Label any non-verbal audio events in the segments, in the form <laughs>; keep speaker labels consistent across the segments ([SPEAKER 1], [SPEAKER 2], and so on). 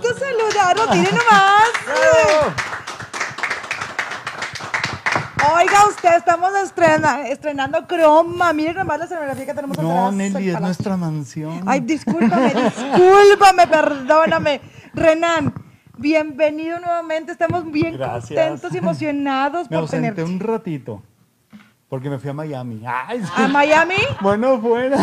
[SPEAKER 1] saludarnos, miren nomás. Oiga, usted, estamos estrena- estrenando croma. Miren nomás la escenografía que tenemos atrás.
[SPEAKER 2] No, Nelly, es
[SPEAKER 1] Ojalá.
[SPEAKER 2] nuestra mansión.
[SPEAKER 1] Ay, discúlpame,
[SPEAKER 2] <laughs>
[SPEAKER 1] discúlpame, perdóname. Renan, bienvenido nuevamente. Estamos bien
[SPEAKER 2] Gracias.
[SPEAKER 1] contentos y emocionados
[SPEAKER 2] me
[SPEAKER 1] por
[SPEAKER 2] ausenté
[SPEAKER 1] tenerte.
[SPEAKER 2] un ratito porque me fui a Miami. Ay, sí.
[SPEAKER 1] ¿A Miami?
[SPEAKER 2] <laughs> Bueno,
[SPEAKER 1] <laughs>
[SPEAKER 2] fuera.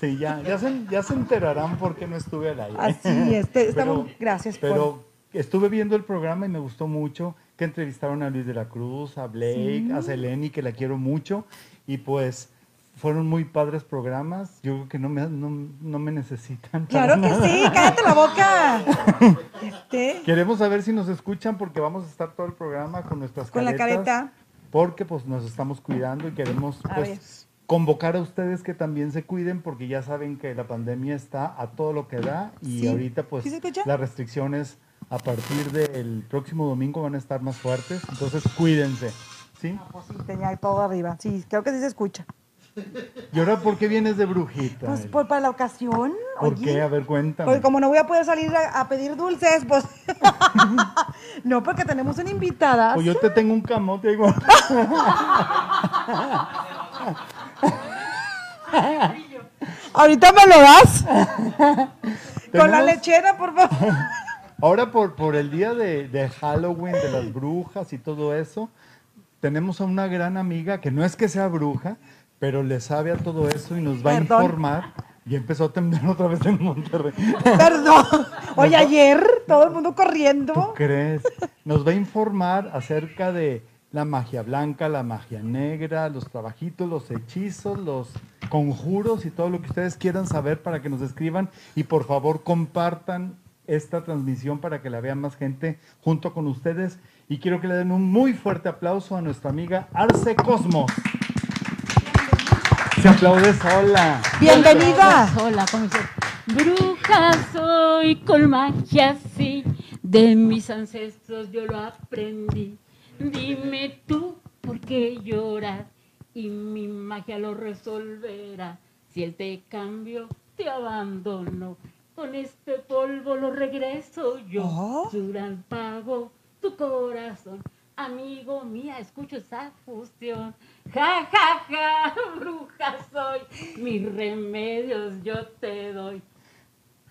[SPEAKER 2] Sí, ya, ya, se, ya se enterarán por qué no estuve al aire.
[SPEAKER 1] Así es, te- estamos- gracias por-
[SPEAKER 2] Pero estuve viendo el programa y me gustó mucho que entrevistaron a Luis de la Cruz, a Blake, a Seleni, que la quiero mucho. Y pues fueron muy padres programas. Yo creo que no me, no, no me necesitan.
[SPEAKER 1] Claro
[SPEAKER 2] para
[SPEAKER 1] que
[SPEAKER 2] nada. <laughs>
[SPEAKER 1] sí, cállate la boca. Este,
[SPEAKER 2] Queremos saber si nos escuchan porque vamos a estar todo el programa con nuestras
[SPEAKER 1] Con la
[SPEAKER 2] caretas,
[SPEAKER 1] careta.
[SPEAKER 2] Porque pues nos estamos cuidando y queremos
[SPEAKER 1] A ver.
[SPEAKER 2] pues convocar a ustedes que también se cuiden porque ya saben que la pandemia está a todo lo que da y
[SPEAKER 1] Sí.
[SPEAKER 2] ahorita pues
[SPEAKER 1] ¿Sí se escucha?
[SPEAKER 2] las restricciones a partir del próximo domingo van a estar más fuertes, entonces cuídense, ¿sí?
[SPEAKER 1] pues sí, tenía ahí todo arriba. Sí, creo que sí se escucha.
[SPEAKER 2] Y ahora ¿por qué vienes de brujita?
[SPEAKER 1] Pues
[SPEAKER 2] Eli?
[SPEAKER 1] por, para la ocasión.
[SPEAKER 2] ¿Por
[SPEAKER 1] oye.
[SPEAKER 2] qué? A ver, cuéntame.
[SPEAKER 1] Porque como no voy a poder salir a, a pedir dulces, pues. <laughs> no, porque tenemos una invitada.
[SPEAKER 2] O Pues yo te tengo un camote igual.
[SPEAKER 1] Ahorita me lo
[SPEAKER 2] <laughs>
[SPEAKER 1] das. Con la
[SPEAKER 2] Tenemos-
[SPEAKER 1] lechera, por favor. <laughs>
[SPEAKER 2] Ahora por, por el día de, de Halloween, de las brujas y todo eso, tenemos a una gran amiga que no es que sea bruja, pero le sabe a todo eso y nos va a
[SPEAKER 1] Perdón.
[SPEAKER 2] informar. Y empezó a temblar <laughs> otra vez en Monterrey.
[SPEAKER 1] Perdón. Oye, ayer todo el mundo corriendo.
[SPEAKER 2] ¿Tú crees? Nos va a informar acerca de la magia blanca, la magia negra, los trabajitos, los hechizos, los conjuros y todo lo que ustedes quieran saber para que nos escriban y por favor compartan esta transmisión para que la vea más gente junto con ustedes. Y quiero que le den un muy fuerte aplauso a nuestra amiga Arce Cosmos. Se aplaude sola.
[SPEAKER 1] Bienvenida.
[SPEAKER 3] Hola, ¿cómo estás? Bruja soy con magia, sí. De mis ancestros yo lo aprendí. Dime tú por qué lloras y mi magia lo resolverá. Si él te cambió, te abandono. Con este polvo lo regreso yo.
[SPEAKER 1] Oh.
[SPEAKER 3] Su gran pago, tu corazón. Amigo mía, escucho esa fusión. Ja, ja, ja, <laughs> bruja soy. Mis remedios yo te doy.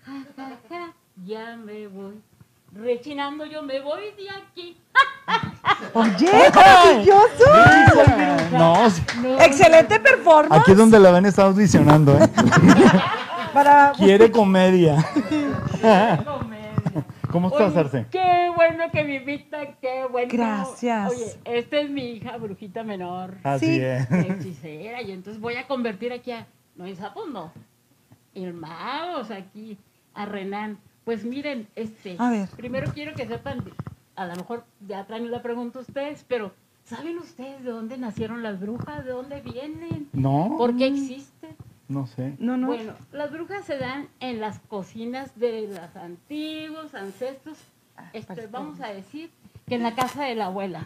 [SPEAKER 3] Ja, ja, ja, ya me voy. Rechinando yo me voy de aquí.
[SPEAKER 1] Oye, maravilloso.
[SPEAKER 2] No, sí.
[SPEAKER 3] No,
[SPEAKER 1] Excelente performance.
[SPEAKER 2] aquí es donde la ven, está audicionando. ¿eh?
[SPEAKER 1] Para...
[SPEAKER 2] Quiere comedia.
[SPEAKER 3] comedia.
[SPEAKER 2] ¿Cómo estás,
[SPEAKER 3] Oye,
[SPEAKER 2] Arce?
[SPEAKER 3] Qué bueno que me invitan, qué bueno.
[SPEAKER 1] Gracias.
[SPEAKER 3] Oye, esta es mi hija, brujita menor.
[SPEAKER 2] Así
[SPEAKER 1] Sí.
[SPEAKER 2] es. <laughs>
[SPEAKER 3] hechicera y entonces voy a convertir aquí a no en sapos no hermanos aquí a Renan pues miren este
[SPEAKER 1] A ver.
[SPEAKER 3] primero quiero que sepan a lo mejor ya traen la pregunta ustedes pero saben ustedes de dónde nacieron las brujas de dónde vienen
[SPEAKER 2] No,
[SPEAKER 3] por qué existen
[SPEAKER 2] no sé.
[SPEAKER 1] Mm. No, no.
[SPEAKER 3] bueno las brujas se dan en las cocinas de los antiguos ancestros
[SPEAKER 1] Ah,
[SPEAKER 3] este, vamos a decir que en la casa de la abuela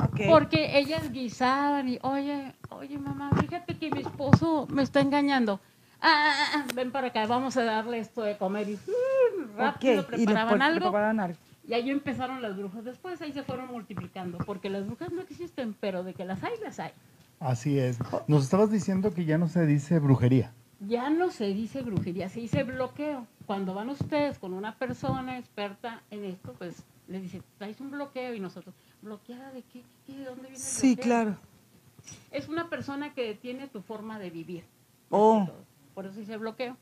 [SPEAKER 1] ok.
[SPEAKER 3] porque ellas guisaban y, oye, oye, mamá, fíjate que mi esposo me está engañando. Ah, ah, ah, ven para acá, vamos a darle esto de comer. Y uh, rápido
[SPEAKER 1] Ok, y
[SPEAKER 3] preparaban
[SPEAKER 1] después
[SPEAKER 3] algo.
[SPEAKER 1] preparaban algo.
[SPEAKER 3] Y ahí empezaron las brujas. Después ahí se fueron multiplicando, porque las brujas no existen, pero de que las hay, las hay.
[SPEAKER 2] Así es. Nos estabas diciendo que ya no se dice brujería.
[SPEAKER 3] Ya no se dice brujería, se dice bloqueo. Cuando van ustedes con una persona experta en esto, pues les dice, traes un bloqueo y nosotros, ¿bloqueada de qué? ¿Qué? ¿De dónde viene el
[SPEAKER 1] Sí,
[SPEAKER 3] bloqueo?"
[SPEAKER 1] claro.
[SPEAKER 3] es una persona que detiene tu forma de vivir.
[SPEAKER 1] Oh.
[SPEAKER 3] Por eso dice bloqueo.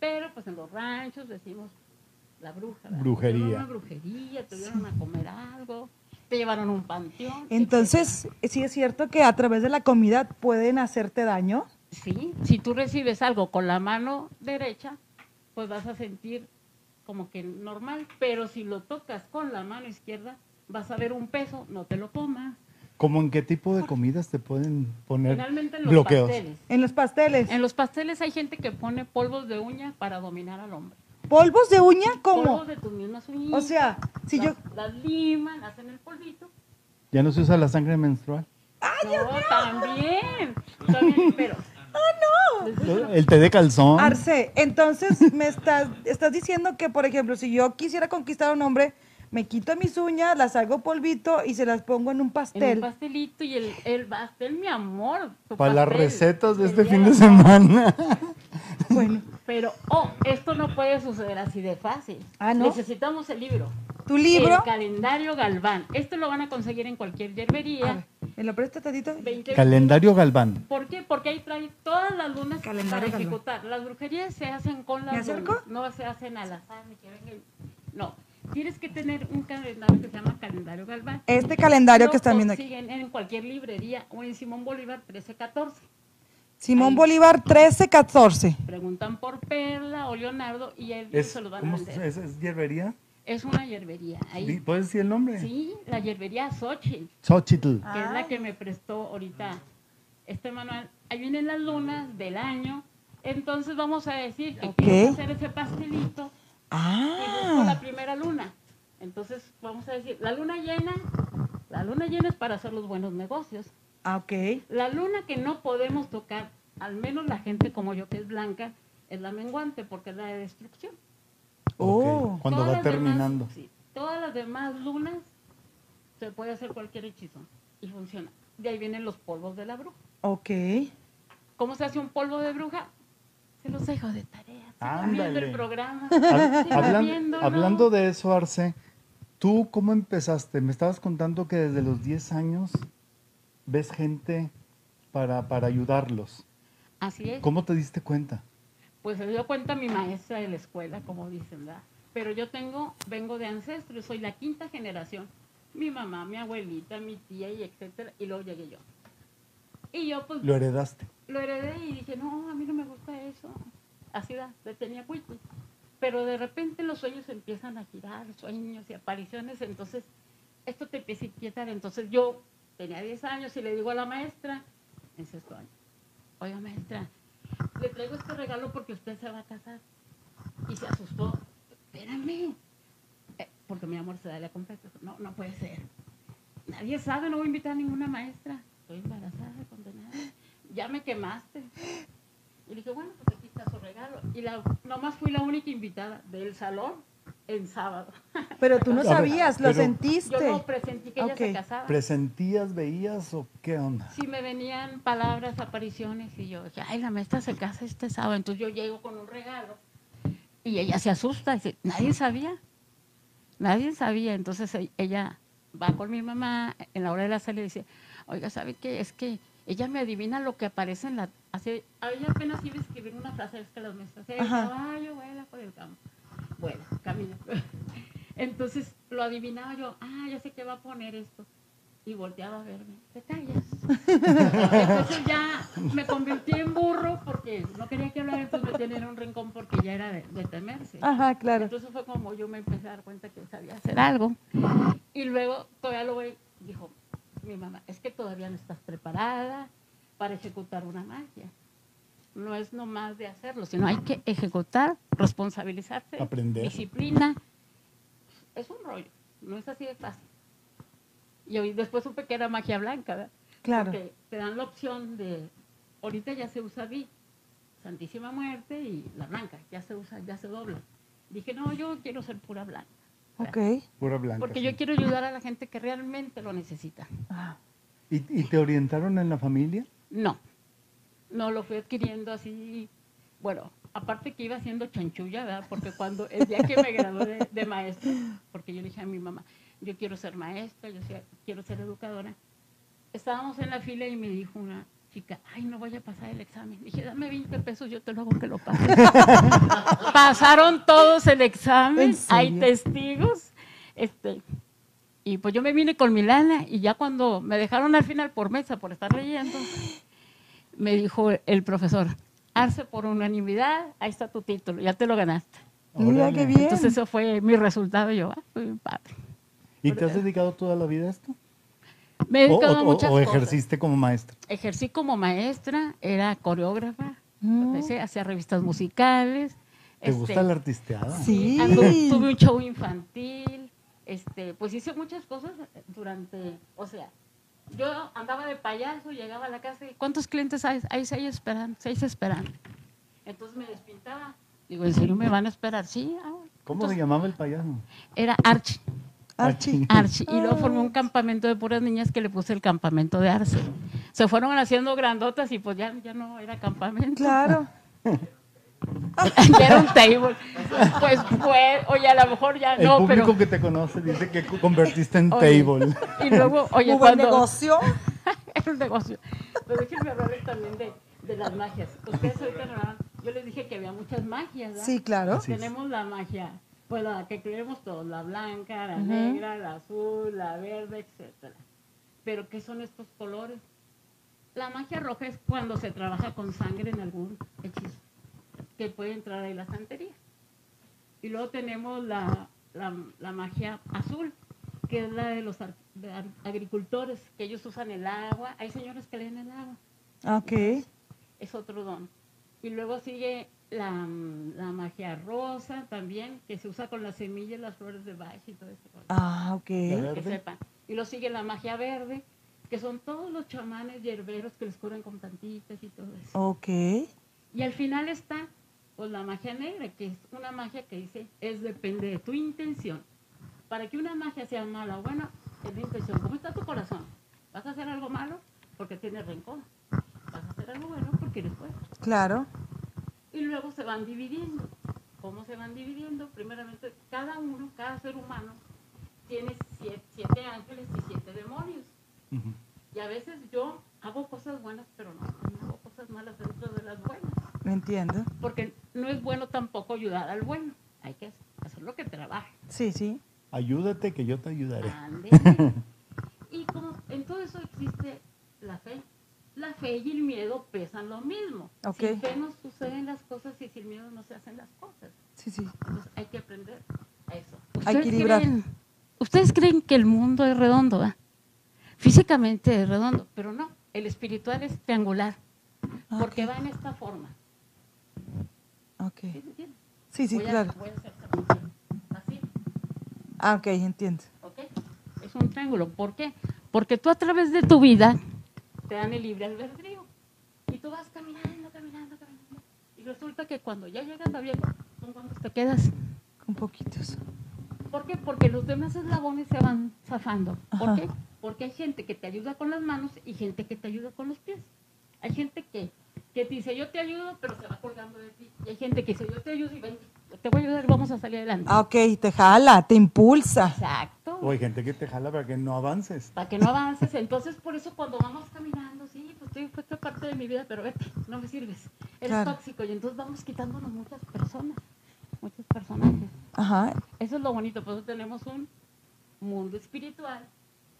[SPEAKER 3] Pero pues en los ranchos decimos la bruja. la-
[SPEAKER 2] Brujería.
[SPEAKER 3] te dieron una brujería, te dieron a comer algo, te llevaron a un panteón.
[SPEAKER 1] Entonces, sí es cierto que a través de la comida pueden hacerte daño.
[SPEAKER 3] Sí, si tú recibes algo con la mano derecha, pues vas a sentir como que normal, pero si lo tocas con la mano izquierda, vas a ver un peso, no te lo comas.
[SPEAKER 2] ¿Cómo en qué tipo de comidas te pueden poner
[SPEAKER 3] Finalmente en los
[SPEAKER 2] bloqueos?
[SPEAKER 3] pasteles.
[SPEAKER 1] En los pasteles.
[SPEAKER 3] En los pasteles hay gente que pone polvos de uña para dominar al hombre.
[SPEAKER 1] ¿Polvos de uña? ¿Cómo?
[SPEAKER 3] Polvos de tus mismas uñitas.
[SPEAKER 1] O sea, si yo.
[SPEAKER 3] las, las liman, hacen el polvito.
[SPEAKER 2] Ya no se usa la sangre menstrual.
[SPEAKER 3] no, también, también, pero
[SPEAKER 2] El té de calzón.
[SPEAKER 1] Arce, entonces me estás, estás diciendo que, por ejemplo, si yo quisiera conquistar a un hombre, me quito mis uñas, las hago polvito y se las pongo en un pastel.
[SPEAKER 3] En un pastelito y el, el pastel, mi amor. tu
[SPEAKER 2] Para las
[SPEAKER 3] pastel.
[SPEAKER 2] recetas de
[SPEAKER 3] El
[SPEAKER 2] este
[SPEAKER 3] día
[SPEAKER 2] fin de semana.
[SPEAKER 3] <laughs>
[SPEAKER 2] <laughs>
[SPEAKER 1] Bueno,
[SPEAKER 3] Pero, oh, esto no puede suceder así de fácil.
[SPEAKER 1] Ah, ¿no?
[SPEAKER 3] Necesitamos el libro.
[SPEAKER 1] tu libro.
[SPEAKER 3] El calendario Galván. Esto lo van a conseguir en cualquier
[SPEAKER 1] A
[SPEAKER 3] yerbería.
[SPEAKER 1] ver, ¿Me lo prestas tantito?
[SPEAKER 3] 20
[SPEAKER 2] Calendario Galván.
[SPEAKER 3] ¿Por qué? Porque ahí trae todas las lunas
[SPEAKER 1] Calendario
[SPEAKER 3] para
[SPEAKER 1] Galván.
[SPEAKER 3] ejecutar. Las brujerías se hacen con las
[SPEAKER 1] ¿Me acerco?
[SPEAKER 3] lunas, no se hacen al azar. ni que venga el- No, tienes que tener un calendario que se llama calendario Galván.
[SPEAKER 1] Este calendario
[SPEAKER 3] Lo
[SPEAKER 1] que están viendo aquí.
[SPEAKER 3] consiguen en cualquier librería o en Simón Bolívar 1314.
[SPEAKER 1] Simón
[SPEAKER 3] Ahí.
[SPEAKER 1] Bolívar 1314.
[SPEAKER 3] Preguntan por Perla o Leonardo y él se los van a
[SPEAKER 2] ¿cómo
[SPEAKER 3] vender. Es?
[SPEAKER 2] es- es hierbería?
[SPEAKER 3] una hierbería.
[SPEAKER 2] Di-
[SPEAKER 3] Ahí.
[SPEAKER 2] ¿Puedes decir el nombre?
[SPEAKER 3] Sí, la hierbería Xochitl.
[SPEAKER 2] Xochitl.
[SPEAKER 1] Ah.
[SPEAKER 3] que es la que me prestó ahorita este manual. Ahí vienen las lunas del año. Entonces vamos a decir que
[SPEAKER 1] Ok.
[SPEAKER 3] quiero hacer ese pastelito y busco la
[SPEAKER 1] Ah,
[SPEAKER 3] primera luna. Entonces vamos a decir, la luna llena, la luna llena es para hacer los buenos negocios.
[SPEAKER 1] ah, ok.
[SPEAKER 3] La luna que no podemos tocar, al menos la gente como yo que es blanca, es la menguante porque es la de destrucción.
[SPEAKER 1] Oh.
[SPEAKER 2] Ok, Cuando
[SPEAKER 3] Todas
[SPEAKER 2] va
[SPEAKER 3] las demás-
[SPEAKER 2] terminando.
[SPEAKER 3] sí, todas las demás lunas se puede hacer cualquier hechizo y funciona. De ahí vienen los polvos de la bruja.
[SPEAKER 1] Ok.
[SPEAKER 3] ¿Cómo se hace un polvo de bruja? Se los dejo de tarea. Sigan
[SPEAKER 2] Ándale.
[SPEAKER 3] viendo el programa.
[SPEAKER 2] Ha-
[SPEAKER 3] sigan
[SPEAKER 2] hablan-
[SPEAKER 3] viéndolo.
[SPEAKER 2] hablando de eso, Arce, ¿tú cómo empezaste? Me estabas contando que desde los 10 años ves gente para, para ayudarlos.
[SPEAKER 3] Así es.
[SPEAKER 2] ¿Cómo te diste cuenta?
[SPEAKER 3] Pues se dio cuenta mi maestra de la escuela, como dicen, ¿verdad? Pero yo tengo, vengo de ancestros, soy la quinta generación. Mi mamá, mi abuelita, mi tía y etcétera. Y luego llegué yo. Y yo pues
[SPEAKER 2] Lo heredaste.
[SPEAKER 3] lo heredé y dije, no, a mí no me gusta eso. Así da, le tenía cuitos. Pero de repente los sueños empiezan a girar, sueños y apariciones, entonces esto te empieza a inquietar. Entonces yo tenía 10 años y le digo a la maestra, en sexto año, oiga maestra, le traigo este regalo porque usted se va a casar. Y se asustó, espérame, Eh, porque mi amor se da la completa. No, no puede ser. Nadie sabe, no voy a invitar a ninguna maestra. Estoy embarazada, condenada. Ya me quemaste. Y dije, bueno, pues aquí está su regalo. Y la, nomás fui la única invitada del salón en sábado.
[SPEAKER 1] Pero tú no
[SPEAKER 2] A ver,
[SPEAKER 1] sabías, lo
[SPEAKER 2] pero-
[SPEAKER 3] Yo
[SPEAKER 1] sentiste.
[SPEAKER 3] no presentí que ella
[SPEAKER 1] Este, Ok.
[SPEAKER 3] se casaba.
[SPEAKER 2] ¿Presentías, veías o qué onda?
[SPEAKER 3] Si me venían palabras, apariciones, y yo dije, ay, la maestra se casa este sábado. Entonces yo llego con un regalo y ella se asusta. y dice, nadie sabía. Nadie sabía. Entonces e- ella va con mi mamá en la hora de la salida y dice, oiga, ¿sabe qué? Es que ella me adivina lo que aparece en la... Hace, a ella apenas iba a escribir una frase, es que las maestras, el
[SPEAKER 1] Ajá.
[SPEAKER 3] caballo vuela por el campo. Vuela, camina. Entonces lo adivinaba yo, ah, ya sé que va a poner esto. Y volteaba a verme, te callas. Entonces ya me convertí en burro porque no quería que hablara, entonces me tenían en un rincón porque ya era de, de temerse.
[SPEAKER 1] Ajá, claro.
[SPEAKER 3] Entonces fue como yo me empecé a dar cuenta que sabía hacer algo. Y luego todavía lo voy, dijo mi mamá, es que todavía no estás preparada para ejecutar una magia. No es nomás de hacerlo, sino hay que ejecutar, responsabilizarse,
[SPEAKER 2] Aprender.
[SPEAKER 3] disciplina. Es un rollo, no es así de fácil. Y hoy- después supe que era magia blanca, ¿verdad?
[SPEAKER 1] Claro.
[SPEAKER 3] Porque te dan la opción de, ahorita ya se usa vi, Santísima Muerte y la blanca, ya se usa, ya se dobla. Dije, no, yo quiero ser pura blanca,
[SPEAKER 1] Ok.
[SPEAKER 2] Pura blanca.
[SPEAKER 3] porque
[SPEAKER 2] sí.
[SPEAKER 3] yo quiero ayudar a la gente que realmente lo necesita.
[SPEAKER 1] Ah,
[SPEAKER 2] ¿Y, y te orientaron en la familia?
[SPEAKER 3] No, no lo fui adquiriendo así, bueno, aparte que iba haciendo chanchulla, ¿verdad? Porque cuando, el día que me gradué de, de maestra, porque yo le dije a mi mamá, yo quiero ser maestra, yo sea- quiero ser educadora, estábamos en la fila y me dijo una chica, ay, no voy a pasar el examen. Dije, dame 20 pesos, yo te lo hago que lo pase.
[SPEAKER 1] <laughs>
[SPEAKER 3] Pasaron todos el
[SPEAKER 1] ¿En
[SPEAKER 3] examen,
[SPEAKER 1] serio?
[SPEAKER 3] hay testigos. Este, y pues yo me vine con mi lana y ya cuando me dejaron al final por mesa por estar leyendo, me dijo el profesor, Arce por unanimidad, ahí está tu título, ya te lo ganaste.
[SPEAKER 1] Mira
[SPEAKER 2] Órale.
[SPEAKER 1] qué bien.
[SPEAKER 3] Entonces eso fue mi resultado, yo, ah, fue bien padre.
[SPEAKER 2] ¿Y te has dedicado toda la vida a esto?
[SPEAKER 3] Me he
[SPEAKER 2] ¿O,
[SPEAKER 3] dedicado a
[SPEAKER 2] o-
[SPEAKER 3] muchas
[SPEAKER 2] o
[SPEAKER 3] cosas.
[SPEAKER 2] ejerciste como maestra?
[SPEAKER 3] Ejercí como maestra, era coreógrafa,
[SPEAKER 1] Mm.
[SPEAKER 3] empecé, hacía revistas musicales.
[SPEAKER 2] ¿Te
[SPEAKER 3] Este,
[SPEAKER 2] gusta la artisteada?
[SPEAKER 1] Sí.
[SPEAKER 3] andu- tuve un show infantil, este, pues hice muchas cosas durante, o sea, Yo andaba de payaso, llegaba a la casa y ¿cuántos clientes hay? Hay seis esperando, seis esperando. Entonces me despintaba. Digo, ¿en serio me van a esperar? Sí. ah, bueno.
[SPEAKER 2] ¿Cómo
[SPEAKER 3] Entonces,
[SPEAKER 2] se llamaba el payaso?
[SPEAKER 3] Era Archie.
[SPEAKER 1] Archie.
[SPEAKER 3] Archie. Y luego formé un campamento de puras niñas que le puse el campamento de Arce. Se fueron haciendo grandotas y pues ya, ya no era campamento. <laughs>
[SPEAKER 1] Claro.
[SPEAKER 3] ya era un table. Pues fue, oye, a lo mejor ya
[SPEAKER 2] El
[SPEAKER 3] no,
[SPEAKER 2] público
[SPEAKER 3] pero.
[SPEAKER 2] que te conoce dice
[SPEAKER 3] <laughs>
[SPEAKER 2] que convertiste en
[SPEAKER 3] oye,
[SPEAKER 2] table.
[SPEAKER 3] <laughs> Y luego, oye,
[SPEAKER 1] Muy buen
[SPEAKER 3] cuando.
[SPEAKER 1] negocio.
[SPEAKER 3] <laughs> era un negocio. Pero déjenme hablarles también de, de las magias. Ustedes ahorita hablaban- yo les dije que había muchas magias, ¿verdad?
[SPEAKER 1] Sí, claro.
[SPEAKER 2] Así es.
[SPEAKER 3] Tenemos la magia, pues la que creemos todos, la blanca, la negra, la azul, la verde, etcétera. Pero ¿qué son estos colores? La magia roja es cuando se trabaja con sangre en algún hechizo, que puede entrar ahí la santería. Y luego tenemos la, la, la magia azul, que es la de los ar- de ar- agricultores, que ellos usan el agua. Hay señores que leen el agua,
[SPEAKER 1] Ah, Ok.
[SPEAKER 3] es otro don. Y luego sigue la, mm, la magia rosa también, que se usa con las semillas, las flores de Bach y todo eso.
[SPEAKER 1] Ah, ok.
[SPEAKER 2] Claro.
[SPEAKER 3] Que
[SPEAKER 2] Verde.
[SPEAKER 3] sepan. Y luego sigue la magia verde, que son todos los chamanes hierberos que les curan con plantitas y todo eso.
[SPEAKER 1] Ok.
[SPEAKER 3] Y al final está pues, la magia negra, que es una magia que dice, es depende de tu intención. Para que una magia sea mala o buena, es la intención. ¿Cómo está tu corazón? ¿Vas a hacer algo malo? Porque tienes rencor. ¿Vas a hacer algo bueno? Porque eres bueno.
[SPEAKER 1] Claro.
[SPEAKER 3] Y luego se van dividiendo. ¿Cómo se van dividiendo? Primeramente, cada uno, cada ser humano, tiene siete, siete ángeles y siete demonios.
[SPEAKER 2] Ujú.
[SPEAKER 3] Y a veces yo hago cosas buenas, pero no, también hago cosas malas dentro de las buenas
[SPEAKER 1] Entiendo.
[SPEAKER 3] porque no es bueno tampoco ayudar al bueno. Hay que hacer lo que trabaje.
[SPEAKER 1] Sí, sí.
[SPEAKER 2] Ayúdate que yo te ayudaré.
[SPEAKER 3] Ah, Ándele. y como en todo eso existe la fe. La fe y el miedo pesan lo mismo.
[SPEAKER 1] Ok.
[SPEAKER 3] Sin fe no suceden las cosas y sin miedo no se hacen las cosas.
[SPEAKER 1] Sí, sí.
[SPEAKER 3] Entonces hay que aprender a eso.
[SPEAKER 1] A equilibrar.
[SPEAKER 3] Creen, ustedes creen que el mundo es redondo, ¿va? Físicamente es redondo, pero no. El espiritual es triangular, porque
[SPEAKER 1] Ah, Ok,
[SPEAKER 3] va en esta forma. ¿Sí
[SPEAKER 1] Ok.
[SPEAKER 3] se entiende?
[SPEAKER 1] Sí, sí,
[SPEAKER 3] Voy a-
[SPEAKER 1] claro.
[SPEAKER 3] voy a hacer también así.
[SPEAKER 1] Ah, ok, entiendo.
[SPEAKER 3] ¿ok? Es un triángulo. ¿Por qué? Porque tú a través de tu vida te dan el libre albedrío. Y tú vas caminando, caminando, caminando. Y resulta que cuando ya llegas a viejo, son cuando te quedas.
[SPEAKER 1] Un poquito eso.
[SPEAKER 3] ¿Por qué? Porque los demás eslabones se van zafando. ¿Por
[SPEAKER 1] Ajá.
[SPEAKER 3] qué? Porque hay gente que te ayuda con las manos y gente que te ayuda con los pies. Hay gente que, que te dice, yo te ayudo, pero se va colgando de ti. Y hay gente que dice, yo te ayudo y ven, yo te voy a ayudar y vamos a salir adelante.
[SPEAKER 1] Ah, ok, te jala, te impulsa.
[SPEAKER 3] Exacto.
[SPEAKER 2] O hay gente que te jala para que no avances.
[SPEAKER 3] para que no avances. Entonces, por eso cuando vamos caminando, sí, pues tú fuiste parte de mi vida, pero vete, no me sirves. Eres
[SPEAKER 1] Claro.
[SPEAKER 3] tóxico y entonces vamos quitándonos muchas personas, muchos personajes.
[SPEAKER 1] Ajá.
[SPEAKER 3] Eso es lo bonito, por eso tenemos un mundo espiritual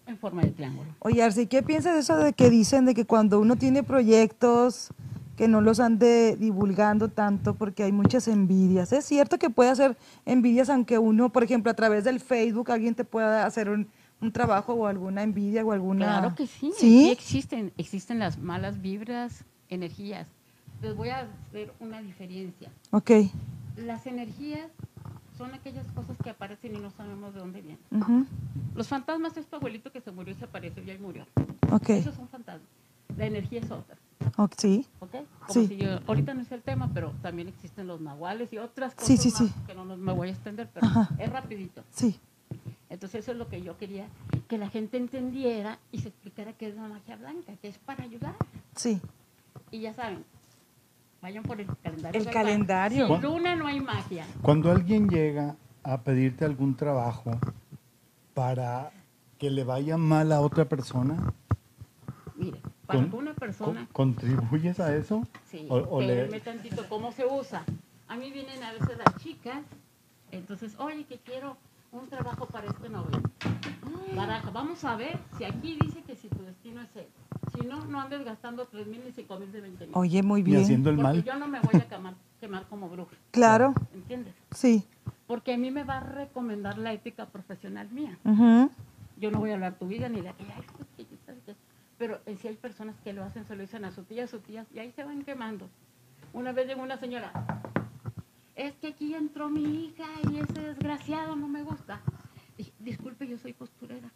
[SPEAKER 3] en forma de triángulo.
[SPEAKER 1] Oye, Arce, ¿y ¿qué piensas de eso de que dicen de que cuando uno tiene proyectos que no los ande divulgando tanto porque hay muchas envidias? ¿Es cierto que puede hacer envidias aunque uno, por ejemplo, a través del Facebook alguien te pueda hacer un, un trabajo o alguna envidia o alguna...
[SPEAKER 3] Claro que sí, sí
[SPEAKER 1] ¿Sí?
[SPEAKER 3] existen, existen las malas vibras, energías. Les voy a hacer una diferencia.
[SPEAKER 1] Ok.
[SPEAKER 3] Las energías son aquellas cosas que aparecen y no sabemos de dónde vienen.
[SPEAKER 1] ujú,
[SPEAKER 3] Los fantasmas es tu abuelito que se murió y se apareció y ahí murió.
[SPEAKER 1] Ok.
[SPEAKER 3] Eso es un fantasma. La energía es otra,
[SPEAKER 1] ok, Sí.
[SPEAKER 3] ¿ok? Como
[SPEAKER 1] Sí.
[SPEAKER 3] si yo, ahorita no es el tema, pero también existen los nahuales y otras cosas
[SPEAKER 1] Sí, sí,
[SPEAKER 3] más
[SPEAKER 1] sí.
[SPEAKER 3] que no nos- me voy a extender, pero
[SPEAKER 1] Ajá.
[SPEAKER 3] es rapidito.
[SPEAKER 1] Sí.
[SPEAKER 3] Entonces eso es lo que yo quería, que la gente entendiera y se explicara qué es la magia blanca, que es para ayudar.
[SPEAKER 1] Sí.
[SPEAKER 3] Y ya saben, vayan por el calendario.
[SPEAKER 1] El
[SPEAKER 3] del barrio.
[SPEAKER 1] calendario.
[SPEAKER 3] Sin luna no hay magia.
[SPEAKER 2] Cuando alguien llega a pedirte algún trabajo para que le vaya mal a otra persona,
[SPEAKER 3] Mire, para
[SPEAKER 2] Con-
[SPEAKER 3] que una
[SPEAKER 2] co-
[SPEAKER 3] persona
[SPEAKER 2] ¿contribuyes a eso?
[SPEAKER 3] Sí,
[SPEAKER 2] O- o le-
[SPEAKER 3] espérenme tantito, ¿cómo se usa? A mí vienen a veces las chicas, entonces, oye, que quiero un trabajo para este novio.
[SPEAKER 1] Ah.
[SPEAKER 3] Baraja, vamos a ver si aquí dice que si tu destino es él. Si no, no andes gastando tres mil y cinco mil de 20 mil.
[SPEAKER 1] Oye, muy
[SPEAKER 2] Y
[SPEAKER 1] bien.
[SPEAKER 2] haciendo el
[SPEAKER 3] Porque
[SPEAKER 2] mal.
[SPEAKER 3] yo no me voy a quemar, quemar como bruja,
[SPEAKER 1] Claro.
[SPEAKER 3] ¿entiendes?
[SPEAKER 1] Sí.
[SPEAKER 3] Porque a mí me va a recomendar la ética profesional mía.
[SPEAKER 1] ujú,
[SPEAKER 3] Yo no voy a hablar tu vida ni de aquella. ay, pues, que yo tal, que- Pero eh, sí hay personas que lo hacen, se lo dicen a sus tías, a sus tías, y ahí se van quemando. Una vez llegó una señora, es que aquí entró mi hija y ese desgraciado no me gusta. Dije, disculpe, yo soy costurera.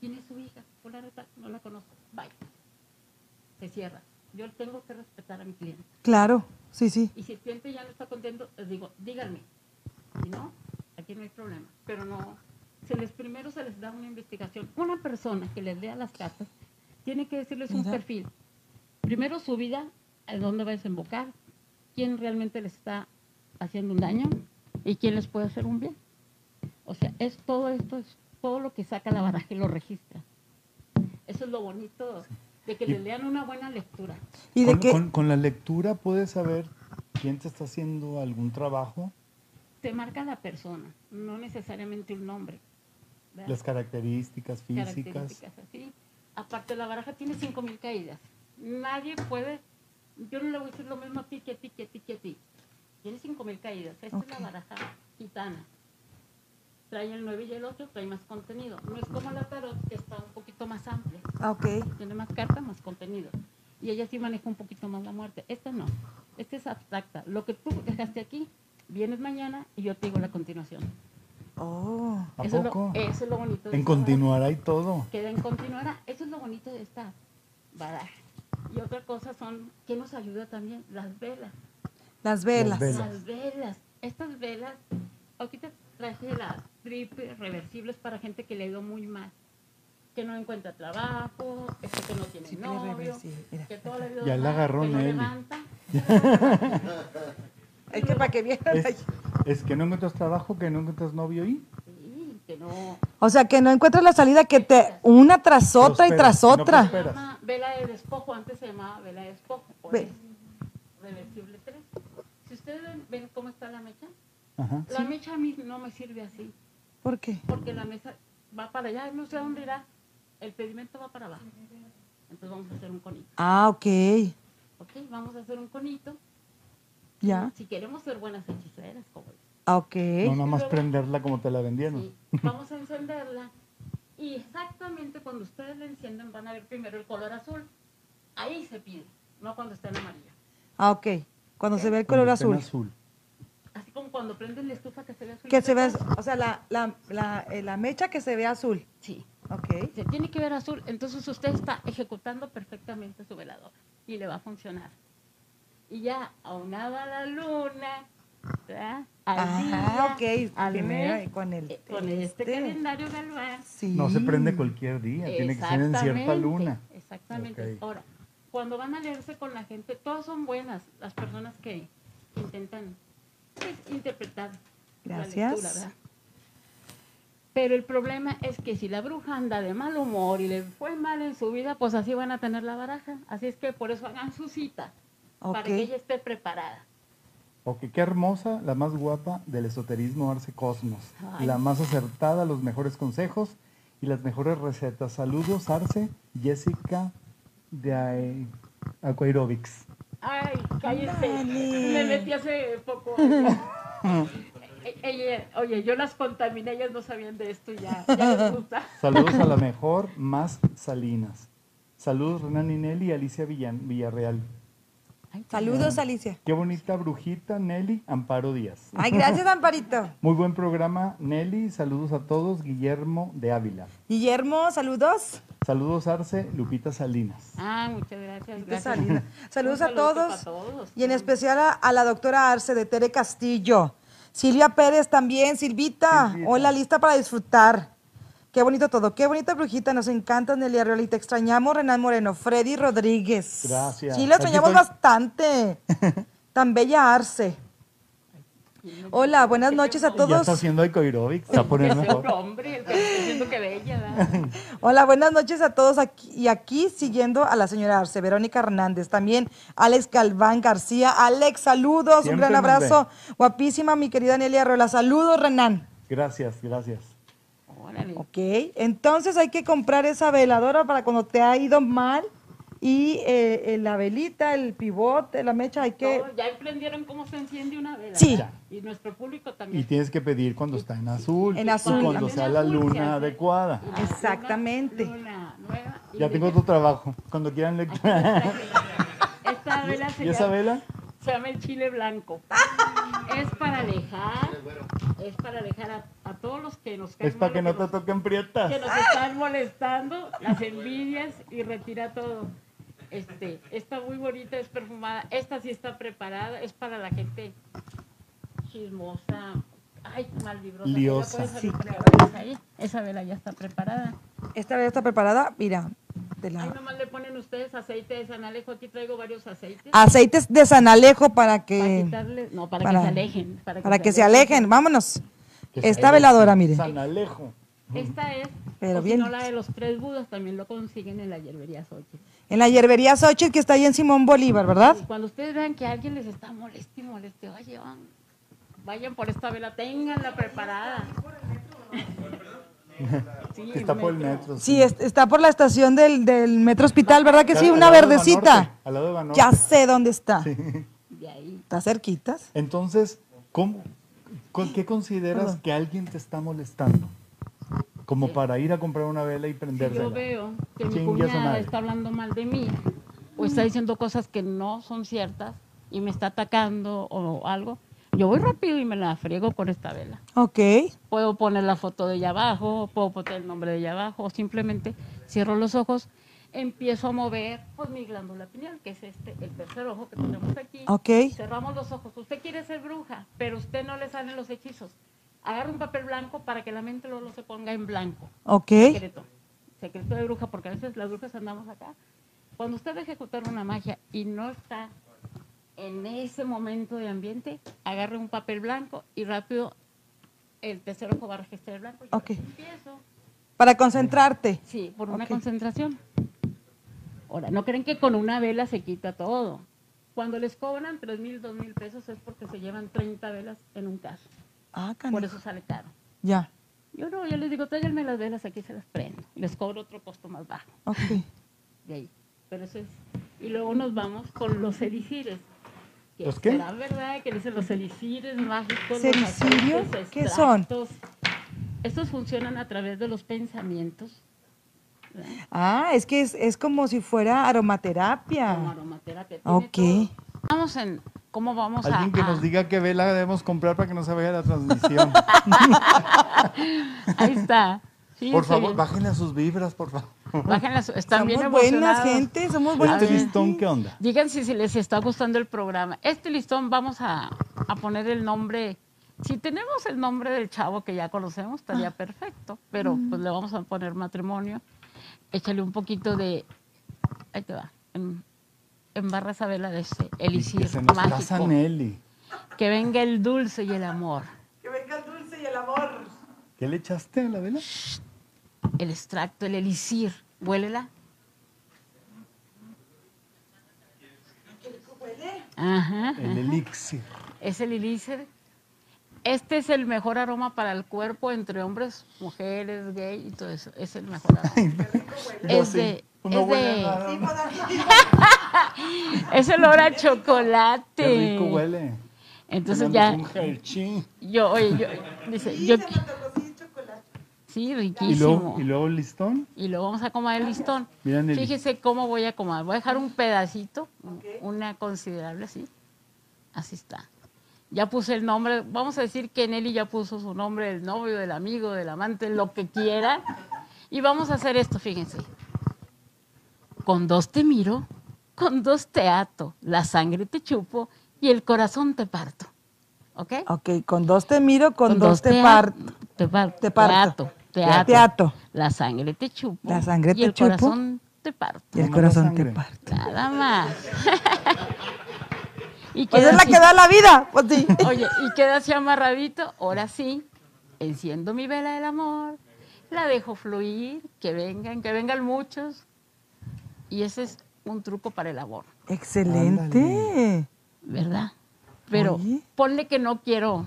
[SPEAKER 3] ¿Quién es su hija? Fulana de tal, no la conozco. Bye. Se cierra. Yo tengo que respetar a mi cliente.
[SPEAKER 1] Claro, sí, sí.
[SPEAKER 3] Y si el cliente ya no está contento, les digo, díganme. Si no, aquí no hay problema. Pero no, se les, primero se les da una investigación. Una persona que les lea las cartas tiene que decirles un
[SPEAKER 1] Ajá.
[SPEAKER 3] perfil. Primero su vida, a dónde va a desembocar, quién realmente les está haciendo un daño y quién les puede hacer un bien. O sea, es todo esto, es todo lo que saca la baraja y lo registra. Eso es lo bonito de que
[SPEAKER 2] Y-
[SPEAKER 3] les lean una buena lectura.
[SPEAKER 1] ¿Y de
[SPEAKER 2] con,
[SPEAKER 1] qué?
[SPEAKER 2] con- con la lectura puedes saber quién te está haciendo algún trabajo,
[SPEAKER 3] Te marca la persona, no necesariamente un nombre. ¿verdad?
[SPEAKER 2] las características físicas.
[SPEAKER 3] características así. Aparte, la baraja tiene 5.000 caídas. Nadie puede, yo no le voy a decir lo mismo a ti que a ti, que a ti, que a ti. Tiene 5.000 caídas. Esta es
[SPEAKER 1] Ok.
[SPEAKER 3] la baraja gitana. Trae el 9 y el 8, trae más contenido. No es como la tarot, que está un poquito más amplia.
[SPEAKER 1] Ah, ok.
[SPEAKER 3] Tiene más cartas, más contenido. Y ella sí maneja un poquito más la muerte. Esta no. Esta es abstracta. Lo que tú dejaste aquí, vienes mañana y yo te digo la continuación.
[SPEAKER 1] Oh,
[SPEAKER 2] ¿A
[SPEAKER 3] eso, es
[SPEAKER 2] poco?
[SPEAKER 3] lo, eso es lo bonito. de
[SPEAKER 2] En
[SPEAKER 3] esta baraja
[SPEAKER 2] continuará y todo.
[SPEAKER 3] que den continuará. Eso es lo bonito de esta baraja. Y otra cosa son, que nos ayuda también? Las velas.
[SPEAKER 1] las velas.
[SPEAKER 2] velas.
[SPEAKER 3] Las velas. Estas velas, ahorita traje las triples reversibles para gente que le ha ido muy mal. Que no encuentra trabajo, este que no tiene
[SPEAKER 1] Triple
[SPEAKER 3] novio,
[SPEAKER 1] reversible, mira.
[SPEAKER 3] que todo le ha ido
[SPEAKER 2] Ya la
[SPEAKER 3] mal,
[SPEAKER 2] agarró
[SPEAKER 3] que no
[SPEAKER 2] Nelly. <laughs>
[SPEAKER 3] levanta.
[SPEAKER 1] Es que para que vieran. ahí.
[SPEAKER 2] Es, es que no encuentras trabajo, que no encuentras novio y
[SPEAKER 3] Sí, que no...
[SPEAKER 1] O sea, que no encuentras la salida, que te una tras otra y
[SPEAKER 2] Prospera,
[SPEAKER 1] tras
[SPEAKER 2] que no
[SPEAKER 1] otra.
[SPEAKER 2] prospera.
[SPEAKER 3] Se
[SPEAKER 2] Esperas.
[SPEAKER 3] llama vela de despojo, antes se llamaba vela de despojo, o
[SPEAKER 1] Ve-
[SPEAKER 3] es reversible 3. Si ustedes ven- ven cómo está la mecha,
[SPEAKER 2] Ajá.
[SPEAKER 3] La mecha a mí no me sirve así,
[SPEAKER 1] ¿Por qué?
[SPEAKER 3] porque la mesa va para allá, no sé a dónde irá, el pedimento va para abajo. Entonces vamos a hacer un conito,
[SPEAKER 1] Ah, ok.
[SPEAKER 3] ¿ok? Vamos a hacer un conito.
[SPEAKER 1] Ya.
[SPEAKER 3] Si queremos ser buenas hechiceras, como dice.
[SPEAKER 1] Ah, ok.
[SPEAKER 2] No nada más prenderla como te la vendieron.
[SPEAKER 3] Sí,
[SPEAKER 1] <laughs>
[SPEAKER 3] vamos a encenderla y exactamente cuando ustedes la encienden van a ver primero el color azul. Ahí se pide, no cuando está en amarillo.
[SPEAKER 1] Ah, ok. Cuando se ve el color
[SPEAKER 2] Cuando esté en
[SPEAKER 1] azul.
[SPEAKER 2] azul.
[SPEAKER 3] Así como cuando prenden la estufa que se ve azul.
[SPEAKER 1] Que se ve, o sea, la, la, la, eh, la mecha que se ve azul.
[SPEAKER 3] Sí.
[SPEAKER 1] Ok.
[SPEAKER 3] Se tiene que ver azul, entonces usted está ejecutando perfectamente su velador y le va a funcionar. Y ya aunada a la luna, ¿verdad? Al
[SPEAKER 1] Ajá,
[SPEAKER 3] día,
[SPEAKER 1] Ah, ok.
[SPEAKER 3] al
[SPEAKER 1] Primero
[SPEAKER 3] mes,
[SPEAKER 1] eh, con el.
[SPEAKER 3] eh, con este calendario galván.
[SPEAKER 1] Sí.
[SPEAKER 2] No se prende cualquier día, tiene que ser en cierta
[SPEAKER 3] Exactamente,
[SPEAKER 2] luna.
[SPEAKER 3] Exactamente.
[SPEAKER 2] Ok.
[SPEAKER 3] Ahora, cuando van a leerse con la gente, todas son buenas las personas que intentan pues, interpretar. la
[SPEAKER 1] Gracias.
[SPEAKER 3] lectura, ¿verdad? Pero el problema es que si la bruja anda de mal humor y le fue mal en su vida, pues así van a tener la baraja. Así es que por eso hagan su cita, para que
[SPEAKER 1] Ok.
[SPEAKER 3] ella esté preparada.
[SPEAKER 2] Ok, qué hermosa, la más guapa del esoterismo Arce Cosmos.
[SPEAKER 3] Ay.
[SPEAKER 2] La más acertada, los mejores consejos y las mejores recetas. Saludos, Arce, Jessica de Ae- Aquairobics.
[SPEAKER 3] Ay, cállese.
[SPEAKER 1] Ándale.
[SPEAKER 3] Me metí hace poco. <laughs> Ella- ella- oye, yo las contaminé, ellas no sabían de esto y ya, ya <laughs> les gusta.
[SPEAKER 2] Saludos a la mejor, más Salinas. Saludos, Renan y Nelly y Alicia Villan- Villarreal.
[SPEAKER 1] Saludos, Alicia.
[SPEAKER 2] Qué bonita brujita, Nelly Amparo Díaz.
[SPEAKER 1] Ay, gracias, Amparito.
[SPEAKER 3] <laughs>
[SPEAKER 2] Muy buen programa, Nelly. Saludos a todos, Guillermo de Ávila.
[SPEAKER 1] Guillermo, saludos.
[SPEAKER 2] Saludos, Arce, Lupita Salinas.
[SPEAKER 3] Ah, muchas gracias.
[SPEAKER 1] Qué
[SPEAKER 3] gracias.
[SPEAKER 1] salida. Saludos
[SPEAKER 3] Un
[SPEAKER 1] a
[SPEAKER 3] saludo
[SPEAKER 1] todos.
[SPEAKER 3] para todos,
[SPEAKER 1] Y en
[SPEAKER 3] sí.
[SPEAKER 1] especial a, a la doctora Arce de Tere Castillo. Silvia Pérez también, Silvita.
[SPEAKER 2] Silvita.
[SPEAKER 1] Hola, lista para disfrutar. Qué bonito todo. Qué bonita brujita. Nos encanta Nelia Arreola. Y Te extrañamos, Renan Moreno. Freddy Rodríguez.
[SPEAKER 2] Gracias.
[SPEAKER 1] Sí, la
[SPEAKER 2] Aquí
[SPEAKER 1] extrañamos
[SPEAKER 2] estoy. <laughs>
[SPEAKER 1] bastante. Tan bella Arce. Hola, buenas noches a
[SPEAKER 2] Ya
[SPEAKER 1] todos.
[SPEAKER 2] está haciendo Ecoirobics, está poniendo
[SPEAKER 3] Ese
[SPEAKER 2] mejor.
[SPEAKER 3] hombre, el que está diciendo que bella, ¿verdad?
[SPEAKER 1] Hola, buenas noches a todos aquí, y aquí siguiendo a la señora Arce, Verónica Hernández, también Alex Galván García. Alex, saludos, un
[SPEAKER 2] Siempre
[SPEAKER 1] gran
[SPEAKER 2] nos
[SPEAKER 1] abrazo. Guapísima, mi querida Nelia Rola. Saludos, Renan.
[SPEAKER 2] Gracias, gracias.
[SPEAKER 3] Órale.
[SPEAKER 1] Ok, entonces hay que comprar esa veladora para cuando te ha ido mal y eh, eh, la velita, el pivote, la mecha, hay que...
[SPEAKER 3] Todos ya emprendieron cómo se enciende una vela.
[SPEAKER 1] Sí.
[SPEAKER 3] ¿verdad? Y nuestro público
[SPEAKER 2] Y
[SPEAKER 3] también.
[SPEAKER 2] tienes que pedir cuando está en azul.
[SPEAKER 1] En
[SPEAKER 2] y
[SPEAKER 1] azul.
[SPEAKER 2] cuando sea la
[SPEAKER 3] También azul,
[SPEAKER 2] luna
[SPEAKER 3] se hace.
[SPEAKER 2] adecuada.
[SPEAKER 3] Y la
[SPEAKER 1] Exactamente.
[SPEAKER 3] luna nueva y
[SPEAKER 2] Ya
[SPEAKER 3] de-
[SPEAKER 2] tengo otro trabajo. Cuando quieran lectura.
[SPEAKER 3] Esta vela
[SPEAKER 2] <laughs>
[SPEAKER 3] se
[SPEAKER 2] ¿Y esa
[SPEAKER 3] llama-
[SPEAKER 2] vela?
[SPEAKER 3] se llama el chile blanco. es para alejar, es para alejar a, a todos los que nos caen
[SPEAKER 2] Es para que no
[SPEAKER 3] mal,
[SPEAKER 2] te
[SPEAKER 3] que,
[SPEAKER 2] toquen
[SPEAKER 3] nos, que
[SPEAKER 2] prietas.
[SPEAKER 3] nos están molestando, las envidias y retira todo. Este, está muy bonita, es perfumada. Esta sí está preparada, es para la gente chismosa. Ay, mal vibrosa. ¿Ya
[SPEAKER 2] Liosa.
[SPEAKER 3] puedes
[SPEAKER 1] Sí,
[SPEAKER 3] abrir la vela ahí? Esa vela ya está preparada.
[SPEAKER 1] Esta vez está preparada, mira, de
[SPEAKER 3] Ahí
[SPEAKER 1] la...
[SPEAKER 3] nomás le ponen ustedes aceite de San Alejo. Aquí traigo varios aceites.
[SPEAKER 1] Ah, Aceites de San Alejo para
[SPEAKER 3] Para
[SPEAKER 1] que,
[SPEAKER 3] quitarle- no, para,
[SPEAKER 1] eh, para-
[SPEAKER 3] que se alejen. Para que,
[SPEAKER 1] para que se alejen. Vámonos.
[SPEAKER 2] Que se
[SPEAKER 1] Esta
[SPEAKER 2] alejen.
[SPEAKER 1] veladora, mire.
[SPEAKER 2] San Alejo.
[SPEAKER 3] Esta es,
[SPEAKER 1] Pero
[SPEAKER 3] o si
[SPEAKER 1] bien.
[SPEAKER 3] no, la de los tres budas también lo consiguen en la hierbería Sochi.
[SPEAKER 1] En la hierbería Xochitl que está ahí en Simón Bolívar,
[SPEAKER 2] ¿Ah?
[SPEAKER 1] ¿verdad?
[SPEAKER 3] Y cuando ustedes vean que alguien les está moleste y moleste, oye, van, vayan por esta vela, ténganla preparada. Sí,
[SPEAKER 2] Que está por el metro.
[SPEAKER 1] Sí, es- está por la estación del, del Metro Hospital, ¿verdad que sí?
[SPEAKER 2] Al
[SPEAKER 1] Una
[SPEAKER 2] lado de Banorte,
[SPEAKER 1] verdecita.
[SPEAKER 2] Al lado de Banorte.
[SPEAKER 1] Ya sé dónde está.
[SPEAKER 3] De ahí.
[SPEAKER 1] Está cerquitas.
[SPEAKER 2] Entonces, ¿cómo, con- ¿qué consideras
[SPEAKER 1] Perdón.
[SPEAKER 2] que alguien te está molestando? Como para ir a comprar una vela y
[SPEAKER 3] Si
[SPEAKER 2] prendérsela.
[SPEAKER 3] yo veo que mi
[SPEAKER 2] Chingue a su
[SPEAKER 3] cuñada
[SPEAKER 2] madre.
[SPEAKER 3] está hablando mal de mí, o está diciendo cosas que no son ciertas, y me está atacando o algo, yo voy rápido y me la friego con esta vela.
[SPEAKER 1] Ok.
[SPEAKER 3] Puedo poner la foto de ella abajo, puedo poner el nombre de ella abajo, o simplemente cierro los ojos, empiezo a mover pues, mi glándula pineal, que es este, el tercer ojo que tenemos aquí.
[SPEAKER 1] Ok.
[SPEAKER 3] Cerramos los ojos. Usted quiere ser bruja, pero usted no le salen los hechizos. Agarra un papel blanco para que la mente luego no se ponga en blanco.
[SPEAKER 1] Ok.
[SPEAKER 3] Secreto. Secreto de bruja, porque a veces las brujas andamos acá. Cuando usted va a ejecutar una magia y no está en ese momento de ambiente, agarre un papel blanco y rápido el tercer ojo va a registrar el blanco. Yo
[SPEAKER 1] Ok.
[SPEAKER 3] Empiezo.
[SPEAKER 1] Para concentrarte.
[SPEAKER 3] Sí, por una
[SPEAKER 1] Ok.
[SPEAKER 3] concentración. Ahora, no creen que con una vela se quita todo. Cuando les cobran tres mil, dos mil pesos es porque se llevan 30 velas en un caso.
[SPEAKER 1] Ah,
[SPEAKER 3] Por
[SPEAKER 1] canijo.
[SPEAKER 3] eso sale caro.
[SPEAKER 1] Ya.
[SPEAKER 3] Yo no, yo les digo, tráiganme las velas, aquí se las prendo. Les cobro otro costo más bajo
[SPEAKER 1] Ok.
[SPEAKER 3] de ahí. Pero eso es. Y luego nos vamos con los elixires.
[SPEAKER 2] ¿Los qué?
[SPEAKER 3] La verdad que dicen los elixires mágicos. los
[SPEAKER 1] ¿Sericio?
[SPEAKER 3] aceites,
[SPEAKER 1] ¿Qué son?
[SPEAKER 3] extractos. Estos funcionan a través de los pensamientos,
[SPEAKER 1] Ah, es que es, es como si fuera
[SPEAKER 3] como
[SPEAKER 1] aromaterapia.
[SPEAKER 3] aromaterapia. tiene
[SPEAKER 1] Ah. Ok.
[SPEAKER 3] todo. Vamos en cómo vamos a,
[SPEAKER 2] Alguien que
[SPEAKER 3] a-
[SPEAKER 2] nos diga qué vela debemos comprar para que no se vaya la transmisión.
[SPEAKER 3] Ahí está. <laughs> Sí,
[SPEAKER 2] por
[SPEAKER 3] sí,
[SPEAKER 2] favor,
[SPEAKER 3] bien.
[SPEAKER 2] bájenle a sus vibras, por
[SPEAKER 3] <laughs>
[SPEAKER 2] favor.
[SPEAKER 3] Bájenle su- están bien
[SPEAKER 1] Somos
[SPEAKER 3] emocionados.
[SPEAKER 1] buena gente, somos buena
[SPEAKER 2] Este
[SPEAKER 1] gente.
[SPEAKER 2] listón, ¿qué onda?
[SPEAKER 3] Digan si, si les está gustando el programa. Este listón vamos a, a poner el nombre. Si tenemos el nombre del chavo que ya conocemos, estaría perfecto. Pero pues le vamos a poner matrimonio. Échale un poquito de. Ahí te va. En, embarra esa vela de ese
[SPEAKER 2] Y que
[SPEAKER 3] elixir
[SPEAKER 2] se nos ¿eh? casa
[SPEAKER 3] mágico.
[SPEAKER 2] Nelly.
[SPEAKER 3] Que venga el dulce y el amor.
[SPEAKER 2] ¿Qué le echaste a la vela?
[SPEAKER 3] El extracto, el elixir. Huélela. Ajá.
[SPEAKER 2] El elixir.
[SPEAKER 3] es el ilícer. Este es el mejor aroma para el cuerpo entre hombres, mujeres, gay y todo eso. Es el mejor aroma.
[SPEAKER 2] Yo
[SPEAKER 3] es
[SPEAKER 2] sí, Pues
[SPEAKER 3] de,
[SPEAKER 2] no
[SPEAKER 3] es,
[SPEAKER 2] huele
[SPEAKER 3] de-
[SPEAKER 2] nada, ¿no?
[SPEAKER 3] es el olor a chocolate.
[SPEAKER 2] Qué rico huele.
[SPEAKER 3] Entonces
[SPEAKER 2] Huele
[SPEAKER 3] ya,
[SPEAKER 2] un jerchín.
[SPEAKER 3] yo, oye, yo, dice, yo, qui- sí, riquísimo.
[SPEAKER 2] Y luego, y luego el listón.
[SPEAKER 3] y lo vamos a comer el listón.
[SPEAKER 2] Mira, Nelly.
[SPEAKER 3] Fíjese cómo voy a comer. Voy a dejar un pedacito, un- una considerable así. Así está. Ya puse el nombre. Vamos a decir que Nelly ya puso su nombre, el novio, del amigo, del amante, lo que quiera. Y vamos a hacer esto, fíjense. Con dos te miro, con dos te ato, la sangre te chupo y el corazón te parto. ¿Ok?
[SPEAKER 1] Ok, con dos te miro, con, dos, te parto.
[SPEAKER 3] Te, par-
[SPEAKER 1] te parto.
[SPEAKER 3] Te ato,
[SPEAKER 1] Te
[SPEAKER 3] te ato.
[SPEAKER 1] ato.
[SPEAKER 3] La sangre te chupo.
[SPEAKER 1] La sangre
[SPEAKER 3] y
[SPEAKER 1] te
[SPEAKER 3] el
[SPEAKER 1] chupo.
[SPEAKER 3] corazón te parto.
[SPEAKER 1] Y el
[SPEAKER 2] Toma
[SPEAKER 1] corazón
[SPEAKER 2] sangre.
[SPEAKER 1] te parte.
[SPEAKER 3] Nada más. <laughs> y
[SPEAKER 1] Pues es la
[SPEAKER 3] así.
[SPEAKER 1] que da la vida. Pues
[SPEAKER 2] <laughs>
[SPEAKER 1] sí.
[SPEAKER 3] <laughs> Oye, y queda así amarradito. Ahora sí, enciendo mi vela del amor. La dejo fluir, que vengan, que vengan muchos. Y ese es un truco para el amor,
[SPEAKER 1] Excelente.
[SPEAKER 3] ¿verdad? Pero
[SPEAKER 1] Oye.
[SPEAKER 3] ponle que no quiero,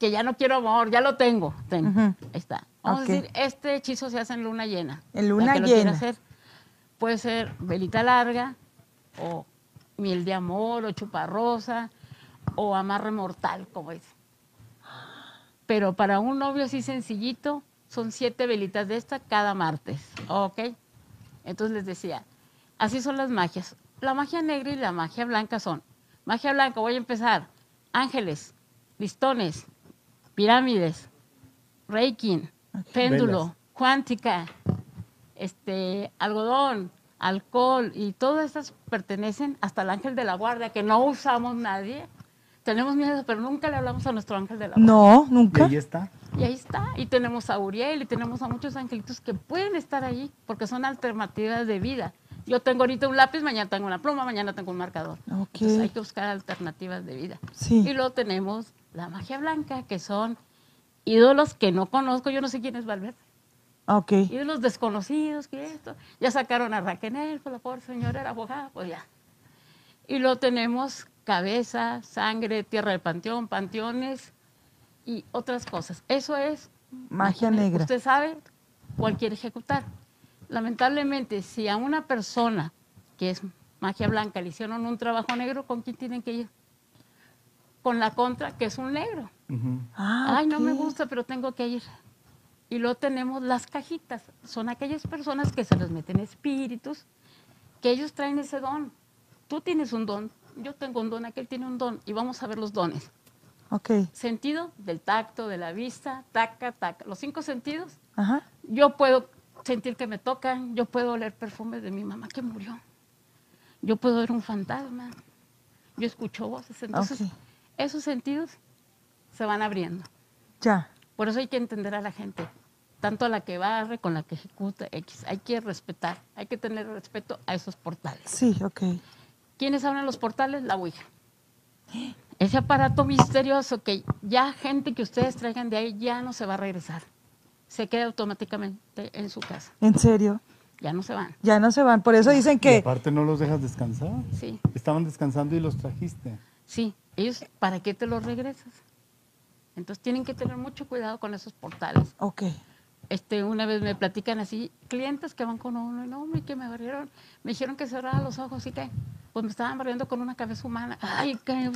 [SPEAKER 3] que ya no quiero amor, ya lo tengo. Ten,
[SPEAKER 1] Ujú.
[SPEAKER 3] ahí está. Vamos
[SPEAKER 1] Ok.
[SPEAKER 3] a decir, este hechizo se hace en luna llena.
[SPEAKER 1] En
[SPEAKER 3] La
[SPEAKER 1] luna
[SPEAKER 3] que lo quiera
[SPEAKER 1] llena.
[SPEAKER 3] hacer. Puede ser velita larga, o miel de amor, o chuparrosa, o amarre mortal, como es. Pero para un novio así sencillito, son siete velitas de esta cada martes. ¿Ok? Entonces les decía, así son las magias. La magia negra y la magia blanca son Magia blanca, voy a empezar. Ángeles, listones, pirámides, reiki, péndulo,
[SPEAKER 2] Velas.
[SPEAKER 3] cuántica, este, algodón, alcohol y todas estas pertenecen hasta el ángel de la guardia que no usamos nadie. Tenemos miedo, pero nunca le hablamos a nuestro ángel de la guardia.
[SPEAKER 1] No,
[SPEAKER 2] Y
[SPEAKER 1] nunca.
[SPEAKER 2] ahí está.
[SPEAKER 3] Y ahí está. Y tenemos a Uriel y tenemos a muchos angelitos que pueden estar ahí porque son alternativas de vida. Yo tengo ahorita un lápiz, mañana tengo una pluma, mañana tengo un marcador.
[SPEAKER 1] Ok.
[SPEAKER 3] Entonces hay que buscar alternativas de vida.
[SPEAKER 1] Sí.
[SPEAKER 3] Y luego tenemos la magia blanca, que son ídolos que no conozco, yo no sé quién es Valverde.
[SPEAKER 1] Ah, Ok.
[SPEAKER 3] Ídolos desconocidos, que esto. Ya sacaron a Raquel, pues la pobre señora era abogada, pues ya. Y luego tenemos cabeza, sangre, tierra del panteón, panteones y otras cosas. Eso es
[SPEAKER 1] Magia negra.
[SPEAKER 3] Usted sabe cuál quiere ejecutar. Lamentablemente, si a una persona que es magia blanca le hicieron un trabajo negro, ¿con quién tienen que ir? Con la contra, que es un negro.
[SPEAKER 2] Ujú.
[SPEAKER 1] Ah,
[SPEAKER 3] Ay, no me
[SPEAKER 1] ok.
[SPEAKER 3] gusta, pero tengo que ir. Y luego tenemos las cajitas. Son aquellas personas que se les meten espíritus, que ellos traen ese don. Tú tienes un don, yo tengo un don, aquel tiene un don. Y vamos a ver los dones
[SPEAKER 1] Ok.
[SPEAKER 3] sentido del tacto, de la vista, taca, taca. Los cinco sentidos.
[SPEAKER 1] Ajá.
[SPEAKER 3] Yo puedo sentir que me tocan, yo puedo oler perfumes de mi mamá que murió, yo puedo ver un fantasma, yo escucho voces. Entonces,
[SPEAKER 1] Ok.
[SPEAKER 3] esos sentidos se van abriendo.
[SPEAKER 1] Ya.
[SPEAKER 3] Por eso hay que entender a la gente, tanto a la que barre, con la que ejecuta, X. Hay que respetar, hay que tener respeto a esos portales.
[SPEAKER 1] Sí, ok.
[SPEAKER 3] ¿Quiénes abren los portales? La Ouija. Ese aparato misterioso que ya gente que ustedes traigan de ahí ya no se va a regresar. Se queda automáticamente en su casa.
[SPEAKER 1] En serio.
[SPEAKER 3] Ya no se van.
[SPEAKER 1] Ya no se van. Por eso dicen
[SPEAKER 2] Y
[SPEAKER 1] que.
[SPEAKER 2] aparte no los dejas descansar.
[SPEAKER 3] Sí,
[SPEAKER 2] Estaban descansando y los trajiste.
[SPEAKER 3] sí. Ellos, ¿para qué te los regresas? Entonces tienen que tener mucho cuidado con esos portales.
[SPEAKER 1] Ok.
[SPEAKER 3] Este, una vez me platican así, clientes que van con uno, no, hombre, que me barrieron, me dijeron que cerrara los ojos y que, pues me estaban barriendo con una cabeza humana. Ay, ¿qué,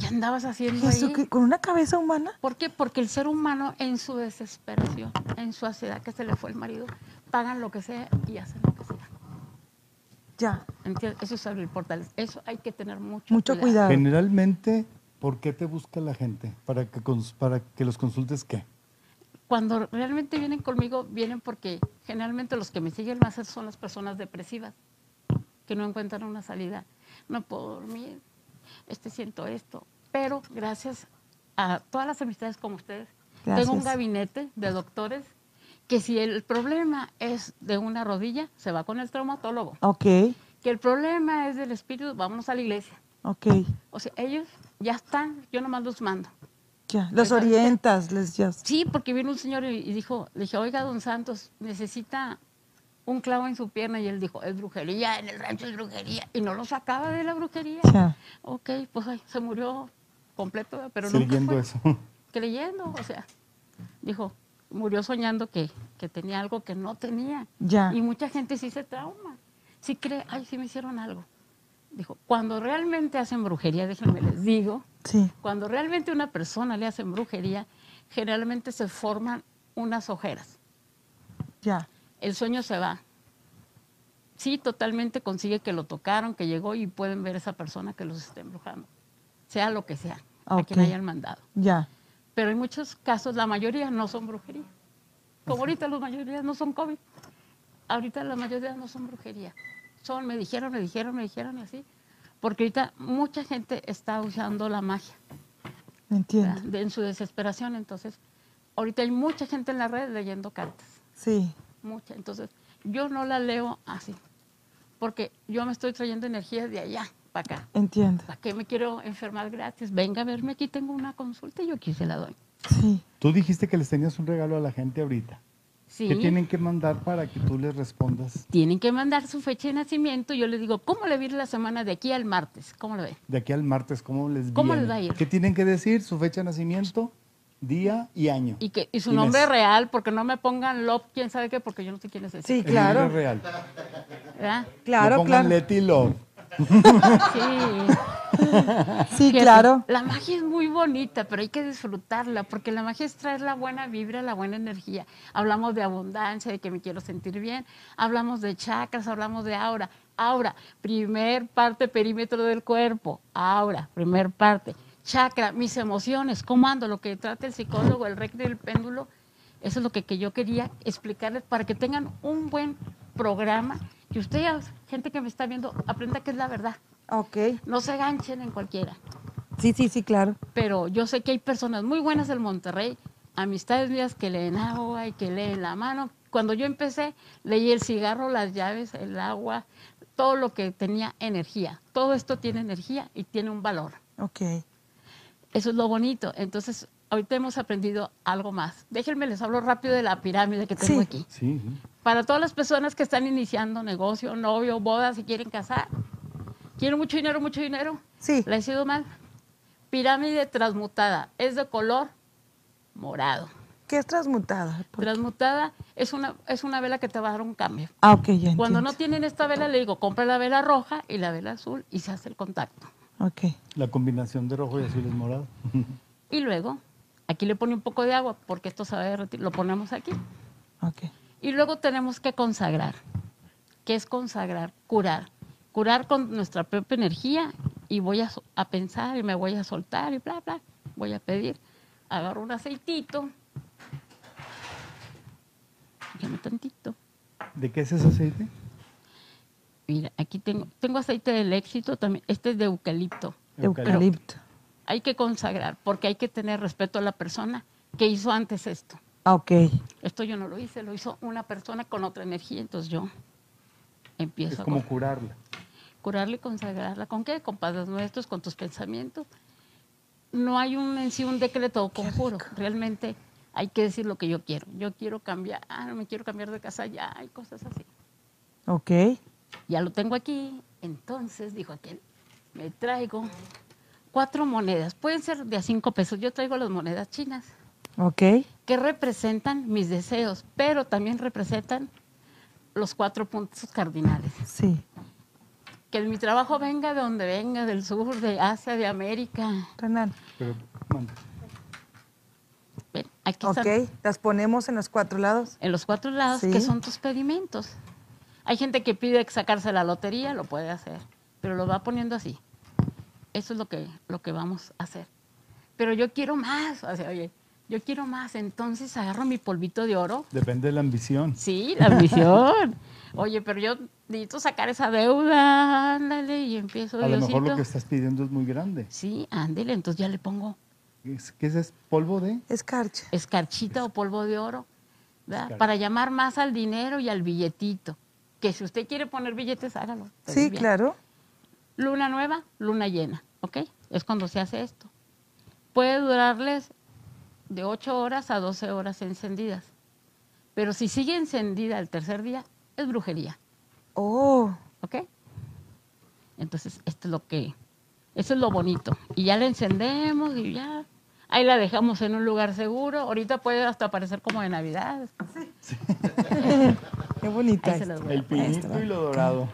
[SPEAKER 3] ¿Qué andabas haciendo ahí?
[SPEAKER 1] Jesucri- ¿Con una cabeza humana?
[SPEAKER 3] ¿Por qué? Porque el ser humano en su desesperación, en su ansiedad que se le fue el marido, pagan lo que sea y hacen lo que sea.
[SPEAKER 1] Ya.
[SPEAKER 3] ¿Entiendes? Eso es abrir portales. Eso hay que tener mucho,
[SPEAKER 1] Mucho
[SPEAKER 3] Ah.
[SPEAKER 1] cuidado.
[SPEAKER 2] Generalmente, ¿por qué te busca la gente? ¿Para que, cons- para que los consultes qué?
[SPEAKER 3] Cuando realmente vienen conmigo, vienen porque generalmente los que me siguen más son las personas depresivas, que no encuentran una salida. No puedo dormir, este siento esto. Pero gracias a todas las amistades como ustedes, tengo un
[SPEAKER 1] Gracias.
[SPEAKER 3] gabinete de doctores que si el problema es de una rodilla, se va con el traumatólogo.
[SPEAKER 1] Ok.
[SPEAKER 3] Que el problema es del espíritu, vámonos a la iglesia.
[SPEAKER 1] Ok.
[SPEAKER 3] O sea, ellos ya están, yo nomás los mando.
[SPEAKER 1] Ya. Los
[SPEAKER 3] Pero-
[SPEAKER 1] orientas, les ya.
[SPEAKER 3] Pues Sí, porque vino un señor y y dijo, le dije, oiga, don Santos, necesita un clavo en su pierna. Y él dijo, es brujería, en el rancho es brujería. Y no lo sacaba de la brujería.
[SPEAKER 1] Ya.
[SPEAKER 3] Ok, pues ay, se murió completo, pero no
[SPEAKER 2] Siguiendo eso. <laughs>
[SPEAKER 3] creyendo, o sea, dijo, murió soñando que, que tenía algo que no tenía.
[SPEAKER 1] Ya.
[SPEAKER 3] Y mucha gente sí se trauma, sí cree, ay, sí me hicieron algo. Dijo, cuando realmente hacen brujería, déjenme les digo,
[SPEAKER 1] Sí.
[SPEAKER 3] cuando realmente a una persona le hacen brujería, generalmente se forman unas ojeras,
[SPEAKER 1] Ya.
[SPEAKER 3] el sueño se va. Sí, totalmente consigue que lo tocaron, que llegó y pueden ver esa persona que los está embrujando, sea lo que sea, a quien
[SPEAKER 1] Ok.
[SPEAKER 3] hayan mandado.
[SPEAKER 1] Ya.
[SPEAKER 3] Pero en muchos casos, la mayoría no son brujería. Como ahorita las mayorías no son COVID. Ahorita la mayoría no son brujería. Son, me dijeron, me dijeron, me dijeron y así. Porque ahorita mucha gente está usando la magia ¿verdad?
[SPEAKER 1] Entiendo.
[SPEAKER 3] de- en su desesperación. Entonces, ahorita hay mucha gente en la red leyendo cartas.
[SPEAKER 1] Sí.
[SPEAKER 3] Mucha. Entonces, yo no la leo así. Porque yo me estoy trayendo energía de allá para acá.
[SPEAKER 1] Entiendo.
[SPEAKER 3] ¿Para qué me quiero enfermar gratis? Venga a verme, aquí tengo una consulta y yo aquí se la doy.
[SPEAKER 1] Sí.
[SPEAKER 2] Tú dijiste que les tenías un regalo a la gente ahorita.
[SPEAKER 3] Sí.
[SPEAKER 2] ¿Qué tienen que mandar para que tú les respondas
[SPEAKER 3] tienen que mandar su fecha de nacimiento. Yo les digo, ¿cómo le viene la semana de aquí al martes? ¿Cómo le ve?
[SPEAKER 2] de aquí al martes? ¿Cómo les
[SPEAKER 3] ¿Cómo
[SPEAKER 2] viene?
[SPEAKER 3] les va a ir?
[SPEAKER 2] ¿Qué tienen que decir? Su fecha de nacimiento, día y año.
[SPEAKER 3] Y, que, y su
[SPEAKER 2] Inés.
[SPEAKER 3] nombre real, porque no me pongan Lop, quién sabe qué, porque yo no sé quién es ese.
[SPEAKER 1] Sí,
[SPEAKER 2] El nombre
[SPEAKER 1] claro.
[SPEAKER 2] real.
[SPEAKER 3] ¿verdad?
[SPEAKER 2] No
[SPEAKER 1] Claro,
[SPEAKER 2] pongan
[SPEAKER 1] claro.
[SPEAKER 2] Leti Love.
[SPEAKER 3] Sí.
[SPEAKER 1] Sí,
[SPEAKER 3] Fíjate,
[SPEAKER 1] claro.
[SPEAKER 3] La magia es muy bonita, pero hay que disfrutarla, porque la magia es traer la buena vibra, la buena energía. Hablamos de abundancia, de que me quiero sentir bien, hablamos de chakras, hablamos de aura. aura. Primer parte, perímetro del cuerpo, aura, primer parte. Chakra, mis emociones, cómo ando, lo que trata el psicólogo, el recto y el péndulo. Eso es lo que, que yo quería explicarles para que tengan un buen programa. Y ustedes, gente que me está viendo, aprenda que es la verdad.
[SPEAKER 1] Ok.
[SPEAKER 3] No se ganchen en cualquiera.
[SPEAKER 1] Sí, sí, sí, claro.
[SPEAKER 3] Pero yo sé que hay personas muy buenas del Monterrey, amistades mías que leen agua y que leen la mano. Cuando yo empecé, leí el cigarro, las llaves, el agua, todo lo que tenía energía. Todo esto tiene energía y tiene un valor.
[SPEAKER 1] Ok.
[SPEAKER 3] Eso es lo bonito. Entonces, ahorita hemos aprendido algo más. Déjenme les hablo rápido de la pirámide que tengo
[SPEAKER 1] Sí.
[SPEAKER 3] aquí.
[SPEAKER 2] Sí, sí.
[SPEAKER 3] Para todas las personas que están iniciando negocio, novio, boda, si quieren casar, quiero mucho dinero, mucho dinero.
[SPEAKER 1] Sí.
[SPEAKER 3] ¿La he sido mal? Pirámide transmutada. Es de color morado.
[SPEAKER 1] ¿Qué es transmutada? Por-
[SPEAKER 3] Transmutada es una, es una vela que te va a dar un cambio.
[SPEAKER 1] Ah, ok, ya entiendo.
[SPEAKER 3] Cuando no tienen esta vela, le digo, compra la vela roja y la vela azul y se hace el contacto.
[SPEAKER 1] Ok.
[SPEAKER 2] La combinación de rojo y azul es morado. <laughs>
[SPEAKER 3] Y luego, aquí le pone un poco de agua porque esto se va a derretir. Lo ponemos aquí.
[SPEAKER 1] Ok.
[SPEAKER 3] Y luego tenemos que consagrar. ¿Qué es consagrar? Curar. Curar con nuestra propia energía y voy a, so- a pensar y me voy a soltar y bla, bla. Voy a pedir. Agarro un aceitito. Déjame tantito.
[SPEAKER 2] ¿De qué es ese aceite?
[SPEAKER 3] Mira, aquí tengo, tengo aceite del éxito también. Este es de eucalipto.
[SPEAKER 1] Eucalipto.
[SPEAKER 3] Hay que consagrar porque hay que tener respeto a la persona que hizo antes esto.
[SPEAKER 1] Ah, ok.
[SPEAKER 3] Esto yo no lo hice, lo hizo una persona con otra energía, entonces yo empiezo
[SPEAKER 2] Es
[SPEAKER 3] a
[SPEAKER 2] como curarla.
[SPEAKER 3] curarla y consagrarla. ¿Con qué? Con padres nuestros, con tus pensamientos. No hay un, en sí un decreto o conjuro. Realmente hay que decir lo que yo quiero. Yo quiero cambiar, ah, no me quiero cambiar de casa ya, hay cosas así.
[SPEAKER 1] Ok.
[SPEAKER 3] Ya lo tengo aquí. Entonces, dijo aquel, me traigo cuatro monedas. Pueden ser de a cinco pesos. Yo traigo las monedas chinas
[SPEAKER 1] Ok.
[SPEAKER 3] que representan mis deseos, pero también representan los cuatro puntos cardinales.
[SPEAKER 1] Sí.
[SPEAKER 3] Que mi trabajo venga de donde venga, del sur, de Asia, de América.
[SPEAKER 1] Renan.
[SPEAKER 2] Pero, bueno,
[SPEAKER 3] Ven, aquí
[SPEAKER 1] Ok.
[SPEAKER 3] están
[SPEAKER 1] Las ponemos en los cuatro lados.
[SPEAKER 3] en los cuatro lados,
[SPEAKER 1] Sí.
[SPEAKER 3] que son tus pedimentos. Hay gente que pide sacarse la lotería, lo puede hacer, pero lo va poniendo así. Eso es lo que, lo que vamos a hacer. Pero yo quiero más, o sea, oye, yo quiero más, entonces agarro mi polvito de oro.
[SPEAKER 2] depende de la ambición.
[SPEAKER 3] Sí,
[SPEAKER 1] <laughs>
[SPEAKER 3] la ambición. Oye, pero yo necesito sacar esa deuda, ándale, y empiezo
[SPEAKER 2] A lo mejor lo
[SPEAKER 3] Diosito.
[SPEAKER 2] que estás pidiendo es muy grande.
[SPEAKER 3] Sí, ándele, entonces ya le pongo
[SPEAKER 2] Es- ¿Qué es, es polvo de?
[SPEAKER 1] Escarcha.
[SPEAKER 3] escarchita o polvo de oro, ¿verdad?
[SPEAKER 2] Escarcha.
[SPEAKER 3] Para llamar más al dinero y al billetito. Que si usted quiere poner billetes, hágalo. pero
[SPEAKER 1] Sí,
[SPEAKER 3] bien.
[SPEAKER 1] claro.
[SPEAKER 3] Luna nueva, luna llena, ¿ok? Es cuando se hace esto. Puede durarles de 8 horas a 12 horas encendidas. Pero si sigue encendida el tercer día, es brujería,
[SPEAKER 1] Oh.
[SPEAKER 3] ¿ok? Entonces, esto es lo que, eso es lo bonito. Y ya la encendemos y ya. Ahí la dejamos en un lugar seguro. Ahorita puede hasta parecer como de Navidad.
[SPEAKER 1] Qué bonita.
[SPEAKER 3] Ahí se las
[SPEAKER 1] esta.
[SPEAKER 3] voy a
[SPEAKER 2] El pinito y lo dorado.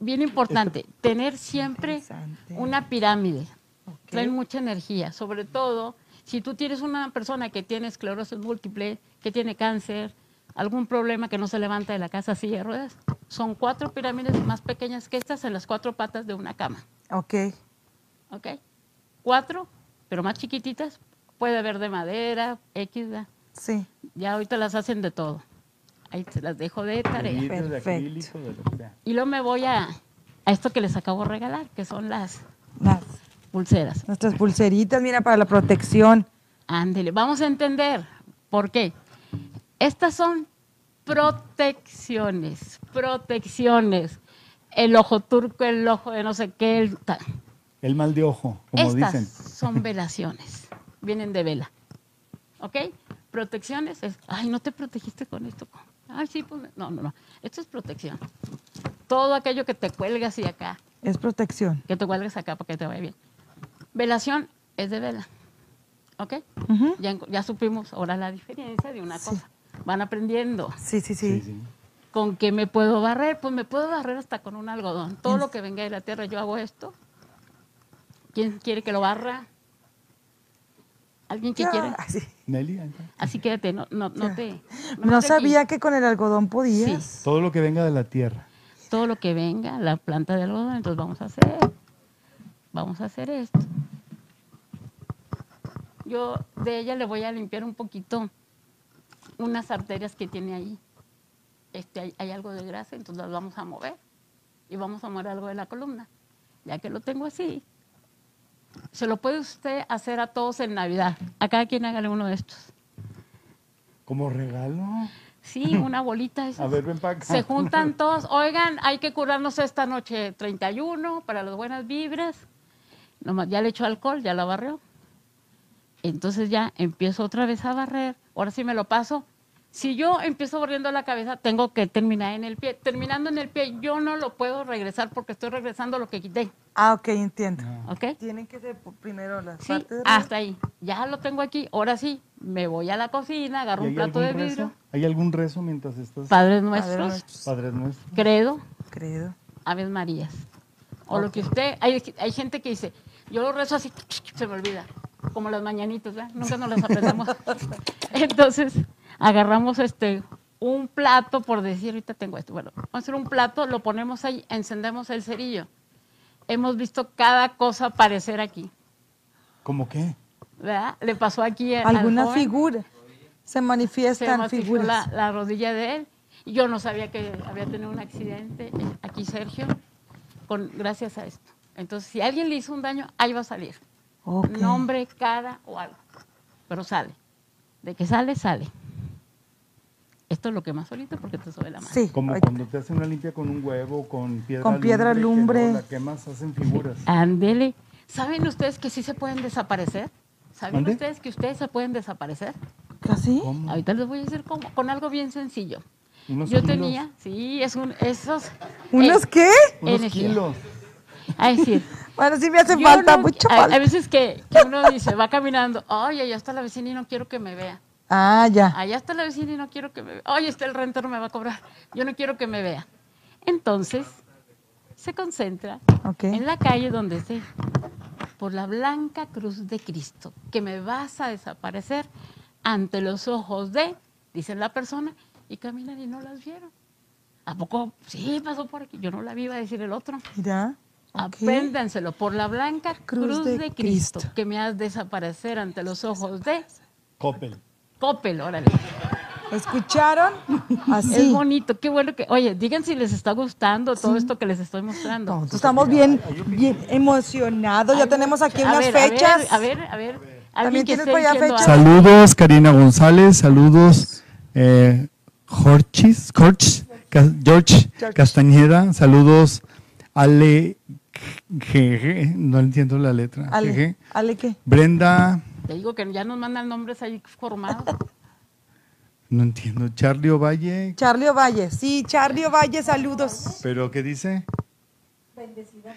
[SPEAKER 3] Bien importante, tener siempre
[SPEAKER 1] Interesante.
[SPEAKER 3] una pirámide.
[SPEAKER 1] Ok.
[SPEAKER 3] Traen mucha energía, sobre todo si tú tienes una persona que tiene esclerosis múltiple, que tiene cáncer, algún problema que no se levanta de la casa silla de ruedas. Son cuatro pirámides más pequeñas que estas en las cuatro patas de una cama.
[SPEAKER 1] Ok.
[SPEAKER 3] ¿ok? Cuatro, pero más chiquititas. Puede haber de madera, X, ¿verdad?
[SPEAKER 1] Sí.
[SPEAKER 3] ya ahorita las hacen de todo. Ahí se las dejo de tarea.
[SPEAKER 2] De vidrio, de
[SPEAKER 1] Perfecto.
[SPEAKER 2] acrílico, de lo que sea.
[SPEAKER 3] Y luego me voy a, a esto que les acabo de regalar, que son las
[SPEAKER 1] Las,
[SPEAKER 3] pulseras.
[SPEAKER 1] nuestras pulseritas, mira, para la protección.
[SPEAKER 3] Ándele, vamos a entender por qué. Estas son protecciones, protecciones. El ojo turco, el ojo de no sé qué. el ta-
[SPEAKER 2] El mal de ojo, como
[SPEAKER 3] Estas
[SPEAKER 2] dicen.
[SPEAKER 3] son velaciones, vienen de vela. ¿Ok? Protecciones es, ay, no te protegiste con esto. Ay, sí, pues, no, no, no. Esto es protección. Todo aquello que te cuelgas y acá,
[SPEAKER 1] Es protección.
[SPEAKER 3] que te cuelgas acá para que te vaya bien. Velación es de vela. ¿Ok?
[SPEAKER 1] Ujú.
[SPEAKER 3] Ya, enco- ya supimos ahora la diferencia de una cosa. Van aprendiendo.
[SPEAKER 1] Sí, sí,
[SPEAKER 2] Sí,
[SPEAKER 1] sí.
[SPEAKER 2] sí.
[SPEAKER 3] ¿Con qué me puedo barrer? Pues me puedo barrer hasta con un algodón. Todo lo que venga de la tierra, yo hago esto. ¿Quién quiere que lo barra? ¿Alguien que
[SPEAKER 1] Ya,
[SPEAKER 3] quiere?
[SPEAKER 1] Ah, <laughs> así.
[SPEAKER 2] Nelly, ahí está.
[SPEAKER 3] Así quédate, no, no, no te...
[SPEAKER 1] No
[SPEAKER 3] te
[SPEAKER 1] sabía que con el algodón
[SPEAKER 3] quilles.
[SPEAKER 1] podías.
[SPEAKER 2] todo lo que venga de la tierra.
[SPEAKER 3] Sí, todo lo que venga, la planta de algodón, entonces vamos a hacer, vamos a hacer esto. Yo de ella le voy a limpiar un poquito unas arterias que tiene ahí. Este, hay, hay algo de grasa, entonces las vamos a mover y vamos a mover algo de la columna. Ya que lo tengo así, se lo puede usted hacer a todos en Navidad. A cada quien hágale uno de estos.
[SPEAKER 2] Como regalo. <laughs>
[SPEAKER 3] Sí, una bolita. de esas.
[SPEAKER 2] A ver, ven para acá. <laughs>
[SPEAKER 3] Se juntan todos. Oigan, hay que curarnos esta noche 31 para las buenas vibras. Nomás ya le echó alcohol, ya la barrió. Entonces ya empiezo otra vez a barrer. Ahora sí me lo paso. Si yo empiezo barriendo la cabeza, tengo que terminar en el pie. Terminando en el pie, yo no lo puedo regresar porque estoy regresando lo que quité.
[SPEAKER 1] Ah, ok, entiendo.
[SPEAKER 3] ¿Ok?
[SPEAKER 1] Tienen que ser pu- primero las
[SPEAKER 3] Sí,
[SPEAKER 1] partes. de-
[SPEAKER 3] hasta ahí. Ya lo tengo aquí. Ahora sí, me voy a la cocina, agarro
[SPEAKER 2] ¿Y
[SPEAKER 3] un
[SPEAKER 2] hay
[SPEAKER 3] plato de
[SPEAKER 2] algún
[SPEAKER 3] vidrio.
[SPEAKER 2] rezo? ¿Hay algún rezo mientras estás?
[SPEAKER 3] Padres
[SPEAKER 1] Padre
[SPEAKER 3] nuestros,
[SPEAKER 1] nuestro,
[SPEAKER 2] Padre nuestro.
[SPEAKER 3] credo,
[SPEAKER 1] Credo.
[SPEAKER 3] aves marías. O lo que usted, hay, hay gente que dice, yo lo rezo así, se me olvida. Como las mañanitas, ¿verdad? Nunca nos las aprendemos. Entonces, agarramos este un plato, por decir, ahorita tengo esto. Bueno, vamos a hacer un plato, lo ponemos ahí, encendemos el cerillo. Hemos visto cada cosa aparecer aquí,
[SPEAKER 2] ¿Cómo qué?
[SPEAKER 3] ¿verdad? Le pasó aquí a- al
[SPEAKER 1] Alguna
[SPEAKER 3] joven.
[SPEAKER 1] figura. Se
[SPEAKER 3] se
[SPEAKER 1] manifiestan
[SPEAKER 3] mastificó
[SPEAKER 1] figuras.
[SPEAKER 3] la, la rodilla de él. Y Yo no sabía que había tenido un accidente. eh, Aquí Sergio, con, gracias a esto. Entonces, si alguien le hizo un daño, ahí va a salir.
[SPEAKER 1] Ok.
[SPEAKER 3] Nombre, cara o algo. Pero sale. De que sale, sale. Esto es lo que más ahorita porque te sube la mano.
[SPEAKER 1] Sí.
[SPEAKER 2] Como
[SPEAKER 1] ahorita.
[SPEAKER 2] cuando te hacen una limpia con un huevo, con piedra
[SPEAKER 1] Con piedra
[SPEAKER 2] lumbre, que
[SPEAKER 1] lumbre.
[SPEAKER 2] luego La quemas, hacen figuras.
[SPEAKER 3] Ándele. ¿Saben ustedes que sí se pueden desaparecer? ¿Saben
[SPEAKER 2] ¿Mande?
[SPEAKER 3] ustedes que ustedes se pueden desaparecer?
[SPEAKER 1] ¿Así?
[SPEAKER 2] ¿Cómo?
[SPEAKER 3] Ahorita les voy a decir cómo. Con algo bien sencillo.
[SPEAKER 2] Unos
[SPEAKER 3] Yo
[SPEAKER 2] kilos.
[SPEAKER 3] tenía, sí, es un, esos.
[SPEAKER 1] ¿Unos
[SPEAKER 3] eh,
[SPEAKER 1] qué?
[SPEAKER 2] Unos
[SPEAKER 3] energía.
[SPEAKER 2] kilos.
[SPEAKER 3] A decir,
[SPEAKER 1] Bueno, sí me hace
[SPEAKER 3] yo
[SPEAKER 1] falta,
[SPEAKER 3] no-
[SPEAKER 1] mucho
[SPEAKER 3] a-
[SPEAKER 1] falta.
[SPEAKER 3] A veces que, que uno dice, va caminando, oye, allá está la vecina y no quiero que me vea.
[SPEAKER 1] Ah, ya.
[SPEAKER 3] Allá está la vecina y no quiero que me vea. Oye, está el rentero, me va a cobrar. Yo no quiero que me vea. Entonces, se concentra
[SPEAKER 1] Ok.
[SPEAKER 3] en la calle donde esté, por la blanca cruz de Cristo, que me vas a desaparecer ante los ojos de, dicen la persona, y caminan y no las vieron. ¿A poco? Sí, pasó por aquí. Yo no la vi, iba a decir el otro.
[SPEAKER 1] Mira. ok.
[SPEAKER 3] Apréndanselo por la blanca cruz,
[SPEAKER 1] Cruz
[SPEAKER 3] de,
[SPEAKER 1] de
[SPEAKER 3] Cristo,
[SPEAKER 1] Cristo.
[SPEAKER 3] que me has desaparecer ante los ojos de
[SPEAKER 2] Coppel.
[SPEAKER 3] Coppel, órale.
[SPEAKER 1] ¿Escucharon?
[SPEAKER 3] Es
[SPEAKER 1] Así.
[SPEAKER 3] bonito, qué bueno que, oye, digan si les está gustando todo esto que les estoy mostrando.
[SPEAKER 1] Nosotros estamos bien, bien emocionados. Ya tenemos aquí unas fechas.
[SPEAKER 3] A ver, a ver, a ver. Alguien
[SPEAKER 1] ¿También
[SPEAKER 3] que
[SPEAKER 1] tienes
[SPEAKER 3] esté
[SPEAKER 1] por allá
[SPEAKER 3] diciendo
[SPEAKER 1] fechas?
[SPEAKER 3] algo.
[SPEAKER 4] Saludos, Karina González. Saludos, eh, Jorchis, Jorch, Ca- George Castañeda. Saludos, Ale. GG, no entiendo la letra.
[SPEAKER 1] Ale,
[SPEAKER 4] GG.
[SPEAKER 1] Ale, ¿qué?
[SPEAKER 4] Brenda,
[SPEAKER 3] Te digo que ya nos mandan nombres ahí formados.
[SPEAKER 4] no entiendo. Charlie Ovalle,
[SPEAKER 1] Charlie Ovalle. Sí, Charlie Ovalle, saludos.
[SPEAKER 4] ¿pero qué dice? Bendecida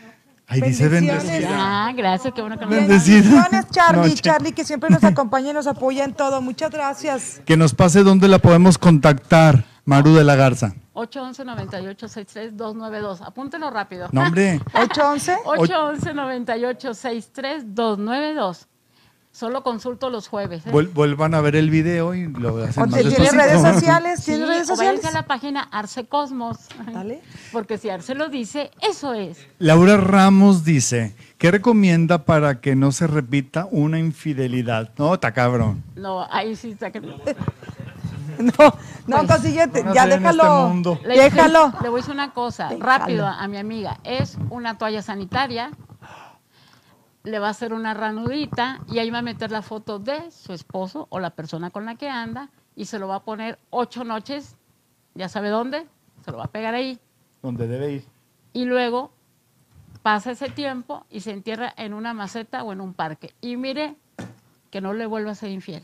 [SPEAKER 4] Ahí dice
[SPEAKER 1] Bendiciones.
[SPEAKER 4] bendecida.
[SPEAKER 3] Ah, gracias, qué bueno que nos
[SPEAKER 4] Bendecido.
[SPEAKER 2] <laughs>
[SPEAKER 1] Bendiciones, Charlie.
[SPEAKER 4] Noche.
[SPEAKER 1] Charlie, que siempre nos acompaña y nos apoya en todo. Muchas gracias.
[SPEAKER 4] Que nos pase dónde la podemos contactar, Maru de la Garza.
[SPEAKER 3] 811-9863-292. Apúntelo rápido.
[SPEAKER 4] No, hombre.
[SPEAKER 1] 811.
[SPEAKER 3] 811-9863-292. Solo consulto los jueves. ¿eh?
[SPEAKER 4] Vuel- vuelvan a ver el video y lo
[SPEAKER 1] ¿O
[SPEAKER 4] hacen más
[SPEAKER 1] te- ¿Tienes
[SPEAKER 4] despacito.
[SPEAKER 1] redes
[SPEAKER 4] <laughs>
[SPEAKER 1] sociales?
[SPEAKER 3] Sí,
[SPEAKER 1] ¿Tienes redes
[SPEAKER 3] o
[SPEAKER 1] sociales?
[SPEAKER 3] váyanse a la página Arce Cosmos.
[SPEAKER 1] Dale. <laughs>
[SPEAKER 3] Porque si Arce lo dice, eso es.
[SPEAKER 4] Laura Ramos dice, ¿qué recomienda para que no se repita una infidelidad? No, está cabrón.
[SPEAKER 3] No, ahí sí está que no.
[SPEAKER 1] Eh, No,
[SPEAKER 3] Pues,
[SPEAKER 1] no, consíguete.
[SPEAKER 2] Van a
[SPEAKER 1] Ya
[SPEAKER 2] ser en este
[SPEAKER 1] déjalo.
[SPEAKER 2] mundo.
[SPEAKER 3] Le dije-
[SPEAKER 1] Déjalo.
[SPEAKER 3] le voy a decir una cosa,
[SPEAKER 1] Déjalo.
[SPEAKER 3] rápido a mi amiga. Es una toalla sanitaria. Le va a hacer una ranudita y ahí va a meter la foto de su esposo o la persona con la que anda y se lo va a poner ocho noches, ya sabe dónde, se lo va a pegar ahí.
[SPEAKER 2] Donde debe ir.
[SPEAKER 3] y luego pasa ese tiempo y se entierra en una maceta o en un parque. Y mire, que no le vuelva a ser infiel.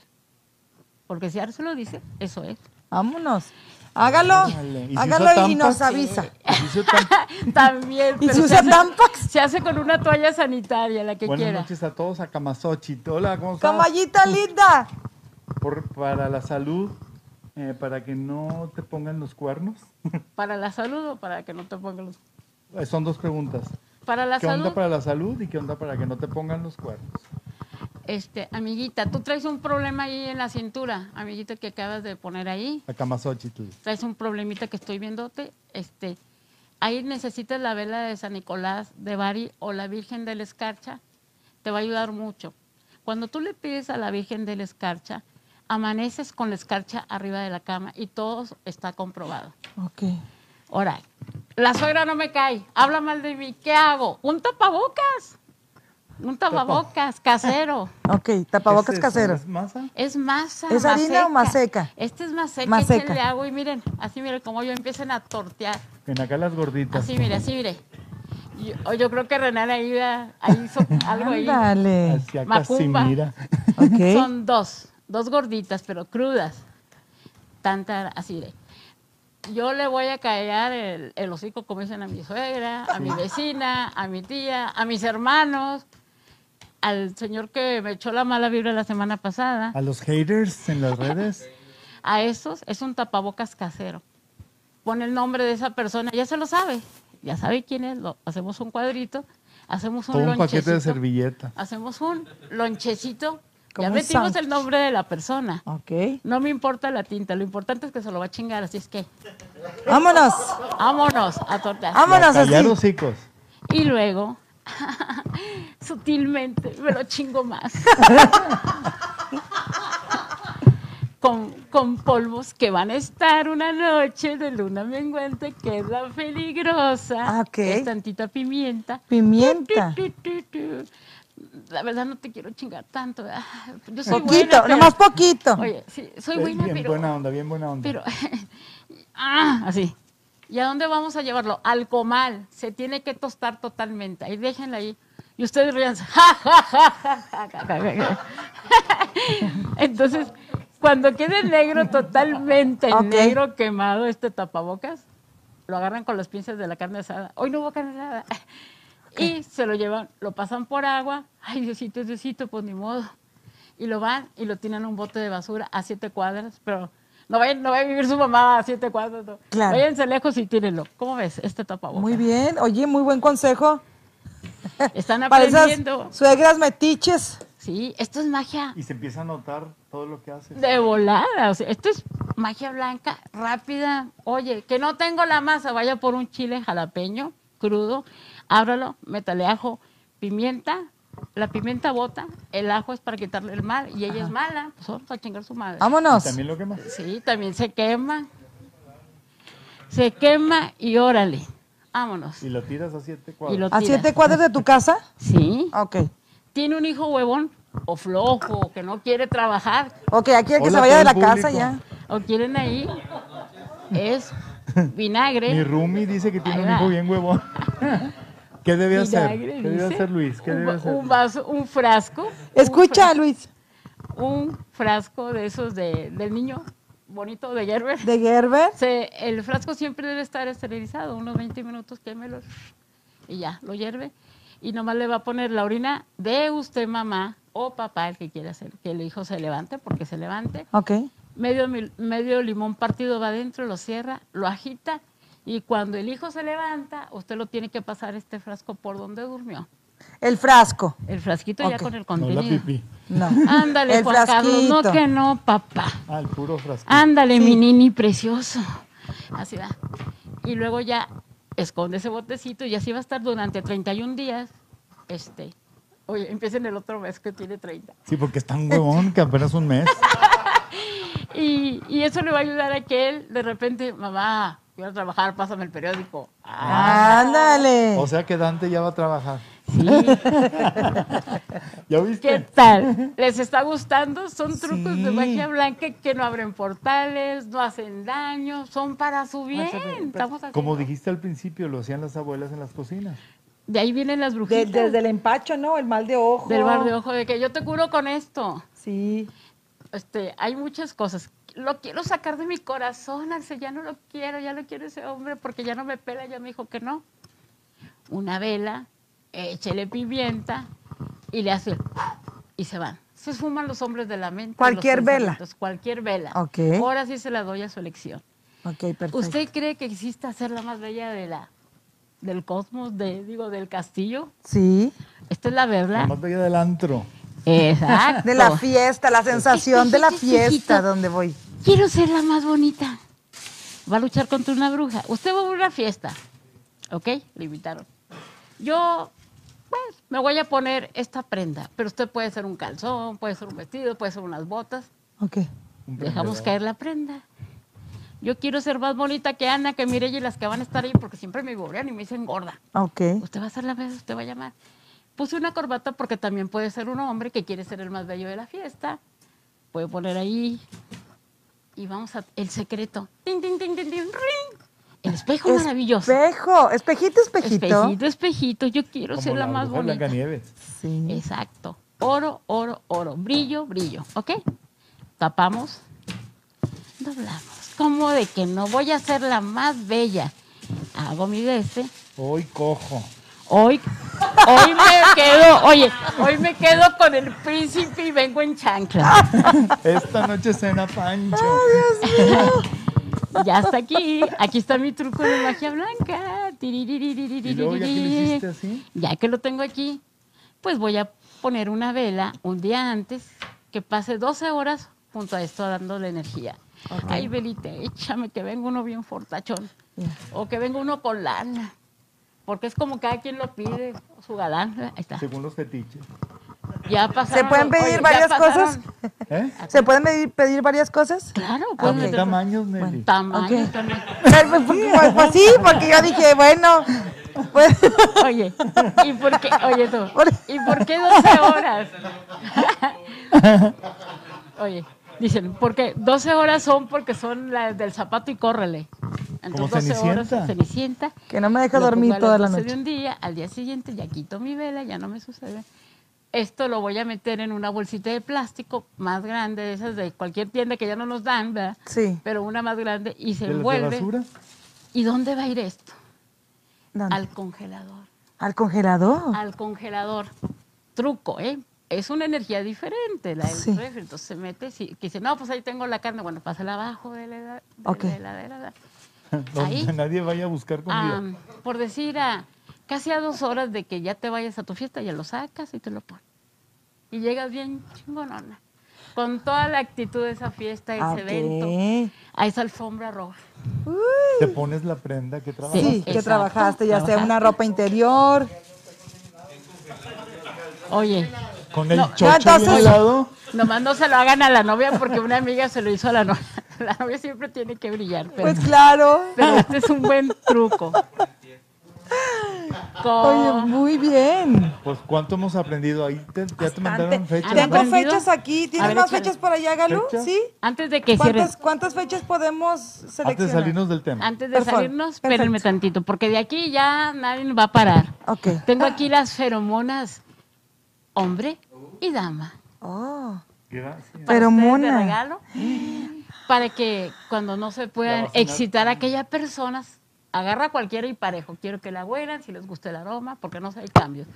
[SPEAKER 3] Porque si Arce lo dice, eso es.
[SPEAKER 1] Vámonos. Hágalo.
[SPEAKER 2] Órale, ¿y si usa
[SPEAKER 1] Hágalo y nos
[SPEAKER 2] tampax?
[SPEAKER 1] avisa.
[SPEAKER 3] <laughs>
[SPEAKER 2] Dice tan-
[SPEAKER 3] También.
[SPEAKER 1] ¿Y
[SPEAKER 3] pero
[SPEAKER 1] si
[SPEAKER 3] se
[SPEAKER 1] usa
[SPEAKER 3] hace-
[SPEAKER 1] Tampax?
[SPEAKER 2] <laughs>
[SPEAKER 3] Se hace con una toalla sanitaria, la que
[SPEAKER 2] Buenas
[SPEAKER 3] quiera.
[SPEAKER 2] noches a todos a Camasochi. Hola, ¿cómo estás?
[SPEAKER 1] Camallita linda.
[SPEAKER 2] Por- para la salud, eh, para que no te pongan los cuernos.
[SPEAKER 3] Para la salud o para que no te pongan los...
[SPEAKER 2] Eh, Son dos preguntas.
[SPEAKER 3] Para la
[SPEAKER 2] ¿Qué
[SPEAKER 3] salud,
[SPEAKER 2] onda para la salud y qué onda para que no te pongan los cuernos?
[SPEAKER 3] este, amiguita, tú traes un problema ahí en la cintura, amiguita que acabas de poner ahí.
[SPEAKER 2] A Camasochi.
[SPEAKER 3] traes un problemita que estoy viéndote, este, Ahí necesitas la vela de San Nicolás de Bari o la Virgen de la Escarcha. Te va a ayudar mucho. Cuando tú le pides a la Virgen de la Escarcha, amaneces con la escarcha arriba de la cama y todo está comprobado.
[SPEAKER 1] Ok.
[SPEAKER 3] Ahora, la suegra no me cae, habla mal de mí, ¿qué hago? Un tapabocas, un tapabocas casero.
[SPEAKER 1] Ok, tapabocas
[SPEAKER 2] ¿Es eso?
[SPEAKER 1] casero.
[SPEAKER 2] ¿Es masa?
[SPEAKER 3] Es masa.
[SPEAKER 1] ¿Es harina o maseca?
[SPEAKER 3] Este es maseca,
[SPEAKER 1] Más seca.
[SPEAKER 3] échenle agua y miren, así miren como yo empiezan a tortear.
[SPEAKER 2] Ven acá las gorditas.
[SPEAKER 3] Así mire, así mire. Yo, yo creo que Renan ahí, va- ahí
[SPEAKER 1] <laughs>
[SPEAKER 3] hizo algo ahí.
[SPEAKER 1] Ándale.
[SPEAKER 2] Hacia
[SPEAKER 3] Macumba.
[SPEAKER 2] Casimira.
[SPEAKER 3] <laughs>
[SPEAKER 1] Ok.
[SPEAKER 3] Son dos, dos gorditas, pero crudas. Tanta, así de. Yo le voy a callar el, el hocico, como dicen a mi suegra, a mi vecina, a mi tía, a mis hermanos, al señor que me echó la mala vibra la semana pasada.
[SPEAKER 2] A los haters en las redes.
[SPEAKER 3] A esos es un tapabocas casero. Pone el nombre de esa persona, ya se lo sabe, ya sabe quién es, lo, hacemos un cuadrito, hacemos un
[SPEAKER 2] Todo un paquete de
[SPEAKER 3] lonchecito,
[SPEAKER 2] servilleta.
[SPEAKER 3] Hacemos un lonchecito,
[SPEAKER 1] Como
[SPEAKER 3] ya
[SPEAKER 1] un
[SPEAKER 3] metimos
[SPEAKER 1] sándwich.
[SPEAKER 3] el nombre de la persona.
[SPEAKER 1] Ok.
[SPEAKER 3] No me importa la tinta, lo importante es que se lo va a chingar, así es que
[SPEAKER 1] Vámonos.
[SPEAKER 3] vámonos a tortas.
[SPEAKER 1] Vámonos
[SPEAKER 2] Ya
[SPEAKER 1] así.
[SPEAKER 2] los hijos.
[SPEAKER 3] Y luego, <laughs> sutilmente, me lo
[SPEAKER 1] <laughs>
[SPEAKER 3] chingo más. con, con polvos que van a estar una noche de luna menguante, que es la peligrosa.
[SPEAKER 1] Ah, ok.
[SPEAKER 3] que Es tantita pimienta.
[SPEAKER 1] Pimienta.
[SPEAKER 3] Tu, tu, tu, tu. La verdad no te quiero chingar tanto. ¿verdad? Yo soy buena,
[SPEAKER 1] Poquito,
[SPEAKER 3] pero-
[SPEAKER 1] nomás poquito.
[SPEAKER 3] Oye, sí, soy
[SPEAKER 2] Bien
[SPEAKER 3] buena, pero...
[SPEAKER 2] buena onda, bien buena onda.
[SPEAKER 3] Pero, <laughs> ah, así. ¿Y a dónde vamos a llevarlo? Al comal. Se tiene que tostar totalmente. Ahí déjenla ahí. Y ustedes rían. <laughs> Entonces, cuando quede negro totalmente,
[SPEAKER 1] Ok.
[SPEAKER 3] negro quemado este tapabocas, lo agarran con los pinzas de la carne asada. Hoy no hubo carne asada. Y se lo llevan, lo pasan por agua. Ay, Diosito, Diosito, pues ni modo. Y lo van y lo tiran a un bote de basura a siete cuadras, pero no vayan, no vaya a vivir su mamá a siete cuadras. No.
[SPEAKER 1] Claro.
[SPEAKER 3] Váyanse lejos y tírenlo. ¿Cómo ves? Este tapabocas.
[SPEAKER 1] Muy bien. Oye, muy buen consejo.
[SPEAKER 3] Están
[SPEAKER 1] Para esas
[SPEAKER 3] aprendiendo.
[SPEAKER 1] suegras metiches.
[SPEAKER 3] Sí, esto es magia
[SPEAKER 2] Y se empieza a notar todo lo que haces.
[SPEAKER 3] de volada. O sea, esto es magia blanca rápida. Oye, que no tengo la masa, vaya por un chile jalapeño crudo, ábralo, métale ajo, pimienta. La pimienta bota, el ajo es para quitarle el mal y ella es mala, pues vamos a chingar su madre.
[SPEAKER 1] Vámonos.
[SPEAKER 2] También lo que más.
[SPEAKER 3] Sí, también se quema. Se quema y órale. Vámonos.
[SPEAKER 2] Y lo tiras a este siete
[SPEAKER 3] Y lo
[SPEAKER 2] cuadros.
[SPEAKER 1] ¿A
[SPEAKER 3] tira.
[SPEAKER 1] siete cuadras de tu casa?
[SPEAKER 3] Sí.
[SPEAKER 1] Ok.
[SPEAKER 3] Tiene un hijo huevón o flojo, o que no quiere trabajar,
[SPEAKER 1] Ok, aquí el que
[SPEAKER 2] Hola,
[SPEAKER 1] se vaya de la
[SPEAKER 2] todo el
[SPEAKER 1] casa
[SPEAKER 2] público.
[SPEAKER 1] ya.
[SPEAKER 3] o quieren ahí, es
[SPEAKER 2] Mi
[SPEAKER 3] vinagre.
[SPEAKER 2] Rumi dice que tiene
[SPEAKER 3] Ahí
[SPEAKER 2] un
[SPEAKER 3] va.
[SPEAKER 2] hijo bien huevón. <laughs> ¿Qué debe hacer?
[SPEAKER 3] vinagre,
[SPEAKER 2] ¿Qué debe
[SPEAKER 3] dice.
[SPEAKER 2] hacer Luis? ¿Qué
[SPEAKER 3] un,
[SPEAKER 2] debe
[SPEAKER 3] va-
[SPEAKER 2] hacer?
[SPEAKER 3] un vaso, un frasco.
[SPEAKER 1] Escucha,
[SPEAKER 3] Un,
[SPEAKER 1] Luis,
[SPEAKER 3] fra- un frasco de esos de, del niño bonito de Gerber.
[SPEAKER 1] de Gerber.
[SPEAKER 3] Se- el frasco siempre debe estar esterilizado, unos 20 minutos, quémelo y ya, lo hierve. Y nomás le va a poner la orina de usted, mamá o papá, el que quiera hacer, que el hijo se levante, porque se levante.
[SPEAKER 1] Ok.
[SPEAKER 3] Medio, mil- medio limón partido va adentro, lo cierra, lo agita. Y cuando el hijo se levanta, usted lo tiene que pasar este frasco por donde durmió.
[SPEAKER 1] El frasco.
[SPEAKER 3] El frasquito ya
[SPEAKER 1] Ok.
[SPEAKER 3] con el
[SPEAKER 2] No la
[SPEAKER 3] contenido.
[SPEAKER 2] pipí.
[SPEAKER 1] No.
[SPEAKER 3] Ándale,
[SPEAKER 1] El
[SPEAKER 3] Juan Carlos,
[SPEAKER 1] frasquito.
[SPEAKER 3] no que no, papá.
[SPEAKER 2] Ah, el puro frasco.
[SPEAKER 3] Ándale, mi nini precioso. Así va. Y luego ya esconde ese botecito y así va a estar durante 31 días. Este. Oye, empiecen el otro mes que tiene 30.
[SPEAKER 4] Sí, porque es tan huevón que apenas un mes.
[SPEAKER 3] Y, y eso le va a ayudar a que él, de repente, mamá, quiero trabajar, pásame el periódico. Ah,
[SPEAKER 1] Ándale.
[SPEAKER 2] O sea que Dante ya va a trabajar.
[SPEAKER 3] sí.
[SPEAKER 2] ¿Ya
[SPEAKER 3] ¿Qué
[SPEAKER 2] viste?
[SPEAKER 3] tal? ¿Les está gustando? Son trucos de
[SPEAKER 1] Sí.
[SPEAKER 3] magia blanca que no abren portales, no hacen daño, son para su bien. Estamos así.
[SPEAKER 2] Como dijiste al principio, lo hacían las abuelas en las cocinas.
[SPEAKER 3] De ahí vienen las
[SPEAKER 1] De-
[SPEAKER 3] brujitas.
[SPEAKER 1] desde el empacho, ¿no? El mal de ojo.
[SPEAKER 3] Del bar de ojo, de que yo te curo con esto.
[SPEAKER 1] Sí.
[SPEAKER 3] Este, hay muchas cosas. Lo quiero sacar de mi corazón, Arce, ya no lo quiero, ya lo quiero ese hombre porque ya no me pela, ya me dijo que no. Una vela, échele pimienta y le hace y se van. Se esfuman los hombres de la mente. los
[SPEAKER 1] Cualquier vela.
[SPEAKER 3] pensamientos, Cualquier vela.
[SPEAKER 1] Ok.
[SPEAKER 3] Ahora sí se la doy a su elección.
[SPEAKER 1] Ok, perfecto.
[SPEAKER 3] ¿Usted cree que exista ser la más bella de la, del cosmos, de, digo, del castillo?
[SPEAKER 1] Sí.
[SPEAKER 3] Esta es la
[SPEAKER 2] La
[SPEAKER 3] verdad.
[SPEAKER 2] más bella del antro.
[SPEAKER 3] Exacto.
[SPEAKER 1] <laughs> De la fiesta, la sensación de la
[SPEAKER 3] Sí, sí, sí, sí,
[SPEAKER 1] fiesta
[SPEAKER 3] sí.
[SPEAKER 1] donde voy.
[SPEAKER 3] Quiero ser la más bonita. Va a luchar contra una bruja. Usted va a una fiesta. ¿ok? Le invitaron. Yo, pues, me voy a poner esta prenda, pero usted puede ser un calzón, puede ser un vestido, puede ser unas botas.
[SPEAKER 1] Ok.
[SPEAKER 2] Un
[SPEAKER 3] Dejamos
[SPEAKER 2] prendedor.
[SPEAKER 3] caer la prenda. Yo quiero ser más bonita que Ana, que Mireya y las que van a estar ahí, porque siempre me gorean y me dicen gorda.
[SPEAKER 1] Ok.
[SPEAKER 3] Usted va a ser la vez, usted va a llamar. Puse una corbata porque también puede ser un hombre que quiere ser el más bello de la fiesta. Puede poner ahí. Y vamos a. El secreto. Tin, tin, tin, tin, tin, ring. El espejo maravilloso.
[SPEAKER 1] Espejo, espejito, espejito.
[SPEAKER 3] Espejito, espejito. Yo quiero
[SPEAKER 2] Como
[SPEAKER 3] ser la, más
[SPEAKER 2] bruja de
[SPEAKER 3] bonita.
[SPEAKER 2] Blancanieves.
[SPEAKER 1] Sí.
[SPEAKER 3] Exacto. Oro, oro, oro. Brillo, brillo. ¿Ok? Tapamos. Doblamos. Como de que no voy a ser la más bella. Hago mi de este.
[SPEAKER 2] Hoy cojo.
[SPEAKER 3] Hoy, hoy me quedo, oye, hoy me quedo con el príncipe y vengo en chancla.
[SPEAKER 2] Esta noche cena
[SPEAKER 3] <laughs>
[SPEAKER 2] Pancho.
[SPEAKER 3] Ya está aquí, aquí está mi truco de magia blanca. Tiriririririririri.
[SPEAKER 2] Y luego ya que lo hiciste así.
[SPEAKER 3] Ya que lo tengo aquí, pues voy a poner una vela un día antes que pase 12 horas junto a esto dándole energía. Ay, velita, échame que venga uno bien fortachón.
[SPEAKER 1] Ya.
[SPEAKER 3] O que venga uno con lana. Porque es como cada quien lo pide, su galán. Ahí está.
[SPEAKER 2] Según los fetiches.
[SPEAKER 3] Ya pasaron
[SPEAKER 1] pueden
[SPEAKER 3] los-
[SPEAKER 1] pedir
[SPEAKER 3] ya
[SPEAKER 1] varias
[SPEAKER 3] pasaron-
[SPEAKER 2] ¿Eh?
[SPEAKER 1] ¿Se pueden pedir, pedir varias cosas?
[SPEAKER 3] Claro,
[SPEAKER 2] ¿A
[SPEAKER 3] pueden
[SPEAKER 2] qué
[SPEAKER 1] Ok.
[SPEAKER 3] meter
[SPEAKER 2] tamaños, Nelly?
[SPEAKER 3] tamaño
[SPEAKER 1] Ok. <laughs>
[SPEAKER 3] también.
[SPEAKER 1] Pero, pues, pues, pues sí, porque yo dije, bueno, pues,
[SPEAKER 3] Oye, ¿y por qué? Oye, tú,
[SPEAKER 1] Por-
[SPEAKER 3] ¿y por qué
[SPEAKER 1] <laughs>
[SPEAKER 3] 12 horas? <laughs> Oye, dicen, porque 12 horas son porque son las del zapato y córrele.
[SPEAKER 2] Como
[SPEAKER 3] Entonces 12 horas
[SPEAKER 2] Cenicienta.
[SPEAKER 3] Cenicienta.
[SPEAKER 1] que no me deja
[SPEAKER 3] Lo pongo
[SPEAKER 1] dormir
[SPEAKER 3] a las
[SPEAKER 1] toda la
[SPEAKER 3] 12 de
[SPEAKER 1] noche.
[SPEAKER 3] un día, al día siguiente ya quito mi vela, ya no me sucede. Esto lo voy a meter en una bolsita de plástico más grande, de esas de cualquier tienda que ya no nos dan, ¿verdad?
[SPEAKER 1] Sí.
[SPEAKER 3] Pero una más grande y
[SPEAKER 2] ¿De
[SPEAKER 3] se
[SPEAKER 2] las de
[SPEAKER 3] envuelve.
[SPEAKER 2] basura? <laughs>
[SPEAKER 3] ¿Y dónde va a ir esto?
[SPEAKER 1] ¿Dónde?
[SPEAKER 3] Al congelador.
[SPEAKER 1] ¿Al
[SPEAKER 2] Ah.
[SPEAKER 1] congelador.
[SPEAKER 3] Al congelador. Truco, ¿eh? Es una energía diferente la del
[SPEAKER 1] Sí.
[SPEAKER 3] refri. Entonces se mete, sí, que dice, no, pues ahí tengo la carne. Bueno, pásala abajo de la, hela- de
[SPEAKER 1] Ok.
[SPEAKER 3] la heladera.
[SPEAKER 2] Donde
[SPEAKER 3] Ahí.
[SPEAKER 2] nadie vaya a buscar comida.
[SPEAKER 3] Ah, por decir, a, casi a dos horas de que ya te vayas a tu fiesta, ya lo sacas y te lo pones. Y llegas bien chingonona. Con toda la actitud de esa fiesta, ese
[SPEAKER 1] Ah,
[SPEAKER 3] evento,
[SPEAKER 1] ok.
[SPEAKER 3] a esa alfombra roja.
[SPEAKER 2] Te pones la prenda que trabajas.
[SPEAKER 1] Sí, que
[SPEAKER 3] Exacto.
[SPEAKER 1] trabajaste, ya sea una
[SPEAKER 3] Trabajaste.
[SPEAKER 1] ropa interior.
[SPEAKER 3] Oye,
[SPEAKER 2] Con el
[SPEAKER 3] No,
[SPEAKER 2] chocho
[SPEAKER 1] no, entonces-
[SPEAKER 2] bien helado.
[SPEAKER 3] nomás no se lo hagan a la novia porque una amiga se lo hizo a la novia. <laughs> La novia siempre tiene que brillar, pero,
[SPEAKER 1] Pues claro.
[SPEAKER 3] pero este es un buen truco.
[SPEAKER 1] Oye,
[SPEAKER 3] Con-
[SPEAKER 1] muy bien.
[SPEAKER 2] Pues cuánto hemos aprendido ahí. Te- ya te mandaron
[SPEAKER 1] Bastante.
[SPEAKER 2] fecha.
[SPEAKER 3] Ana,
[SPEAKER 2] ¿no?
[SPEAKER 1] Tengo
[SPEAKER 3] ¿Aprendido?
[SPEAKER 1] fechas aquí.
[SPEAKER 3] A
[SPEAKER 1] ¿Tienes
[SPEAKER 3] ver,
[SPEAKER 1] más
[SPEAKER 3] échale.
[SPEAKER 1] fechas por allá, Galo?
[SPEAKER 2] ¿Fecha?
[SPEAKER 1] ¿Sí?
[SPEAKER 3] Antes de que cierres.
[SPEAKER 1] ¿Cuántas, cuántas fechas podemos seleccionar?
[SPEAKER 2] Antes de salirnos del tema.
[SPEAKER 3] Antes de
[SPEAKER 1] Por favor,
[SPEAKER 3] salirnos,
[SPEAKER 1] perfecto.
[SPEAKER 3] espérenme tantito, porque de aquí ya nadie nos va a parar.
[SPEAKER 1] Ok.
[SPEAKER 3] Tengo aquí las feromonas hombre y dama.
[SPEAKER 1] Oh,
[SPEAKER 2] Gracias.
[SPEAKER 3] Para
[SPEAKER 1] Feromona.
[SPEAKER 3] ustedes de regalo, para que cuando no se puedan excitar a aquellas personas, agarra a cualquiera y parejo. Quiero que la huelan, si les gusta el aroma, porque no hay cambios.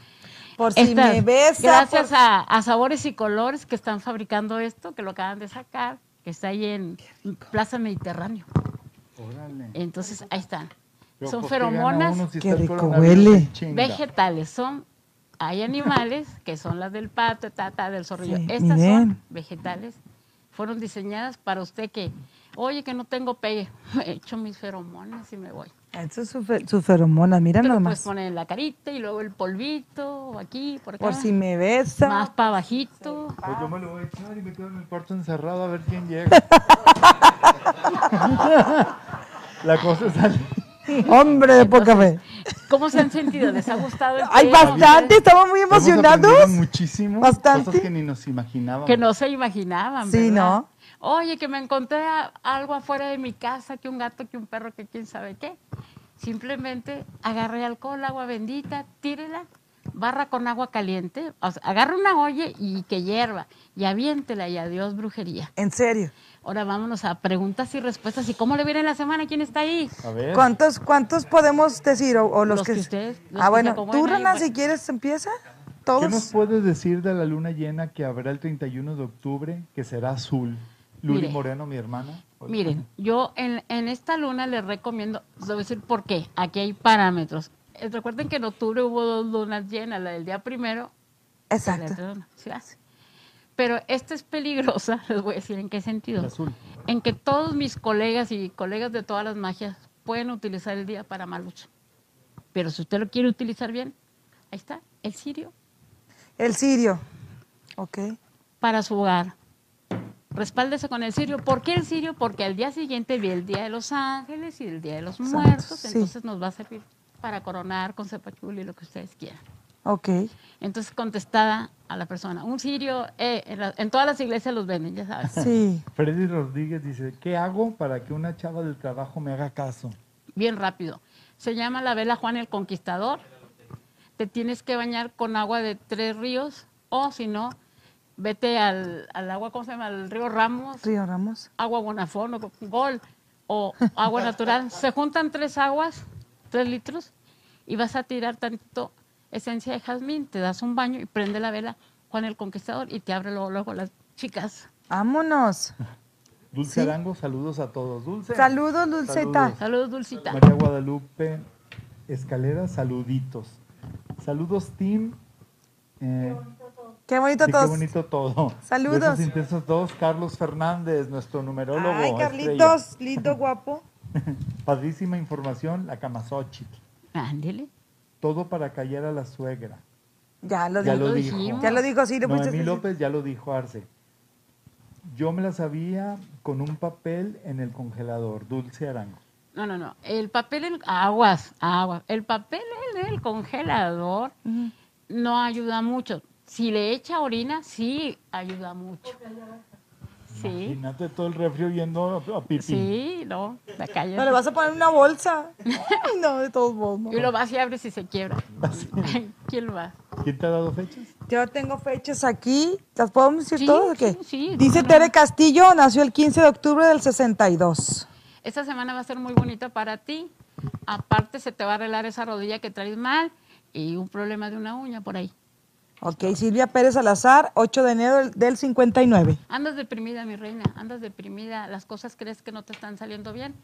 [SPEAKER 1] por si
[SPEAKER 3] Estas-
[SPEAKER 1] me besa.
[SPEAKER 3] gracias
[SPEAKER 1] por-
[SPEAKER 3] a, a Sabores y Colores que están fabricando esto, que lo acaban de sacar, que está ahí en Plaza Mediterráneo.
[SPEAKER 2] Órale.
[SPEAKER 3] Entonces, ahí están.
[SPEAKER 2] Pero,
[SPEAKER 3] Son
[SPEAKER 2] ¿por qué gana
[SPEAKER 3] feromonas
[SPEAKER 2] uno si
[SPEAKER 1] Qué
[SPEAKER 2] está el
[SPEAKER 1] rico
[SPEAKER 2] coronavirus
[SPEAKER 1] huele.
[SPEAKER 2] en chinga?
[SPEAKER 3] vegetales son hay animales que son las del pato, tata, del zorrillo.
[SPEAKER 1] Sí,
[SPEAKER 3] Estas
[SPEAKER 1] miren.
[SPEAKER 3] son vegetales. Fueron diseñadas para usted que, oye, que no tengo pegue, <laughs> me echo mis feromonas y me voy.
[SPEAKER 1] Eso es su, fe- su feromona, mira
[SPEAKER 3] Te lo puedes
[SPEAKER 1] nomás.
[SPEAKER 3] poner en la carita y luego el polvito, o aquí, por acá.
[SPEAKER 1] Por si me besa.
[SPEAKER 3] Más para bajito.
[SPEAKER 2] Pues yo me lo voy a echar y me quedo en el cuarto encerrado a ver quién llega. La cosa es así.
[SPEAKER 1] Hombre de poca fe.
[SPEAKER 3] ¿Cómo se han sentido? ¿Les ha gustado? el
[SPEAKER 1] Hay
[SPEAKER 3] té?
[SPEAKER 1] bastante, estamos muy
[SPEAKER 2] Hemos
[SPEAKER 1] emocionados.
[SPEAKER 2] aprendido muchísimo.
[SPEAKER 1] Bastante.
[SPEAKER 2] Cosas que ni nos imaginábamos.
[SPEAKER 3] Que no se imaginaban.
[SPEAKER 1] Sí,
[SPEAKER 3] ¿verdad?
[SPEAKER 1] ¿no?
[SPEAKER 3] Oye, que me encontré a- algo afuera de mi casa, que un gato, que un perro, que quién sabe qué. Simplemente agarré alcohol, agua bendita, tírela, barra con agua caliente, o sea, agarra una olla y que hierva, y aviéntela y adiós brujería.
[SPEAKER 1] En serio.
[SPEAKER 3] Ahora vámonos a preguntas y respuestas. ¿Y cómo le viene la semana? ¿Quién está ahí?
[SPEAKER 2] A ver.
[SPEAKER 1] ¿Cuántos, cuántos podemos decir? O, o los,
[SPEAKER 3] Los que ustedes- los
[SPEAKER 1] ah,
[SPEAKER 3] que
[SPEAKER 1] bueno,
[SPEAKER 3] se acomoden
[SPEAKER 1] tú,
[SPEAKER 3] ahí, pues.
[SPEAKER 1] Rana,
[SPEAKER 3] bueno.
[SPEAKER 1] si quieres, empieza.
[SPEAKER 2] ¿Qué nos
[SPEAKER 1] Todos.
[SPEAKER 2] puedes decir de la luna llena que habrá el 31 de octubre, que será azul? Luli
[SPEAKER 3] Mire.
[SPEAKER 2] Moreno, mi hermana. Hola.
[SPEAKER 3] Miren, yo en, en esta luna les recomiendo, les voy a decir por qué, aquí hay parámetros. Eh, Recuerden que en octubre hubo dos lunas llenas, la del día primero
[SPEAKER 1] Exacto.
[SPEAKER 3] Perdón, sí, ah, sí. Pero esta es peligrosa, <laughs> les voy a decir en qué
[SPEAKER 2] El <laughs>
[SPEAKER 3] sentido.
[SPEAKER 2] azul.
[SPEAKER 3] En que todos mis colegas y colegas de todas las magias pueden utilizar el día para mal uso. Pero si usted lo quiere utilizar bien, ahí está, el sirio,
[SPEAKER 1] El sirio. Ok.
[SPEAKER 3] para su hogar. Respáldese con el sirio. ¿Por qué el sirio? Porque al día siguiente vi el Día de los Ángeles y el Día de los
[SPEAKER 1] Santos,
[SPEAKER 3] Muertos,
[SPEAKER 1] sí.
[SPEAKER 3] entonces nos va a servir para coronar con cepachul y lo que ustedes quieran.
[SPEAKER 1] Ok.
[SPEAKER 3] Entonces contestada a la persona, un sirio, eh, en, la- en todas las iglesias los venden, ya sabes.
[SPEAKER 2] <laughs>
[SPEAKER 1] Sí.
[SPEAKER 2] Freddy Rodríguez dice, ¿qué hago para que una chava del trabajo me haga caso?
[SPEAKER 3] bien rápido. Se llama la vela Juan el Conquistador. Te tienes que bañar con agua de tres ríos o si no, vete al, al agua, ¿cómo se llama? Al río Ramos,
[SPEAKER 1] Río Ramos.
[SPEAKER 3] agua Bonafón o Gol o agua natural. Se juntan tres aguas, tres litros, y vas a tirar tantito esencia de jazmín, te das un baño y prende la vela Juan el Conquistador y te abre luego, luego las chicas.
[SPEAKER 1] Vámonos.
[SPEAKER 2] Dulce
[SPEAKER 1] Sí.
[SPEAKER 2] Arango, saludos a todos. Dulce.
[SPEAKER 1] Saludos, Dulceta.
[SPEAKER 2] Saludos.
[SPEAKER 3] Saludos, Dulcita.
[SPEAKER 2] María Guadalupe Escalera, saluditos. Saludos, Tim. Eh,
[SPEAKER 1] Qué bonito
[SPEAKER 2] sí,
[SPEAKER 1] todos.
[SPEAKER 2] Qué bonito todo.
[SPEAKER 1] Saludos.
[SPEAKER 2] Besos intensos a todos. Carlos Fernández, nuestro numerólogo.
[SPEAKER 1] Ay,
[SPEAKER 2] estrella.
[SPEAKER 1] Carlitos, lindo, guapo.
[SPEAKER 2] Padrísima información, la Camasochi.
[SPEAKER 3] Ándele.
[SPEAKER 2] Todo para callar a la suegra.
[SPEAKER 1] Ya lo
[SPEAKER 2] Ya
[SPEAKER 1] dijo.
[SPEAKER 2] lo
[SPEAKER 3] dijimos.
[SPEAKER 2] dijo.
[SPEAKER 1] Ya lo dijo, sí, lo muchas
[SPEAKER 2] Noemí
[SPEAKER 1] veces.
[SPEAKER 2] López ya lo dijo Arce. Yo me la sabía con un papel en el congelador, Dulce Arango.
[SPEAKER 3] No, no, no. El papel en aguas, aguas. El papel en el congelador
[SPEAKER 1] Ujú.
[SPEAKER 3] no ayuda mucho. Si le echa orina, sí ayuda mucho. Sí,
[SPEAKER 2] Imagínate todo el refri viendo a Pipi.
[SPEAKER 3] sí, no, la calle.
[SPEAKER 1] No le vas a poner una bolsa. Ay, <laughs> no, de todos modos. no.
[SPEAKER 3] Y lo vas y abres y se quiebra. <laughs>
[SPEAKER 2] Así.
[SPEAKER 3] ¿Quién lo va?
[SPEAKER 2] ¿Quién te ha dado fechas?
[SPEAKER 1] Yo tengo fechas aquí. ¿Las podemos decir
[SPEAKER 3] Sí,
[SPEAKER 1] todas o
[SPEAKER 3] sí,
[SPEAKER 1] qué?
[SPEAKER 3] sí,
[SPEAKER 1] Dice
[SPEAKER 3] claro.
[SPEAKER 1] Tere Castillo, nació el 15 de octubre del 62.
[SPEAKER 3] Esta semana va a ser muy bonita para ti. Aparte, se te va a arreglar esa rodilla que traes mal y un problema de una uña por ahí.
[SPEAKER 1] Ok, Silvia Pérez Salazar, 8 de enero del- del 59.
[SPEAKER 3] Andas deprimida, mi reina, andas deprimida, las cosas crees que no te están saliendo bien.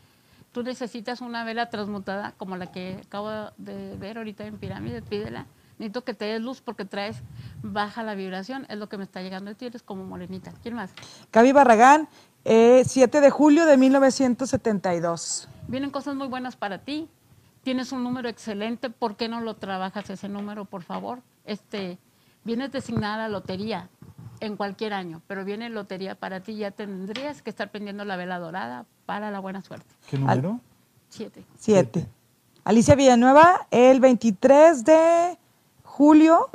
[SPEAKER 3] Tú necesitas una vela transmutada como la que acabo de ver ahorita en pirámide, pídela. Necesito que te des luz porque traes baja la vibración, es lo que me está llegando de ti, eres como morenita. ¿Quién más?
[SPEAKER 1] Gaby Barragán, eh, 7 de julio de 1972.
[SPEAKER 3] Vienen cosas muy buenas para ti, tienes un número excelente, ¿por qué no lo trabajas ese número, por favor? Este, vienes designada a la lotería en cualquier año, pero viene lotería para ti, ya tendrías que estar prendiendo la vela dorada para la buena suerte.
[SPEAKER 2] ¿Qué número?
[SPEAKER 3] Siete.
[SPEAKER 1] 7. Alicia Villanueva, el 23 de julio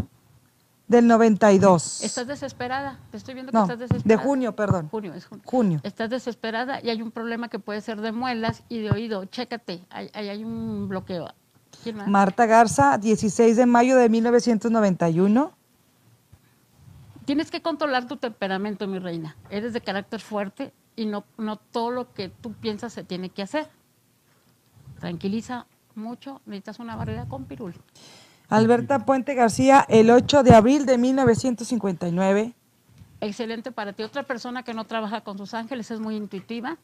[SPEAKER 1] del 92.
[SPEAKER 3] Estás desesperada. Te estoy viendo que
[SPEAKER 1] no,
[SPEAKER 3] estás desesperada.
[SPEAKER 1] de junio, perdón.
[SPEAKER 3] Junio, es junio.
[SPEAKER 1] Junio.
[SPEAKER 3] Estás desesperada y hay un problema que puede ser de muelas y de oído. Chécate, ahí ahí hay, un bloqueo. ¿Quién más?
[SPEAKER 1] Marta Garza, 16 de mayo de 1991.
[SPEAKER 3] Tienes que controlar tu temperamento, mi reina. Eres de carácter fuerte y no, no todo lo que tú piensas se tiene que hacer. Tranquiliza mucho. Necesitas una barrera con pirul.
[SPEAKER 1] Alberta Puente García, el 8 de abril de 1959.
[SPEAKER 3] Excelente para ti. Otra persona que no trabaja con sus ángeles es muy intuitiva.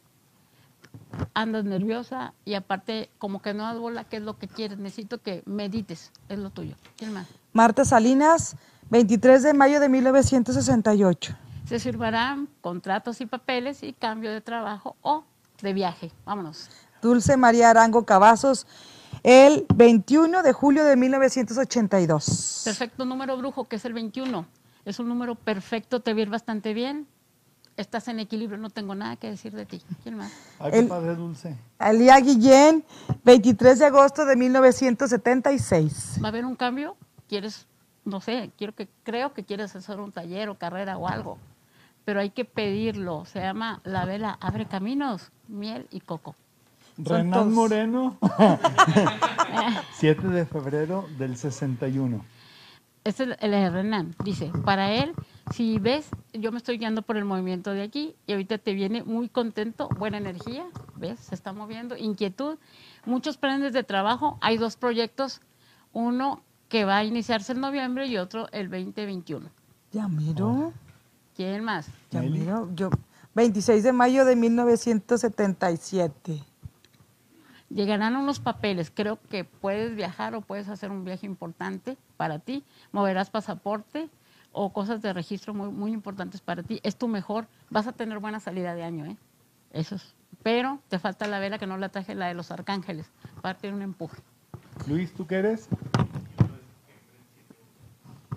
[SPEAKER 3] Andas nerviosa y aparte como que no das bola, ¿qué es lo que quieres? Necesito que medites, es lo tuyo. ¿Quién más?
[SPEAKER 1] Marta Salinas, 23 de mayo de 1968.
[SPEAKER 3] Se sirvarán contratos y papeles y cambio de trabajo o de viaje. Vámonos.
[SPEAKER 1] Dulce María Arango Cavazos, el 21 de julio de 1982.
[SPEAKER 3] Perfecto número brujo, que es el 21. Es un número perfecto, te viene bastante bien. Estás en equilibrio, no tengo nada que decir de ti. ¿Quién más?
[SPEAKER 2] Ay, qué
[SPEAKER 1] El-
[SPEAKER 2] padre, Dulce.
[SPEAKER 1] Alía Guillén, 23 de agosto de 1976.
[SPEAKER 3] ¿Va a haber un cambio? ¿Quieres, no sé, quiero que, creo que quieres hacer un taller o carrera o algo? Pero hay que pedirlo. Se llama La Vela Abre Caminos, Miel y Coco.
[SPEAKER 1] todos.
[SPEAKER 2] Renan Moreno. 7 de febrero del 61.
[SPEAKER 3] Este es el de Renan. Dice, para él, si ves, yo me estoy guiando por el movimiento de aquí y ahorita te viene muy contento, buena energía, ves, se está moviendo, inquietud, muchos planes de trabajo. Hay dos proyectos, uno que va a iniciarse en noviembre y otro el 2021.
[SPEAKER 1] Ya miro,
[SPEAKER 3] ¿Quién más?
[SPEAKER 1] ya
[SPEAKER 2] Nelly.
[SPEAKER 1] miro. Yo, 26 de mayo de 1977.
[SPEAKER 3] Llegarán unos papeles. Creo que puedes viajar o puedes hacer un viaje importante para ti. Moverás pasaporte o cosas de registro muy, muy importantes para ti. Es tu mejor. Vas a tener buena salida de año, ¿eh? Eso es. Pero te falta la vela que no la traje, la de los arcángeles. Parte de un empuje.
[SPEAKER 2] Luis, ¿tú qué eres?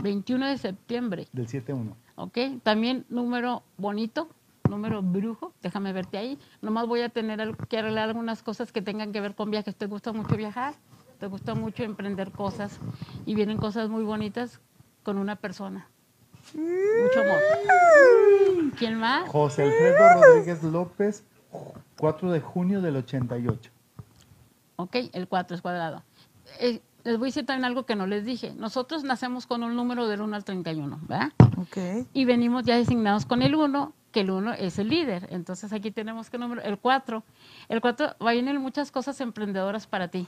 [SPEAKER 3] 21 de septiembre,
[SPEAKER 2] Del 7-1.
[SPEAKER 3] ¿ok? También número bonito, número brujo, déjame verte ahí. Nomás voy a tener al- que arreglar algunas cosas que tengan que ver con viajes. ¿Te gusta mucho viajar? ¿Te gusta mucho emprender cosas? Y vienen cosas muy bonitas con una persona. Mucho amor. ¿Quién más?
[SPEAKER 2] José Alfredo Rodríguez López, 4 de junio del 88.
[SPEAKER 3] ¿ok? El 4 es cuadrado. Eh, les voy a decir también algo que no les dije. Nosotros nacemos con un número del 1 al 31, ¿verdad?
[SPEAKER 1] Ok.
[SPEAKER 3] Y venimos ya designados con el 1, que el 1 es el líder. Entonces aquí tenemos qué número, el 4. El 4 va a venir muchas cosas emprendedoras para ti.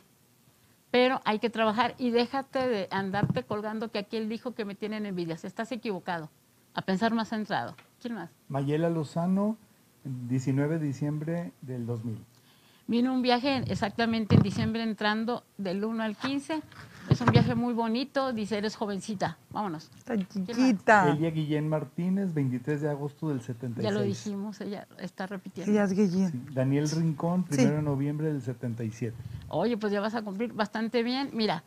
[SPEAKER 3] Pero hay que trabajar y déjate de andarte colgando que aquel dijo que me tienen envidias. Estás equivocado. A pensar más centrado. ¿Quién más?
[SPEAKER 2] Mayela Lozano, 19 de diciembre del 2000.
[SPEAKER 3] Vino un viaje exactamente en diciembre entrando del 1 al 15. Es un viaje muy bonito. Dice, eres jovencita. Vámonos.
[SPEAKER 1] Está chiquita.
[SPEAKER 2] Elia Guillén Martínez, 23 de agosto del 76.
[SPEAKER 3] Ya lo dijimos, ella está repitiendo.
[SPEAKER 1] Sí, ya es Guillén.
[SPEAKER 2] Sí. Daniel Rincón,
[SPEAKER 1] Sí.
[SPEAKER 2] 1 de noviembre del 77.
[SPEAKER 3] Oye, pues ya vas a cumplir bastante bien. Mira,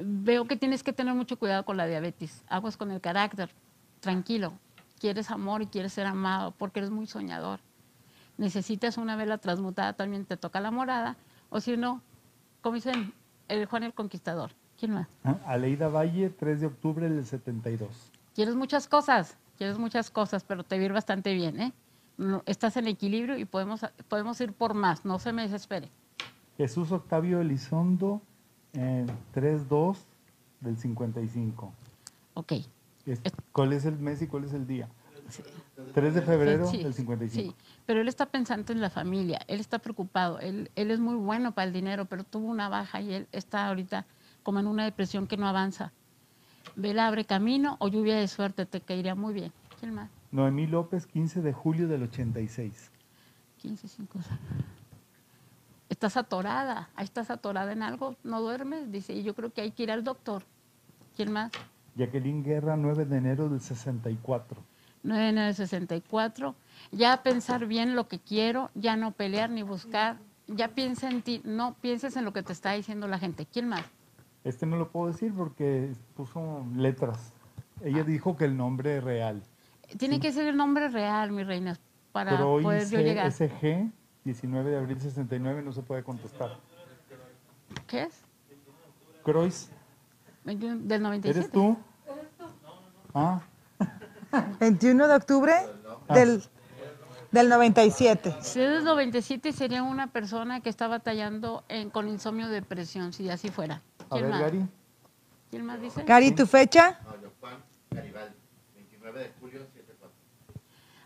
[SPEAKER 3] veo que tienes que tener mucho cuidado con la diabetes. Aguas con el carácter. Tranquilo. Quieres amor y quieres ser amado porque eres muy soñador. Necesitas una vela transmutada, también te toca la morada. O si no, como dicen el Juan el Conquistador. ¿Quién más?
[SPEAKER 2] Ah, Aleida Valle, 3 de octubre del 72.
[SPEAKER 3] Quieres muchas cosas, quieres muchas cosas, pero te va a ir bastante bien, ¿eh? No, estás en equilibrio y podemos, podemos ir por más, no se me desespere.
[SPEAKER 2] Jesús Octavio Elizondo, eh, 3-2 del 55.
[SPEAKER 3] Ok.
[SPEAKER 2] Es- Este, ¿Cuál es el mes y cuál es el día? 3 de febrero del 55.
[SPEAKER 3] Sí, pero él está pensando en la familia, él está preocupado, él, él es muy bueno para el dinero, pero tuvo una baja y él está ahorita como en una depresión que no avanza. Vela abre camino o lluvia de suerte, te caería muy bien. ¿Quién más?
[SPEAKER 2] Noemí López, 15 de julio del 86.
[SPEAKER 3] 15, 5. Estás atorada, ahí estás atorada en algo, no duermes, dice, y yo creo que hay que ir al doctor. ¿Quién más?
[SPEAKER 2] Jacqueline Guerra, 9 de enero del 64.
[SPEAKER 3] 964. Ya pensar bien lo que quiero, ya no pelear ni buscar, ya piensa en ti, no pienses en lo que te está diciendo la gente. ¿Quién más?
[SPEAKER 2] Este no lo puedo decir porque puso letras.
[SPEAKER 3] Ah.
[SPEAKER 2] Ella dijo que el nombre real.
[SPEAKER 3] Tiene que ser el nombre real, mi reina, para
[SPEAKER 2] Pero hoy
[SPEAKER 3] poder yo llegar.
[SPEAKER 2] SG, 19 de abril 69, no se puede contestar.
[SPEAKER 3] ¿Qué es?
[SPEAKER 2] Croix,
[SPEAKER 3] 21 Del 97.
[SPEAKER 2] ¿eres tú? Ah,
[SPEAKER 1] 21 de octubre del, del 97.
[SPEAKER 3] Si eres 97 sería una persona que está batallando en- con insomnio, depresión, si así fuera.
[SPEAKER 2] a
[SPEAKER 3] ¿Quién
[SPEAKER 2] ver,
[SPEAKER 3] más?
[SPEAKER 2] Gary.
[SPEAKER 3] ¿Quién más dice?
[SPEAKER 1] Cari, ¿tu fecha?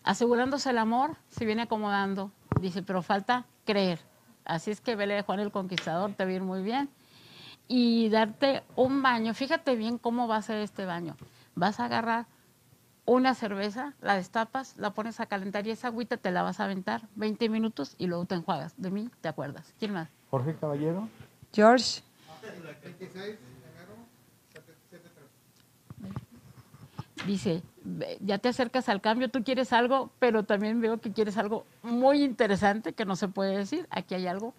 [SPEAKER 3] Asegurándose el amor, se viene acomodando. Dice, pero falta creer. Así es que vele de Juan el Conquistador, te va a ir muy bien. Y darte un baño. Fíjate bien cómo va a ser este baño. Vas a agarrar una cerveza, la destapas, la pones a calentar y esa agüita te la vas a aventar 20 minutos y luego te enjuagas. De mí te acuerdas. ¿Quién más?
[SPEAKER 2] Jorge Caballero,
[SPEAKER 1] George.
[SPEAKER 3] Dice, "Ve- ya te acercas al cambio, tú quieres algo, pero también veo que quieres algo muy interesante que no se puede decir. Aquí hay algo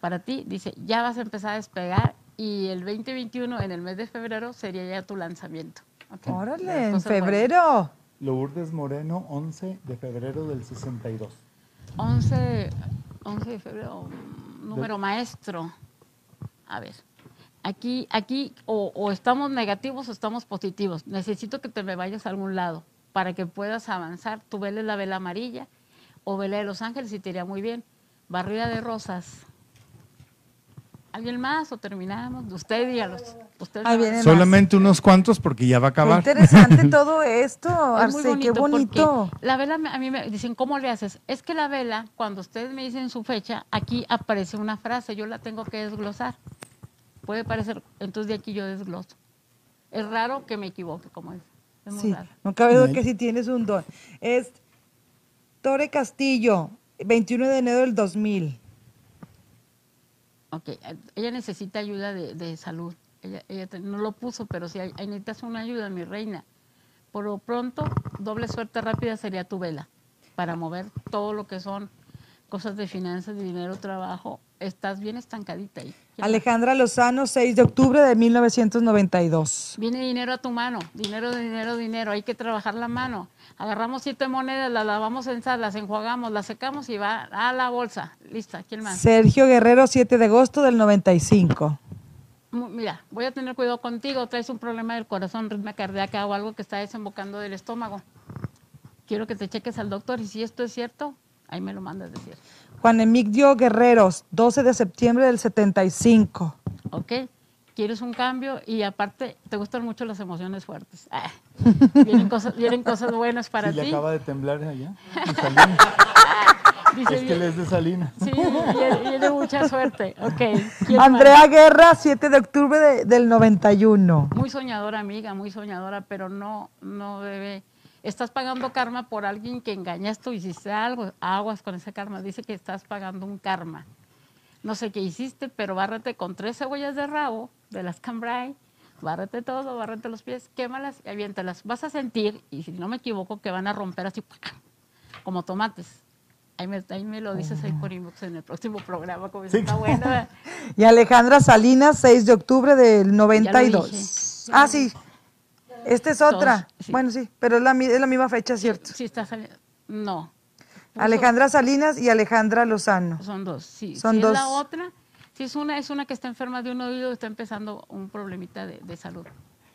[SPEAKER 3] para ti. Dice, ya vas a empezar a despegar y el 2021, en el mes de febrero, sería ya tu lanzamiento. Ok.
[SPEAKER 1] Órale,
[SPEAKER 3] Las
[SPEAKER 1] en
[SPEAKER 3] cosas
[SPEAKER 1] febrero.
[SPEAKER 2] Lourdes Moreno, 11 de febrero del 62.
[SPEAKER 3] buenas. 11, 11 de febrero, número maestro. A ver, aquí, aquí o, o estamos negativos o estamos positivos. Necesito que te me vayas a algún lado para que puedas avanzar. Tú veles la vela amarilla o vela de Los Ángeles y te iría muy bien. Barrida de rosas. ¿Alguien más o terminamos? Usted dígalos. Usted
[SPEAKER 1] Ahí
[SPEAKER 3] me va-
[SPEAKER 1] viene más.
[SPEAKER 4] Solamente unos cuantos porque ya va a
[SPEAKER 1] Qué
[SPEAKER 4] acabar.
[SPEAKER 2] <laughs>
[SPEAKER 1] interesante todo esto,
[SPEAKER 3] Es muy
[SPEAKER 1] Arce, qué
[SPEAKER 3] porque
[SPEAKER 1] bonito.
[SPEAKER 3] La vela, me- a mí me dicen, ¿cómo le haces? Es que la vela, cuando ustedes me dicen su fecha, aquí aparece una frase, yo la tengo que desglosar. Puede parecer, entonces de aquí yo desgloso. Es raro que me equivoque, como es. Es muy
[SPEAKER 1] Sí,
[SPEAKER 3] raro.
[SPEAKER 1] no cabe duda
[SPEAKER 4] Nel.
[SPEAKER 1] que sí tienes un don. Es Tore Castillo, 21 de enero del 2000.
[SPEAKER 3] Ok, eh, ella necesita ayuda de, de salud. Ella, ella te- no lo puso, pero si hay, ahí necesitas una ayuda, mi reina. Por lo pronto, doble suerte rápida sería tu vela para mover todo lo que son cosas de finanzas, de dinero, trabajo. Estás bien estancadita ahí.
[SPEAKER 1] Alejandra Lozano, 6 de octubre de 1992.
[SPEAKER 3] Viene dinero a tu mano, dinero, dinero, dinero, hay que trabajar la mano. Agarramos siete monedas, las lavamos en sal, las enjuagamos, las secamos y va a la bolsa. Lista, ¿quién más?
[SPEAKER 1] Sergio Guerrero, 7 de agosto del 95.
[SPEAKER 3] Mu- Mira, voy a tener cuidado contigo, traes un problema del corazón, ritmo cardíaca o algo que está desembocando del estómago. Quiero que te cheques al doctor y si esto es cierto, ahí me lo mandas decir.
[SPEAKER 1] Juan Emigdio Guerreros, 12 de septiembre del 75.
[SPEAKER 3] ¿ok? Quieres un cambio y aparte te gustan mucho las emociones fuertes. Ah, vienen, cosas, vienen cosas buenas para
[SPEAKER 2] si le
[SPEAKER 3] ti.
[SPEAKER 2] acaba de temblar
[SPEAKER 3] <laughs>
[SPEAKER 2] allá. en Salinas.
[SPEAKER 3] Dice,
[SPEAKER 2] es que él
[SPEAKER 3] "Bien-
[SPEAKER 2] es de Salinas.
[SPEAKER 3] Sí, viene, viene mucha suerte.
[SPEAKER 2] <laughs>
[SPEAKER 3] Ok. ¿quién
[SPEAKER 2] Ah,
[SPEAKER 3] más?
[SPEAKER 1] Andrea Guerra, 7 de octubre de- del 91.
[SPEAKER 3] Muy soñadora, amiga, muy soñadora, pero no, no debe. Estás pagando karma por alguien que engañaste o hiciste algo. Aguas con ese karma. Dice que estás pagando un karma. No sé qué hiciste, pero bárrate con tres cebollas de rabo de las cambrai. Bárrate todo, bárrate los pies, quémalas y aviéntalas. Vas a sentir, y si no me equivoco, que van a romper así ¡pua! como tomates. Ahí me, ahí me lo dices ahí por inbox en el próximo programa. Como dice,
[SPEAKER 2] Sí.
[SPEAKER 3] está bueno. ¿verdad?
[SPEAKER 1] Y Alejandra Salinas, 6 de octubre del
[SPEAKER 3] dije.
[SPEAKER 1] 92. Ah, sí. Esta es otra.
[SPEAKER 3] Todos, sí.
[SPEAKER 1] Bueno, sí, pero es la, mi- es la misma fecha, ¿cierto?
[SPEAKER 3] Sí, está saliendo. No.
[SPEAKER 1] Alejandra Salinas y Alejandra
[SPEAKER 3] <laughs>
[SPEAKER 1] Lozano.
[SPEAKER 3] Son dos, sí.
[SPEAKER 1] Son
[SPEAKER 3] si
[SPEAKER 1] dos.
[SPEAKER 3] es la otra, si es una, es una que está enferma de un oído, está empezando un problemita de, de salud.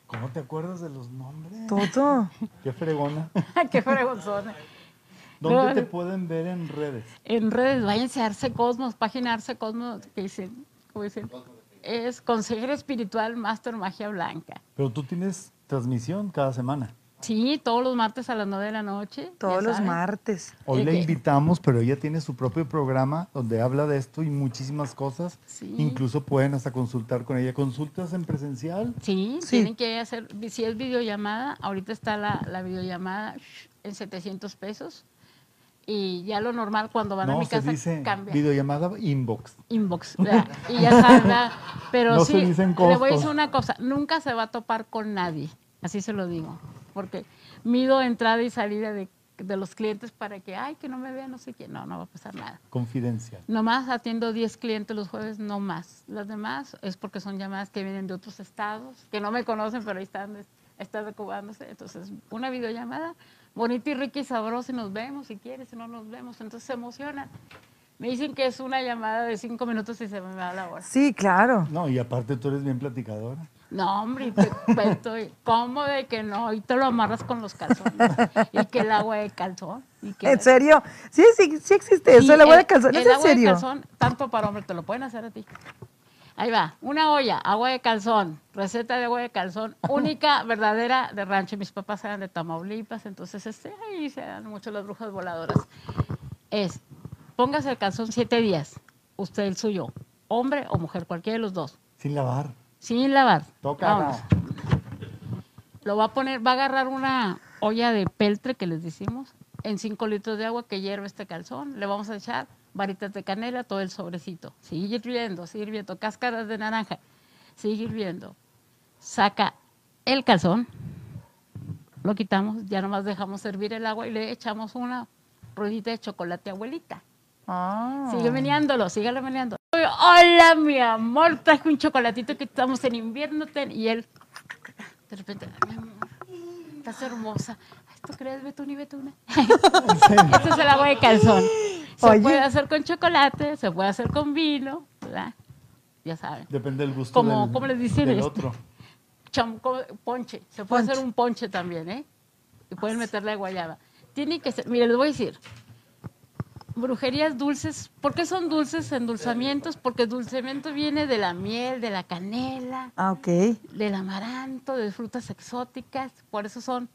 [SPEAKER 2] ¿Cómo te acuerdas de los nombres?
[SPEAKER 1] Toto.
[SPEAKER 2] Qué fregona.
[SPEAKER 3] ¡Qué fregonzona!
[SPEAKER 2] ¿Dónde
[SPEAKER 3] No,
[SPEAKER 2] te
[SPEAKER 3] no.
[SPEAKER 2] pueden ver en redes?
[SPEAKER 3] En redes, váyanse a Arce Cosmos, página Arce Cosmos, que dicen, ¿cómo dicen? Es consejero espiritual, máster magia blanca.
[SPEAKER 2] Pero tú tienes transmisión cada semana.
[SPEAKER 3] Sí, todos los martes a las 9 de la noche.
[SPEAKER 1] Todos
[SPEAKER 3] ya
[SPEAKER 1] los
[SPEAKER 3] saben.
[SPEAKER 1] martes.
[SPEAKER 2] Hoy
[SPEAKER 3] Eh,
[SPEAKER 2] la
[SPEAKER 3] que-
[SPEAKER 2] invitamos, pero ella tiene su propio programa donde habla de esto y muchísimas cosas.
[SPEAKER 3] Sí.
[SPEAKER 2] Incluso pueden hasta consultar con ella. ¿Consultas en presencial?
[SPEAKER 3] Sí,
[SPEAKER 1] Sí.
[SPEAKER 3] tienen que hacer, si es videollamada, ahorita está la, la videollamada shh, en 700 pesos. Y ya lo normal cuando van a
[SPEAKER 2] No,
[SPEAKER 3] mi
[SPEAKER 2] se
[SPEAKER 3] casa
[SPEAKER 2] dice
[SPEAKER 3] cambia.
[SPEAKER 2] videollamada inbox. <laughs>
[SPEAKER 3] inbox. ¿verdad? Y ya saben, ¿verdad? pero
[SPEAKER 2] No se
[SPEAKER 3] sí,
[SPEAKER 2] dicen
[SPEAKER 3] le voy a
[SPEAKER 2] costos.
[SPEAKER 3] decir una cosa, nunca se va a topar con nadie, así se lo digo, porque mido entrada y salida de, de los clientes para que, ay, que no me vean, no sé qué, no, no va a pasar nada.
[SPEAKER 2] Confidencial.
[SPEAKER 3] Nomás atiendo 10 clientes los jueves, no más. Las demás es porque son llamadas que vienen de otros estados, que no me conocen, pero ahí están, ahí están ocupándose. Entonces, una videollamada bonita y rica y sabrosa, y nos vemos si quieres, si no nos vemos. Entonces se emocionan. Me dicen que es una llamada de 5 minutos y se me va la hora.
[SPEAKER 1] Sí, claro.
[SPEAKER 2] No, y aparte tú eres bien platicadora.
[SPEAKER 3] No, hombre, te <laughs> cuento, y ¿cómo de que no? Y te lo amarras con los calzones. Y que el agua de calzón. Y
[SPEAKER 1] <laughs>
[SPEAKER 3] que
[SPEAKER 1] ¿En serio? Sí, sí, sí existe eso.
[SPEAKER 3] Sí,
[SPEAKER 1] el agua de calzón.
[SPEAKER 3] el
[SPEAKER 1] ¿Es en
[SPEAKER 3] agua de
[SPEAKER 1] serio?
[SPEAKER 3] calzón, tanto para hombre, te lo pueden hacer a ti. Ahí va, una olla, agua de calzón, receta de agua
[SPEAKER 1] <laughs>
[SPEAKER 3] de calzón, única, verdadera de rancho. Mis papás eran de Tamaulipas, entonces este, ahí se dan mucho las brujas voladoras. Es, póngase el calzón siete días, usted el suyo, hombre o mujer, cualquiera de los dos,
[SPEAKER 2] Sin lavar. Ah,
[SPEAKER 3] sin lavar.
[SPEAKER 2] Toca.
[SPEAKER 3] Vámonos. Lo va a poner, va a agarrar una olla de peltre que les decimos, en 5 litros de agua que hierve este calzón. Le vamos a echar varitas de canela, todo el sobrecito. Sigue hirviendo, sigue hirviendo. Cáscaras de naranja, sigue hirviendo. Saca el calzón, lo quitamos, ya nomás dejamos hervir el agua y le echamos una ruedita de chocolate abuelita.
[SPEAKER 1] Ah.
[SPEAKER 3] Sigue meneándolo, sígalo meneando. Oye, Hola, mi amor, traje un chocolatito que estamos en invierno. ten- Y él, de repente, "Ay, mi amor, estás hermosa. Ay, ¿Tú crees betún y betuna? Este es el agua de calzón. Se
[SPEAKER 1] Oye.
[SPEAKER 3] puede hacer con chocolate, se puede hacer con vino, ¿verdad? Ya saben.
[SPEAKER 2] Depende del gusto
[SPEAKER 3] Como-
[SPEAKER 2] del,
[SPEAKER 3] ¿cómo les dicen
[SPEAKER 2] del
[SPEAKER 3] esto?
[SPEAKER 2] otro.
[SPEAKER 3] Cham- co- ponche. Se puede
[SPEAKER 1] Ponche. Ah,
[SPEAKER 3] hacer un ponche también, ¿eh? Y pueden meterle guayaba. Tiene que ser, mire, les voy a decir. Brujerías dulces, ¿por qué son dulces endulzamientos? Porque dulcemento viene de la miel, de la canela,
[SPEAKER 1] Ah, ok.
[SPEAKER 3] del amaranto, de frutas exóticas, por eso son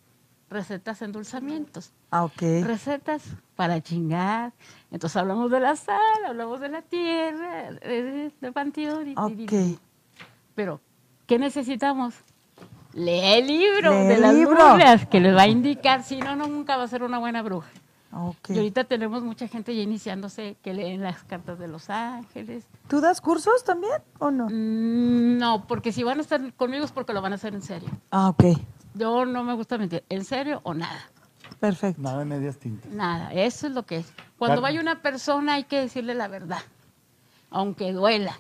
[SPEAKER 3] recetas endulzamientos.
[SPEAKER 1] Ah, ok.
[SPEAKER 3] Recetas para chingar. Entonces hablamos de la sal, hablamos de la tierra, eh, de panteón. y-
[SPEAKER 1] Ok.
[SPEAKER 3] pero, ¿qué necesitamos? Lee el libro
[SPEAKER 1] Lee
[SPEAKER 3] de
[SPEAKER 1] el
[SPEAKER 3] las
[SPEAKER 1] libro.
[SPEAKER 3] brujas que les va a indicar, si no, no nunca va a ser una buena bruja.
[SPEAKER 1] Ok.
[SPEAKER 3] Y ahorita tenemos mucha gente ya iniciándose que leen las cartas de los ángeles.
[SPEAKER 1] ¿Tú das cursos también o no?
[SPEAKER 3] Mm, No, porque si van a estar conmigo es porque lo van a hacer en serio.
[SPEAKER 1] Ah, ok.
[SPEAKER 3] Yo no me gusta mentir, en serio o nada.
[SPEAKER 1] Perfecto.
[SPEAKER 2] Nada de medias tintas.
[SPEAKER 3] Nada, eso es lo que es.
[SPEAKER 2] Claro.
[SPEAKER 3] Cuando vaya una persona hay que decirle la verdad, aunque duela.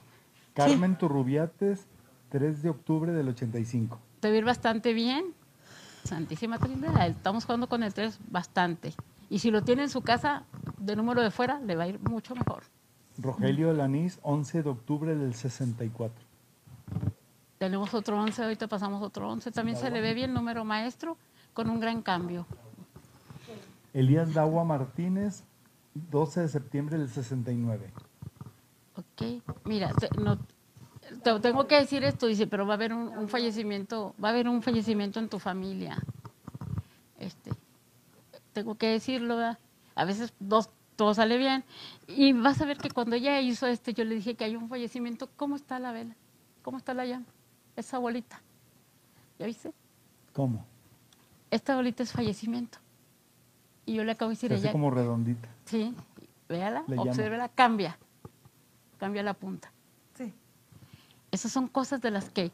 [SPEAKER 2] Carmen Turrubiates, 3 de octubre del 85.
[SPEAKER 3] te va a ir bastante bien. Santísima Trinidad, estamos jugando con el 3 bastante. Y si lo tiene en su casa, de número de fuera, le va a ir mucho mejor.
[SPEAKER 2] Rogelio
[SPEAKER 3] Mm.
[SPEAKER 2] Lanís, 11 de octubre del 64.
[SPEAKER 3] Tenemos otro 11, ahorita pasamos otro 11. También se le ve bien número maestro con un gran cambio.
[SPEAKER 2] Elías Dawa Martínez, 12 de septiembre del 69.
[SPEAKER 3] Ok, mira, te- no, te- tengo que decir esto, dice, pero va a haber un, un fallecimiento, va a haber un fallecimiento en tu familia. Este, tengo que decirlo, ¿verdad? a veces dos, todo sale bien. Y vas a ver que cuando ella hizo este, yo le dije que hay un fallecimiento, ¿cómo está la vela? ¿Cómo está la llama? Esa bolita. ¿Ya viste?
[SPEAKER 2] ¿Cómo?
[SPEAKER 3] Esta bolita es fallecimiento. Y yo le acabo de decir
[SPEAKER 2] Se
[SPEAKER 3] a
[SPEAKER 2] hace
[SPEAKER 3] ella,
[SPEAKER 2] como redondita.
[SPEAKER 3] sí, véala,
[SPEAKER 2] Le llama.
[SPEAKER 3] obsérvela, cambia, cambia la punta.
[SPEAKER 1] Sí.
[SPEAKER 3] Esas son cosas de las que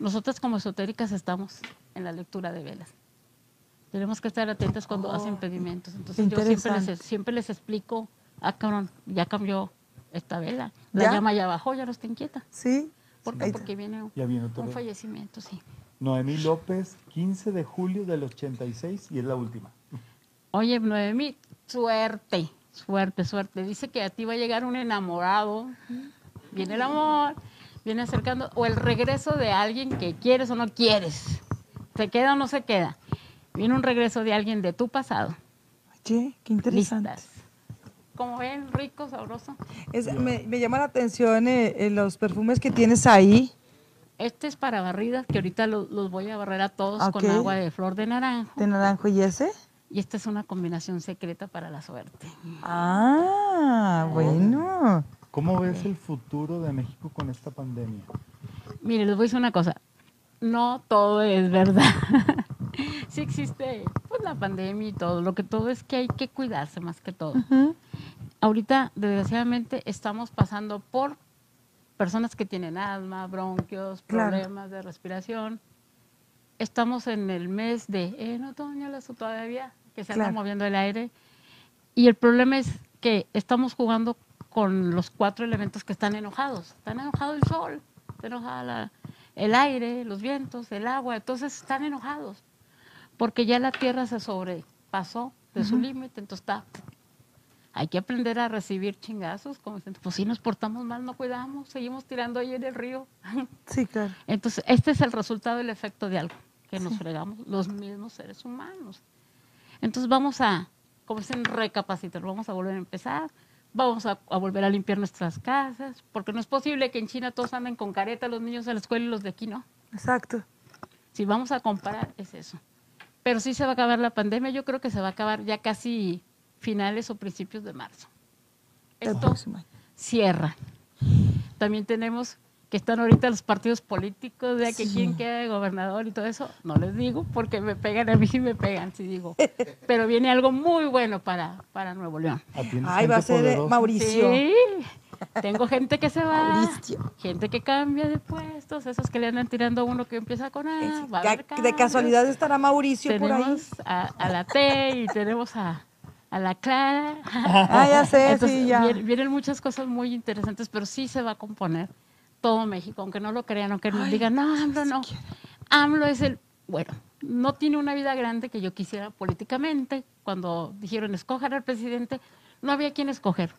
[SPEAKER 3] nosotras como esotéricas estamos en la lectura de velas. Tenemos que estar atentas cuando hacen pedimentos. Entonces yo siempre les,
[SPEAKER 1] Oh, interesante.
[SPEAKER 3] siempre les explico, ah, cabrón, ya cambió esta vela. La
[SPEAKER 1] ¿Ya?
[SPEAKER 3] llama ya bajó, ya no está inquieta.
[SPEAKER 1] ¿Sí?
[SPEAKER 3] ¿Por
[SPEAKER 1] Ahí
[SPEAKER 3] qué?
[SPEAKER 1] está.
[SPEAKER 3] Porque viene un,
[SPEAKER 2] Ya viene otro.
[SPEAKER 3] un fallecimiento, sí.
[SPEAKER 2] Noemí López, 15 de julio del 86 y es la última.
[SPEAKER 3] Oye, Noemí, suerte, suerte, suerte. Dice que a ti va a llegar un enamorado. Viene el amor, viene acercando, o el regreso de alguien que quieres o no quieres. ¿Se queda o no se queda? Viene un regreso de alguien de tu pasado.
[SPEAKER 1] Oye, qué interesante.
[SPEAKER 3] Listas. Como ven, rico, sabroso.
[SPEAKER 1] Es- me, me llama la atención eh, eh, los perfumes que tienes ahí.
[SPEAKER 3] Este es para barridas, que ahorita lo- los voy a barrer a todos
[SPEAKER 1] Ok.
[SPEAKER 3] con agua de flor de naranjo.
[SPEAKER 1] ¿De naranjo y ese?
[SPEAKER 3] Y esta es una combinación secreta para la suerte.
[SPEAKER 1] Ah, bueno.
[SPEAKER 2] ¿Cómo ves el futuro de México con esta pandemia?
[SPEAKER 3] Mire, les voy a decir una cosa. No todo es verdad. <laughs> sí existe pues, la pandemia y todo. Lo que todo es que hay que cuidarse más que todo. Ahorita, desgraciadamente, estamos pasando por personas que tienen asma, bronquios,
[SPEAKER 1] Claro.
[SPEAKER 3] problemas de respiración. Estamos en el mes de en otoño, la su- todavía, que se anda
[SPEAKER 1] Claro.
[SPEAKER 3] moviendo el aire. Y el problema es que estamos jugando con los cuatro elementos que están enojados. Están enojado el sol, está enojado el aire, los vientos, el agua. Entonces están enojados porque ya la tierra se sobrepasó de su límite. Entonces está. Hay que aprender a recibir chingazos. Como dicen, pues si nos portamos mal, no cuidamos, seguimos tirando ahí en el río.
[SPEAKER 1] Sí, claro.
[SPEAKER 3] Entonces, este es el resultado del efecto de algo, que nos fregamos los mismos seres humanos. Entonces, vamos a, como dicen, recapacitar, vamos a volver a empezar, vamos a, a volver a limpiar nuestras casas, porque no es posible que en China todos anden con careta los niños a la escuela y los de aquí no.
[SPEAKER 1] Exacto.
[SPEAKER 3] Si vamos a comparar, es eso. Pero sí se va a acabar la pandemia, yo creo que se va a acabar ya casi finales o principios de marzo.
[SPEAKER 1] El
[SPEAKER 3] Esto
[SPEAKER 1] próximo año.
[SPEAKER 3] cierra. También tenemos que están ahorita los partidos políticos, de que quién queda de gobernador y todo eso. No les digo porque me pegan, a mí sí me pegan,
[SPEAKER 1] <laughs>
[SPEAKER 3] sí digo. Pero viene algo muy bueno para, para Nuevo León.
[SPEAKER 2] ¿Atiendes
[SPEAKER 1] Ay, va a
[SPEAKER 2] Ah, gente
[SPEAKER 1] ser eh,
[SPEAKER 2] poderosa?
[SPEAKER 1] Mauricio.
[SPEAKER 3] Sí, tengo gente que se va,
[SPEAKER 1] Mauricio.
[SPEAKER 3] gente que cambia de puestos, esos que le andan tirando a uno que empieza con A. Ah, va a
[SPEAKER 1] Ca-
[SPEAKER 3] haber
[SPEAKER 1] de
[SPEAKER 3] cambios.
[SPEAKER 1] casualidad estará Mauricio por ahí.
[SPEAKER 3] Tenemos a, a la T y tenemos a, a la Clara.
[SPEAKER 1] <laughs> Ah, ya sé,
[SPEAKER 3] Entonces,
[SPEAKER 1] sí, ya.
[SPEAKER 3] vier- Vienen muchas cosas muy interesantes, pero sí se va a componer todo México, aunque no lo crean, aunque nos digan, no, AMLO no. AMLO es el, bueno, no tiene una vida grande que yo quisiera políticamente. Cuando dijeron escoger al presidente, no había quien escoger.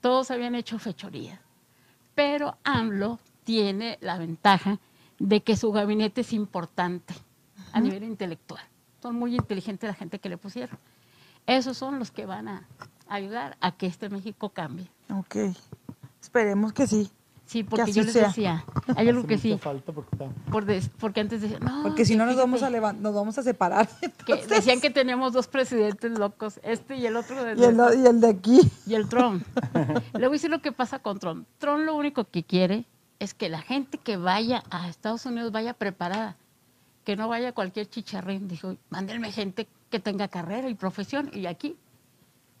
[SPEAKER 3] Todos habían hecho fechoría. Pero AMLO tiene la ventaja de que su gabinete es importante a nivel intelectual. Son muy inteligentes la gente que le pusieron. Esos son los que van a ayudar a que este México cambie.
[SPEAKER 1] Ok. Esperemos que sí.
[SPEAKER 3] Sí, porque
[SPEAKER 1] así
[SPEAKER 3] yo les
[SPEAKER 1] sea.
[SPEAKER 3] decía, hay algo
[SPEAKER 2] Hace
[SPEAKER 3] que
[SPEAKER 2] mucha
[SPEAKER 3] sí,
[SPEAKER 2] falta porque está-
[SPEAKER 3] por des- porque antes decían, no,
[SPEAKER 1] Porque si no nos
[SPEAKER 3] fíjate
[SPEAKER 1] vamos a levan- nos vamos a separar. <laughs>
[SPEAKER 3] que
[SPEAKER 1] entonces.
[SPEAKER 3] decían que teníamos dos presidentes locos, este y el otro de
[SPEAKER 1] y, el,
[SPEAKER 3] nuestro-
[SPEAKER 1] y el de aquí. <laughs>
[SPEAKER 3] y el Trump. <laughs> Le voy a decir lo que pasa con Trump. Trump lo único que quiere es que la gente que vaya a Estados Unidos vaya preparada, que no vaya cualquier chicharrín. Dijo, mándenme gente que tenga carrera y profesión y aquí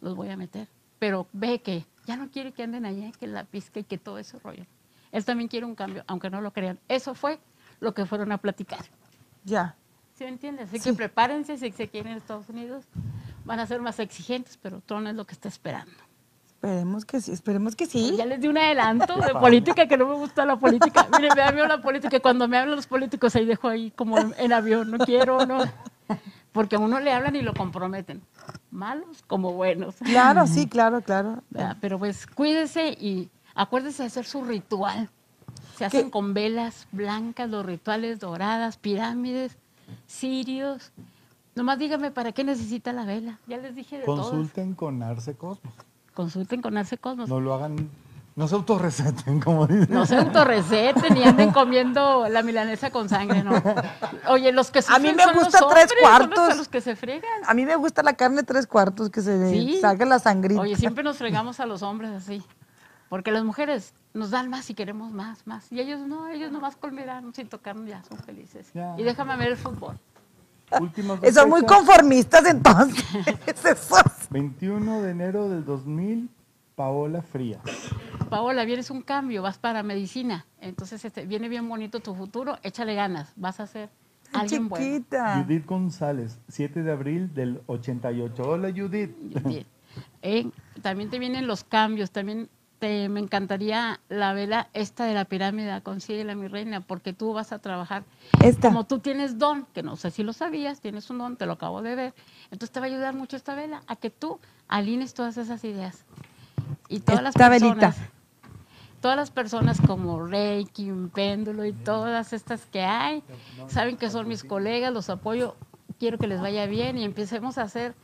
[SPEAKER 3] los voy a meter. Pero ve que ya no quiere que anden allá, que la pizca y que todo ese rollo. Él también quiere un cambio, aunque no lo crean. Eso fue lo que fueron a platicar.
[SPEAKER 1] Ya.
[SPEAKER 3] ¿Sí me entiendes? Así
[SPEAKER 1] Sí.
[SPEAKER 3] que prepárense si se quieren ir a Estados Unidos. Van a ser más exigentes, pero Trump es lo que está esperando.
[SPEAKER 1] Esperemos que sí, esperemos que sí.
[SPEAKER 3] Pues Ya les di un adelanto de política que no me gusta la política. Mire, me hablan la política. Cuando me hablan los políticos, ahí dejo ahí como en avión. No quiero, no. Porque a uno le hablan y lo comprometen. Malos como buenos.
[SPEAKER 1] Claro, sí, claro, claro.
[SPEAKER 3] ¿verdad? Pero pues cuídese y acuérdese de hacer su ritual. Se hacen
[SPEAKER 1] ¿Qué?
[SPEAKER 3] con velas blancas, los rituales doradas, pirámides, cirios. Nomás dígame para qué necesita la vela. Ya les dije de todo.
[SPEAKER 2] Consulten con Arce Cosmos.
[SPEAKER 3] Consulten con Arce Cosmos.
[SPEAKER 2] No lo hagan, no se autorreceten, <laughs> como dicen.
[SPEAKER 3] No se autorreceten y anden comiendo la milanesa con sangre, no. Oye, los que
[SPEAKER 1] A mí
[SPEAKER 3] sufren
[SPEAKER 1] me
[SPEAKER 3] son los
[SPEAKER 1] gusta tres
[SPEAKER 3] hombres, son los-
[SPEAKER 1] cuartos.
[SPEAKER 3] Los, que se fregan.
[SPEAKER 1] A mí me gusta la carne tres cuartos, que se
[SPEAKER 3] Sí.
[SPEAKER 1] salga la sangrita.
[SPEAKER 3] Oye, siempre nos fregamos a los hombres así. Porque las mujeres nos dan más y queremos más, más. Y ellos no, ellos nomás colmerán sin tocarnos, ya son felices.
[SPEAKER 2] Ya.
[SPEAKER 3] Y déjame ver el fútbol.
[SPEAKER 2] Últimas dos
[SPEAKER 1] Eh, <laughs> Son muy
[SPEAKER 2] fechas.
[SPEAKER 1] conformistas entonces. <laughs> Esos.
[SPEAKER 2] 21 de enero del 2000, Paola Fría.
[SPEAKER 3] Paola, vienes un cambio, vas para medicina. Entonces este, viene bien bonito tu futuro, échale ganas, vas a ser
[SPEAKER 1] Ay,
[SPEAKER 3] alguien bueno.
[SPEAKER 1] Chiquita.
[SPEAKER 2] Judith González, 7 de abril del 88. Hola Judith.
[SPEAKER 3] Bien. Eh, también te vienen los cambios, también te, me encantaría la vela esta de la pirámide, consíguela mi reina, porque tú vas a trabajar.
[SPEAKER 1] Esta.
[SPEAKER 3] Como tú tienes don, que no sé si lo sabías, tienes un don, te lo acabo de ver, entonces te va a ayudar mucho esta vela a que tú alines todas esas ideas. Y todas
[SPEAKER 1] Esta
[SPEAKER 3] las
[SPEAKER 1] velita.
[SPEAKER 3] personas, todas las personas como Reiki, un péndulo y todas estas que hay, saben que son mis colegas, los apoyo, quiero que les vaya bien y empecemos a hacer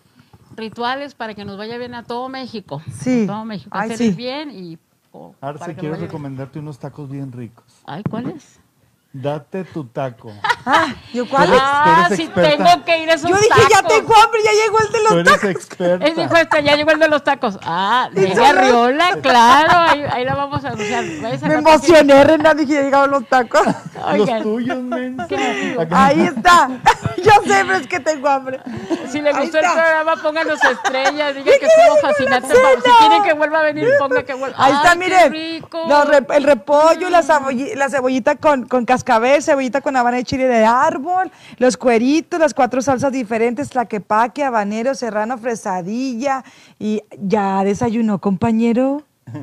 [SPEAKER 3] rituales para que nos vaya bien a todo México.
[SPEAKER 1] Sí.
[SPEAKER 3] A todo México.
[SPEAKER 1] Ay,
[SPEAKER 3] Hacerles
[SPEAKER 1] sí.
[SPEAKER 3] bien y... oh, para
[SPEAKER 2] Arce,
[SPEAKER 3] que nos
[SPEAKER 2] quiero
[SPEAKER 3] vaya bien.
[SPEAKER 2] recomendarte unos tacos bien ricos.
[SPEAKER 3] Ay, ¿cuál es?
[SPEAKER 2] Date tu taco.
[SPEAKER 1] Ah, ¿yo cuál?
[SPEAKER 2] Tú eres-
[SPEAKER 3] Ah,
[SPEAKER 2] tú eres
[SPEAKER 3] si
[SPEAKER 2] experta.
[SPEAKER 3] tengo que ir a esos
[SPEAKER 1] Yo dije, ya
[SPEAKER 3] tacos".
[SPEAKER 1] tengo hambre, ya llegó el de
[SPEAKER 2] Tú
[SPEAKER 1] <laughs> los tacos.
[SPEAKER 2] eres experta.
[SPEAKER 3] Él dijo, "Este, ya llegó el de los tacos. Ah, de
[SPEAKER 1] solo-
[SPEAKER 3] Riola, claro, ahí, ahí la vamos a anunciar. Váyase a
[SPEAKER 1] Me
[SPEAKER 3] la cocina.
[SPEAKER 1] emocioné, Renan, dije, ya llegaron los tacos.
[SPEAKER 2] Los
[SPEAKER 3] Oigan,
[SPEAKER 2] tuyos, mensa. Acá-
[SPEAKER 1] Ahí está. <laughs> Yo sé, pero es que tengo hambre.
[SPEAKER 3] si les
[SPEAKER 1] Ahí
[SPEAKER 3] gustó el
[SPEAKER 1] está.
[SPEAKER 3] programa, pónganos estrellas, digan que estuvo fascinante.
[SPEAKER 1] cena.
[SPEAKER 3] Si quieren que vuelva a venir, ponga que vuelva.
[SPEAKER 1] Ahí está,
[SPEAKER 3] Ay, qué
[SPEAKER 1] miren.
[SPEAKER 3] rico. Mm.
[SPEAKER 1] Los rep- el repollo, la, cebolli- la cebollita con, con cascabel, cebollita con habana de chile de árbol, los cueritos, las cuatro salsas diferentes, tlaquepaque, habanero, serrano, fresadilla. Y ya desayunó, compañero. <laughs>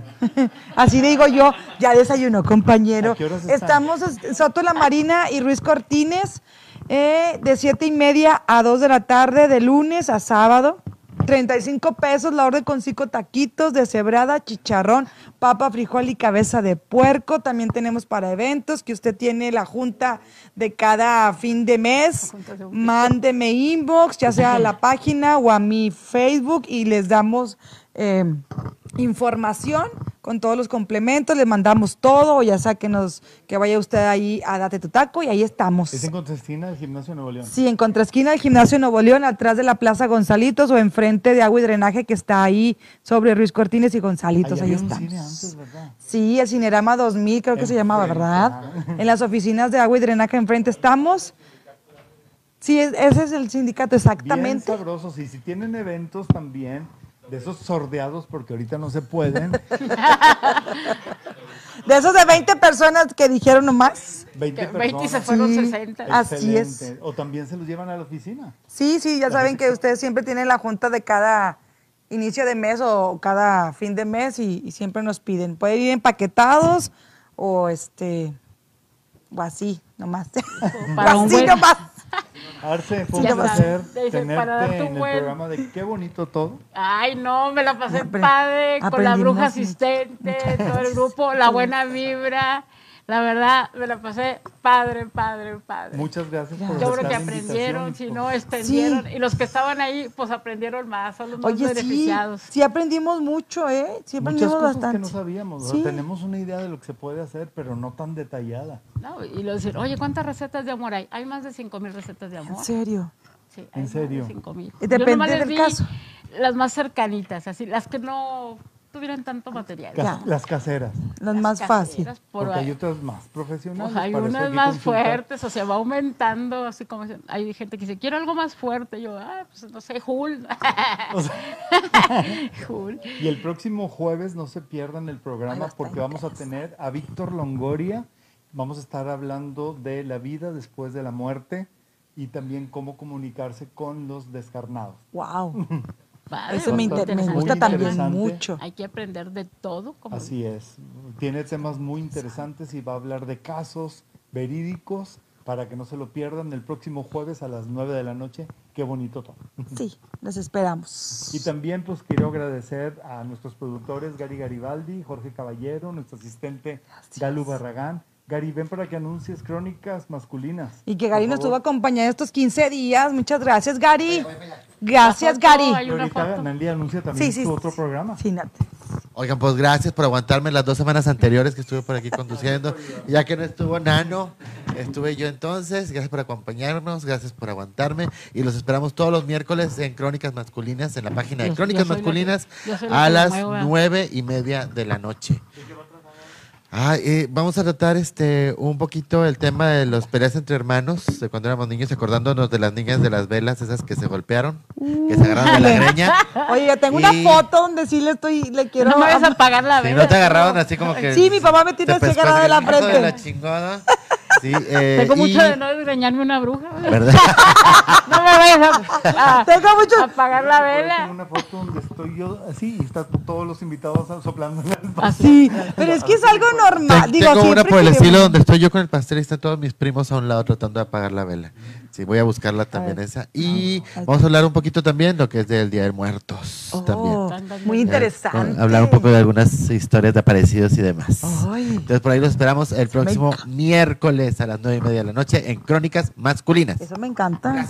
[SPEAKER 1] Así digo yo, ya desayunó, compañero.
[SPEAKER 2] ¿A qué horas están?
[SPEAKER 1] Estamos es- Soto La Marina y Ruiz Cortines eh, de siete y media a 2 de la tarde, de lunes a sábado. 35 pesos la orden con cinco taquitos de cebrada, chicharrón, papa, frijol y cabeza de puerco. También tenemos para eventos que usted tiene la junta de cada fin de mes. Mándeme inbox, ya sea a la página o a mi Facebook y les damos eh, información con todos los complementos. Les mandamos todo, o ya sea que, nos, que vaya usted ahí a Date tu Taco y ahí estamos.
[SPEAKER 2] Es en Contestina del Gimnasio Nuevo León.
[SPEAKER 1] Sí, en contraesquina del gimnasio Nuevo León, atrás de la Plaza Gonzalitos o enfrente de agua y drenaje que está ahí sobre Ruiz Cortines y Gonzalitos.
[SPEAKER 2] Ahí
[SPEAKER 1] Ahí,
[SPEAKER 2] había un
[SPEAKER 1] estamos.
[SPEAKER 2] cine antes, ¿verdad?
[SPEAKER 1] Sí, el Cinerama 2000 creo que se llamaba,
[SPEAKER 2] Enfrente,
[SPEAKER 1] ¿verdad? En las oficinas de agua y drenaje enfrente estamos. Sí, es- ese es el sindicato,
[SPEAKER 2] Bien
[SPEAKER 1] exactamente.
[SPEAKER 2] sabrosos. Y si tienen eventos también, de esos sordeados, porque ahorita no se
[SPEAKER 3] <laughs>
[SPEAKER 2] pueden,
[SPEAKER 1] De esos de 20 personas que dijeron nomás.
[SPEAKER 2] 20
[SPEAKER 3] Que
[SPEAKER 2] personas.
[SPEAKER 3] 20 se fueron
[SPEAKER 1] Sí.
[SPEAKER 3] 60.
[SPEAKER 1] Así es.
[SPEAKER 2] Excelente. O también se los llevan a la oficina.
[SPEAKER 1] Sí, sí, ya saben que ustedes siempre tienen la junta de cada inicio de mes o cada fin de mes y, y siempre nos piden. Pueden ir empaquetados o este o así nomás. <laughs>
[SPEAKER 3] <laughs> para
[SPEAKER 1] o
[SPEAKER 3] un
[SPEAKER 1] así
[SPEAKER 3] buen-
[SPEAKER 1] nomás.
[SPEAKER 2] Arce, fue un
[SPEAKER 3] Ya está.
[SPEAKER 2] placer
[SPEAKER 3] Te dicen, para
[SPEAKER 2] tenerte
[SPEAKER 3] darte un
[SPEAKER 2] en el
[SPEAKER 3] buen-
[SPEAKER 2] programa de Qué Bonito Todo.
[SPEAKER 3] Ay, no, me la pasé
[SPEAKER 1] Apre-
[SPEAKER 3] padre con la
[SPEAKER 1] aprendimos
[SPEAKER 3] bruja
[SPEAKER 1] mucho.
[SPEAKER 3] asistente, todo el grupo, la buena vibra. La verdad, me la pasé padre, padre, padre.
[SPEAKER 2] Muchas gracias por
[SPEAKER 3] Yo creo
[SPEAKER 2] aceptar
[SPEAKER 3] que
[SPEAKER 2] la invitación.
[SPEAKER 3] aprendieron, si no, extendieron. Y los que estaban ahí, pues aprendieron más, son los más
[SPEAKER 1] Oye, sí,
[SPEAKER 3] beneficiados.
[SPEAKER 1] sí aprendimos mucho, ¿eh? Sí
[SPEAKER 2] Muchas
[SPEAKER 3] pues,
[SPEAKER 1] aprendimos
[SPEAKER 2] cosas
[SPEAKER 1] bastante.
[SPEAKER 2] que no sabíamos. O sea,
[SPEAKER 1] Sí.
[SPEAKER 2] tenemos una idea de lo que se puede hacer, pero no tan detallada.
[SPEAKER 3] No, y lo decir, oye, ¿cuántas recetas de amor hay? Hay más de 5.000 recetas de amor.
[SPEAKER 1] En serio.
[SPEAKER 3] Sí,
[SPEAKER 2] ¿En
[SPEAKER 3] hay más
[SPEAKER 2] serio?
[SPEAKER 3] de 5,000.
[SPEAKER 1] Y depende
[SPEAKER 3] Yo nomás les
[SPEAKER 1] del
[SPEAKER 3] di
[SPEAKER 1] caso.
[SPEAKER 3] Las más cercanitas, así, las que no tuvieran tanto material.
[SPEAKER 1] Ya.
[SPEAKER 2] Cas- Las caseras.
[SPEAKER 1] Las más fáciles.
[SPEAKER 3] Caseras, por
[SPEAKER 2] Porque
[SPEAKER 3] ahí.
[SPEAKER 2] hay otras más profesionales.
[SPEAKER 3] Pues hay
[SPEAKER 2] para eso
[SPEAKER 3] unas
[SPEAKER 2] que
[SPEAKER 3] más
[SPEAKER 2] consultar.
[SPEAKER 3] fuertes, o sea, va aumentando, así como dicen, hay gente que dice, quiero algo más fuerte, yo, ah, pues no sé, Jul.
[SPEAKER 2] <laughs> O sea,
[SPEAKER 3] <laughs> Jul.
[SPEAKER 2] y el próximo jueves no se pierdan el programa porque vamos a tener a Víctor Longoria. Vamos a estar hablando de la vida después de la muerte y también cómo comunicarse con los descarnados.
[SPEAKER 1] Wow.
[SPEAKER 5] padre.
[SPEAKER 1] Eso me,
[SPEAKER 5] porque
[SPEAKER 1] inter- me
[SPEAKER 5] tenemos
[SPEAKER 1] gusta
[SPEAKER 5] que
[SPEAKER 1] también
[SPEAKER 5] aprender.
[SPEAKER 2] interesante.
[SPEAKER 1] mucho.
[SPEAKER 5] Hay que aprender de todo. Como
[SPEAKER 2] Así es. Tiene temas muy interesantes y va a hablar de casos verídicos para que no se lo pierdan el próximo jueves a las 9 de la noche. Qué bonito todo.
[SPEAKER 1] Sí, los esperamos.
[SPEAKER 2] Y también pues quiero agradecer a nuestros productores Gary Garibaldi, Jorge Caballero, nuestro asistente Galo Barragán. Gary, ven para que anuncies crónicas masculinas.
[SPEAKER 1] Y que Gary
[SPEAKER 2] por
[SPEAKER 1] nos estuvo
[SPEAKER 2] favor.
[SPEAKER 1] acompañando estos 15 días. Muchas gracias, Gary. Gracias,
[SPEAKER 5] La foto,
[SPEAKER 1] Gary.
[SPEAKER 5] hay
[SPEAKER 2] Y
[SPEAKER 5] una
[SPEAKER 2] ahorita
[SPEAKER 5] foto.
[SPEAKER 2] Nelly anuncia
[SPEAKER 1] Sí,
[SPEAKER 2] también
[SPEAKER 1] sí.
[SPEAKER 2] su otro programa.
[SPEAKER 1] Sí, Nat.
[SPEAKER 6] Oigan, pues gracias por aguantarme las dos semanas anteriores que estuve por aquí conduciendo. Ya que no estuvo Nano, estuve yo entonces. Gracias por acompañarnos, gracias por aguantarme. Y los esperamos todos los miércoles en Crónicas Masculinas, en la página de
[SPEAKER 5] Yo-
[SPEAKER 6] Crónicas
[SPEAKER 5] yo soy la que-
[SPEAKER 6] Masculinas,
[SPEAKER 5] yo soy la que
[SPEAKER 6] a
[SPEAKER 5] lo
[SPEAKER 6] las
[SPEAKER 5] muevo, ¿verdad?
[SPEAKER 6] nueve y media de la noche. Ah, eh, vamos a tratar este un poquito el tema de los peleas entre hermanos, de cuando éramos niños, acordándonos de las niñas de las velas, esas que se golpearon, que se agarraron de la
[SPEAKER 5] <laughs>
[SPEAKER 6] greña.
[SPEAKER 1] Oye, yo tengo una
[SPEAKER 6] Y-
[SPEAKER 1] foto donde sí le estoy, le quiero.
[SPEAKER 5] No me vas a apagar
[SPEAKER 1] <laughs>
[SPEAKER 5] la
[SPEAKER 6] Si
[SPEAKER 5] vela.
[SPEAKER 6] no te agarraban así como que.
[SPEAKER 1] Sí, mi papá me tiene
[SPEAKER 6] te pescó
[SPEAKER 1] agarrada de la
[SPEAKER 6] así, "Hijo
[SPEAKER 1] frente".
[SPEAKER 6] la chingada.
[SPEAKER 1] <laughs>
[SPEAKER 6] Sí, eh,
[SPEAKER 5] Tengo
[SPEAKER 6] y-
[SPEAKER 5] mucho de no desgreñarme una bruja.
[SPEAKER 6] ¿Verdad?
[SPEAKER 5] No me vayas a, a-
[SPEAKER 1] Tengo
[SPEAKER 5] a
[SPEAKER 1] mucho.
[SPEAKER 5] apagar la
[SPEAKER 2] Por ahí tengo
[SPEAKER 5] vela.
[SPEAKER 2] una foto donde estoy yo así y están todos los invitados soplando en el
[SPEAKER 5] Ah,
[SPEAKER 1] Sí, pero es que es algo normal.
[SPEAKER 6] Ten-
[SPEAKER 1] Digo,
[SPEAKER 6] tengo una
[SPEAKER 1] siempre
[SPEAKER 6] por el
[SPEAKER 1] que-
[SPEAKER 6] estilo donde estoy yo con el pastel y están todos mis primos a un lado tratando de apagar la vela. Sí, voy a buscarla también esa. Y vamos a hablar un poquito también lo que es del Día de Muertos.
[SPEAKER 1] Oh,
[SPEAKER 6] también.
[SPEAKER 1] Muy
[SPEAKER 6] Eh,
[SPEAKER 1] interesante.
[SPEAKER 6] Hablar un poco de algunas historias de aparecidos y demás.
[SPEAKER 1] Ay.
[SPEAKER 6] Entonces por ahí los esperamos el próximo miércoles a las nueve y media de la noche en Crónicas Masculinas.
[SPEAKER 1] Eso me encanta.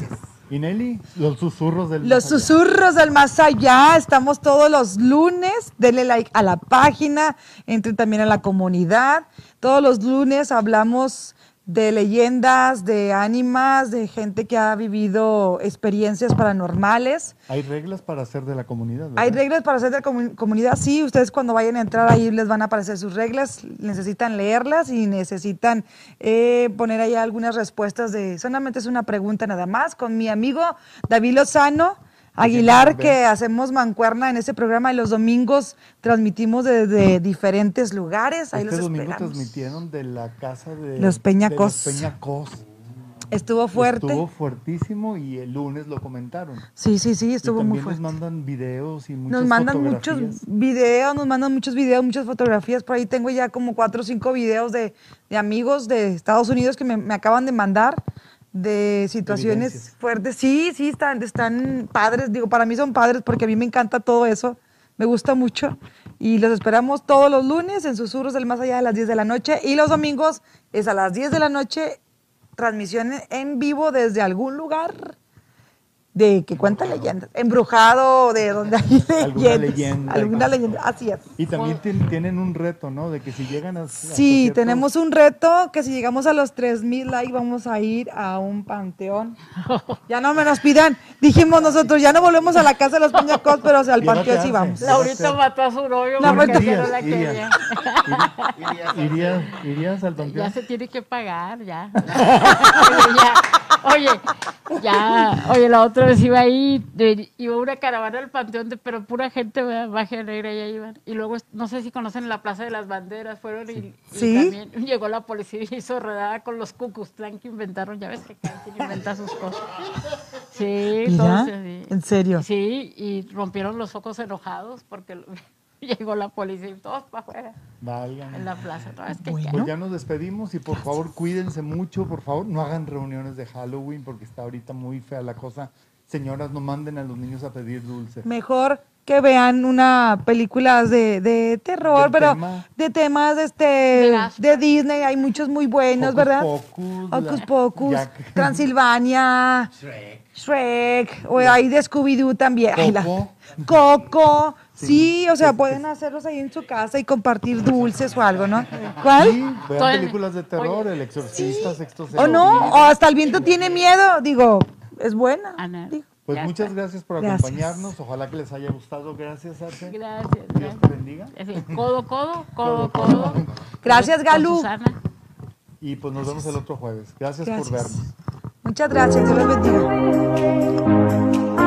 [SPEAKER 2] Y Nelly, los susurros del
[SPEAKER 1] Los
[SPEAKER 2] más allá.
[SPEAKER 1] susurros del más allá, estamos todos los lunes, denle like a la página, entren también a la comunidad. Todos los lunes hablamos de leyendas, de ánimas, de gente que ha vivido experiencias paranormales.
[SPEAKER 2] Hay reglas para hacer de la comunidad.
[SPEAKER 1] Hay
[SPEAKER 2] ¿verdad?
[SPEAKER 1] reglas para hacer de la comu- comunidad, sí, ustedes cuando vayan a entrar ahí les van a aparecer sus reglas, necesitan leerlas y necesitan eh, poner ahí algunas respuestas de, solamente es una pregunta nada más, con mi amigo David Lozano. Aguilar, que hacemos mancuerna en este programa y los domingos transmitimos desde diferentes lugares. Ahí
[SPEAKER 2] Este
[SPEAKER 1] los
[SPEAKER 2] domingo
[SPEAKER 1] esperamos.
[SPEAKER 2] transmitieron de la casa de
[SPEAKER 1] Los Peñacos.
[SPEAKER 2] de los Peñacos.
[SPEAKER 1] Estuvo fuerte.
[SPEAKER 2] Estuvo fuertísimo y el lunes lo comentaron.
[SPEAKER 1] Sí, sí, sí,
[SPEAKER 2] y
[SPEAKER 1] estuvo
[SPEAKER 2] también
[SPEAKER 1] muy fuerte.
[SPEAKER 2] nos mandan videos y muchas
[SPEAKER 1] Nos mandan muchos
[SPEAKER 2] fotografías.
[SPEAKER 1] videos, nos mandan muchos videos, muchas fotografías. Por ahí tengo ya como cuatro o cinco videos de, de amigos de Estados Unidos que me, me acaban de mandar de situaciones
[SPEAKER 2] Evidencias.
[SPEAKER 1] fuertes. Sí, sí, están, están padres. Digo, para mí son padres porque a mí me encanta todo eso. Me gusta mucho. Y los esperamos todos los lunes en Susurros del Más Allá de las 10 de la noche. Y los domingos es a las 10 de la noche, transmisión en vivo desde algún lugar de que cuenta leyendas, embrujado, de donde hay
[SPEAKER 2] <laughs> Alguna
[SPEAKER 1] leyendas,
[SPEAKER 2] leyenda.
[SPEAKER 1] alguna leyenda, así es.
[SPEAKER 2] Y también tien- tienen un reto, ¿no? De que si llegan a. a
[SPEAKER 1] Sí,
[SPEAKER 2] ciertos-
[SPEAKER 1] tenemos un reto que si llegamos a los 3000 likes vamos a ir a un
[SPEAKER 2] <laughs>
[SPEAKER 1] panteón. Ya no me nos pidan, dijimos nosotros, ya no volvemos a la casa
[SPEAKER 2] <laughs>
[SPEAKER 1] de los peñacos, pero al
[SPEAKER 2] Llévate
[SPEAKER 1] panteón sí
[SPEAKER 2] Arce.
[SPEAKER 1] vamos.
[SPEAKER 5] Laurita mató a su novio
[SPEAKER 1] No,
[SPEAKER 5] porque
[SPEAKER 2] irías,
[SPEAKER 5] no la
[SPEAKER 2] irías.
[SPEAKER 5] quería.
[SPEAKER 2] Iri- Irías, irías al
[SPEAKER 5] Ya
[SPEAKER 2] panteón.
[SPEAKER 5] se tiene que pagar, ya. <laughs> Oye, ya. Oye, ya. Oye, la otra vez iba ahí, de- iba una caravana al panteón, de, pero pura gente ¿verdad? baja y negra ya iban. Y luego, no sé si conocen la Plaza de las Banderas, fueron y, y
[SPEAKER 1] Sí.
[SPEAKER 5] también llegó la policía y hizo redada con los cucuslán que inventaron. Ya ves que cada quien inventa sus cosas. Sí,
[SPEAKER 1] Mira,
[SPEAKER 5] entonces. sí.
[SPEAKER 1] en serio.
[SPEAKER 5] Sí, y rompieron los ojos enojados porque <laughs> lo- llegó la policía y todos para afuera
[SPEAKER 2] Válgame.
[SPEAKER 5] en la plaza. No, es que
[SPEAKER 1] Bueno.
[SPEAKER 2] Pues ya nos despedimos y por favor cuídense mucho, por favor no hagan reuniones de Halloween porque está ahorita muy fea la cosa. Señoras, no manden a los niños a pedir dulce.
[SPEAKER 1] Mejor que vean una película de, de terror,
[SPEAKER 2] Del
[SPEAKER 1] pero
[SPEAKER 2] tema.
[SPEAKER 1] de temas este,
[SPEAKER 5] De
[SPEAKER 1] de,
[SPEAKER 5] las-
[SPEAKER 1] Disney, hay muchos muy buenos,
[SPEAKER 2] Hocus
[SPEAKER 1] ¿verdad?
[SPEAKER 2] Pocus,
[SPEAKER 1] Hocus
[SPEAKER 2] la-
[SPEAKER 1] Pocus,
[SPEAKER 2] Jack.
[SPEAKER 1] Transilvania, Shrek, o hay de Scooby-Doo también. Ay, la-
[SPEAKER 2] Coco.
[SPEAKER 1] Coco, sí, o sea, pueden hacerlos ahí en su casa y compartir dulces o algo, ¿no? ¿Cuál?
[SPEAKER 2] Sí,
[SPEAKER 5] Todo el-
[SPEAKER 2] vean películas de terror, El Exorcista, Sexto
[SPEAKER 1] ¿O
[SPEAKER 2] Sentido.
[SPEAKER 1] no? ¿O hasta el viento tiene miedo? Digo, es buena.
[SPEAKER 5] Ana.
[SPEAKER 1] digo.
[SPEAKER 2] Pues
[SPEAKER 5] Ya
[SPEAKER 2] muchas
[SPEAKER 5] está.
[SPEAKER 2] gracias por
[SPEAKER 1] Gracias.
[SPEAKER 2] acompañarnos. Ojalá que les haya gustado. Gracias, Arce.
[SPEAKER 5] Gracias.
[SPEAKER 2] Dios te bendiga.
[SPEAKER 5] Así, codo, codo, codo, codo.
[SPEAKER 1] Gracias,
[SPEAKER 5] Con
[SPEAKER 1] Galú.
[SPEAKER 5] Susana.
[SPEAKER 2] Y pues nos vemos el otro jueves. Gracias por
[SPEAKER 1] Gracias.
[SPEAKER 2] vernos.
[SPEAKER 1] Muchas gracias, Dios los bendiga.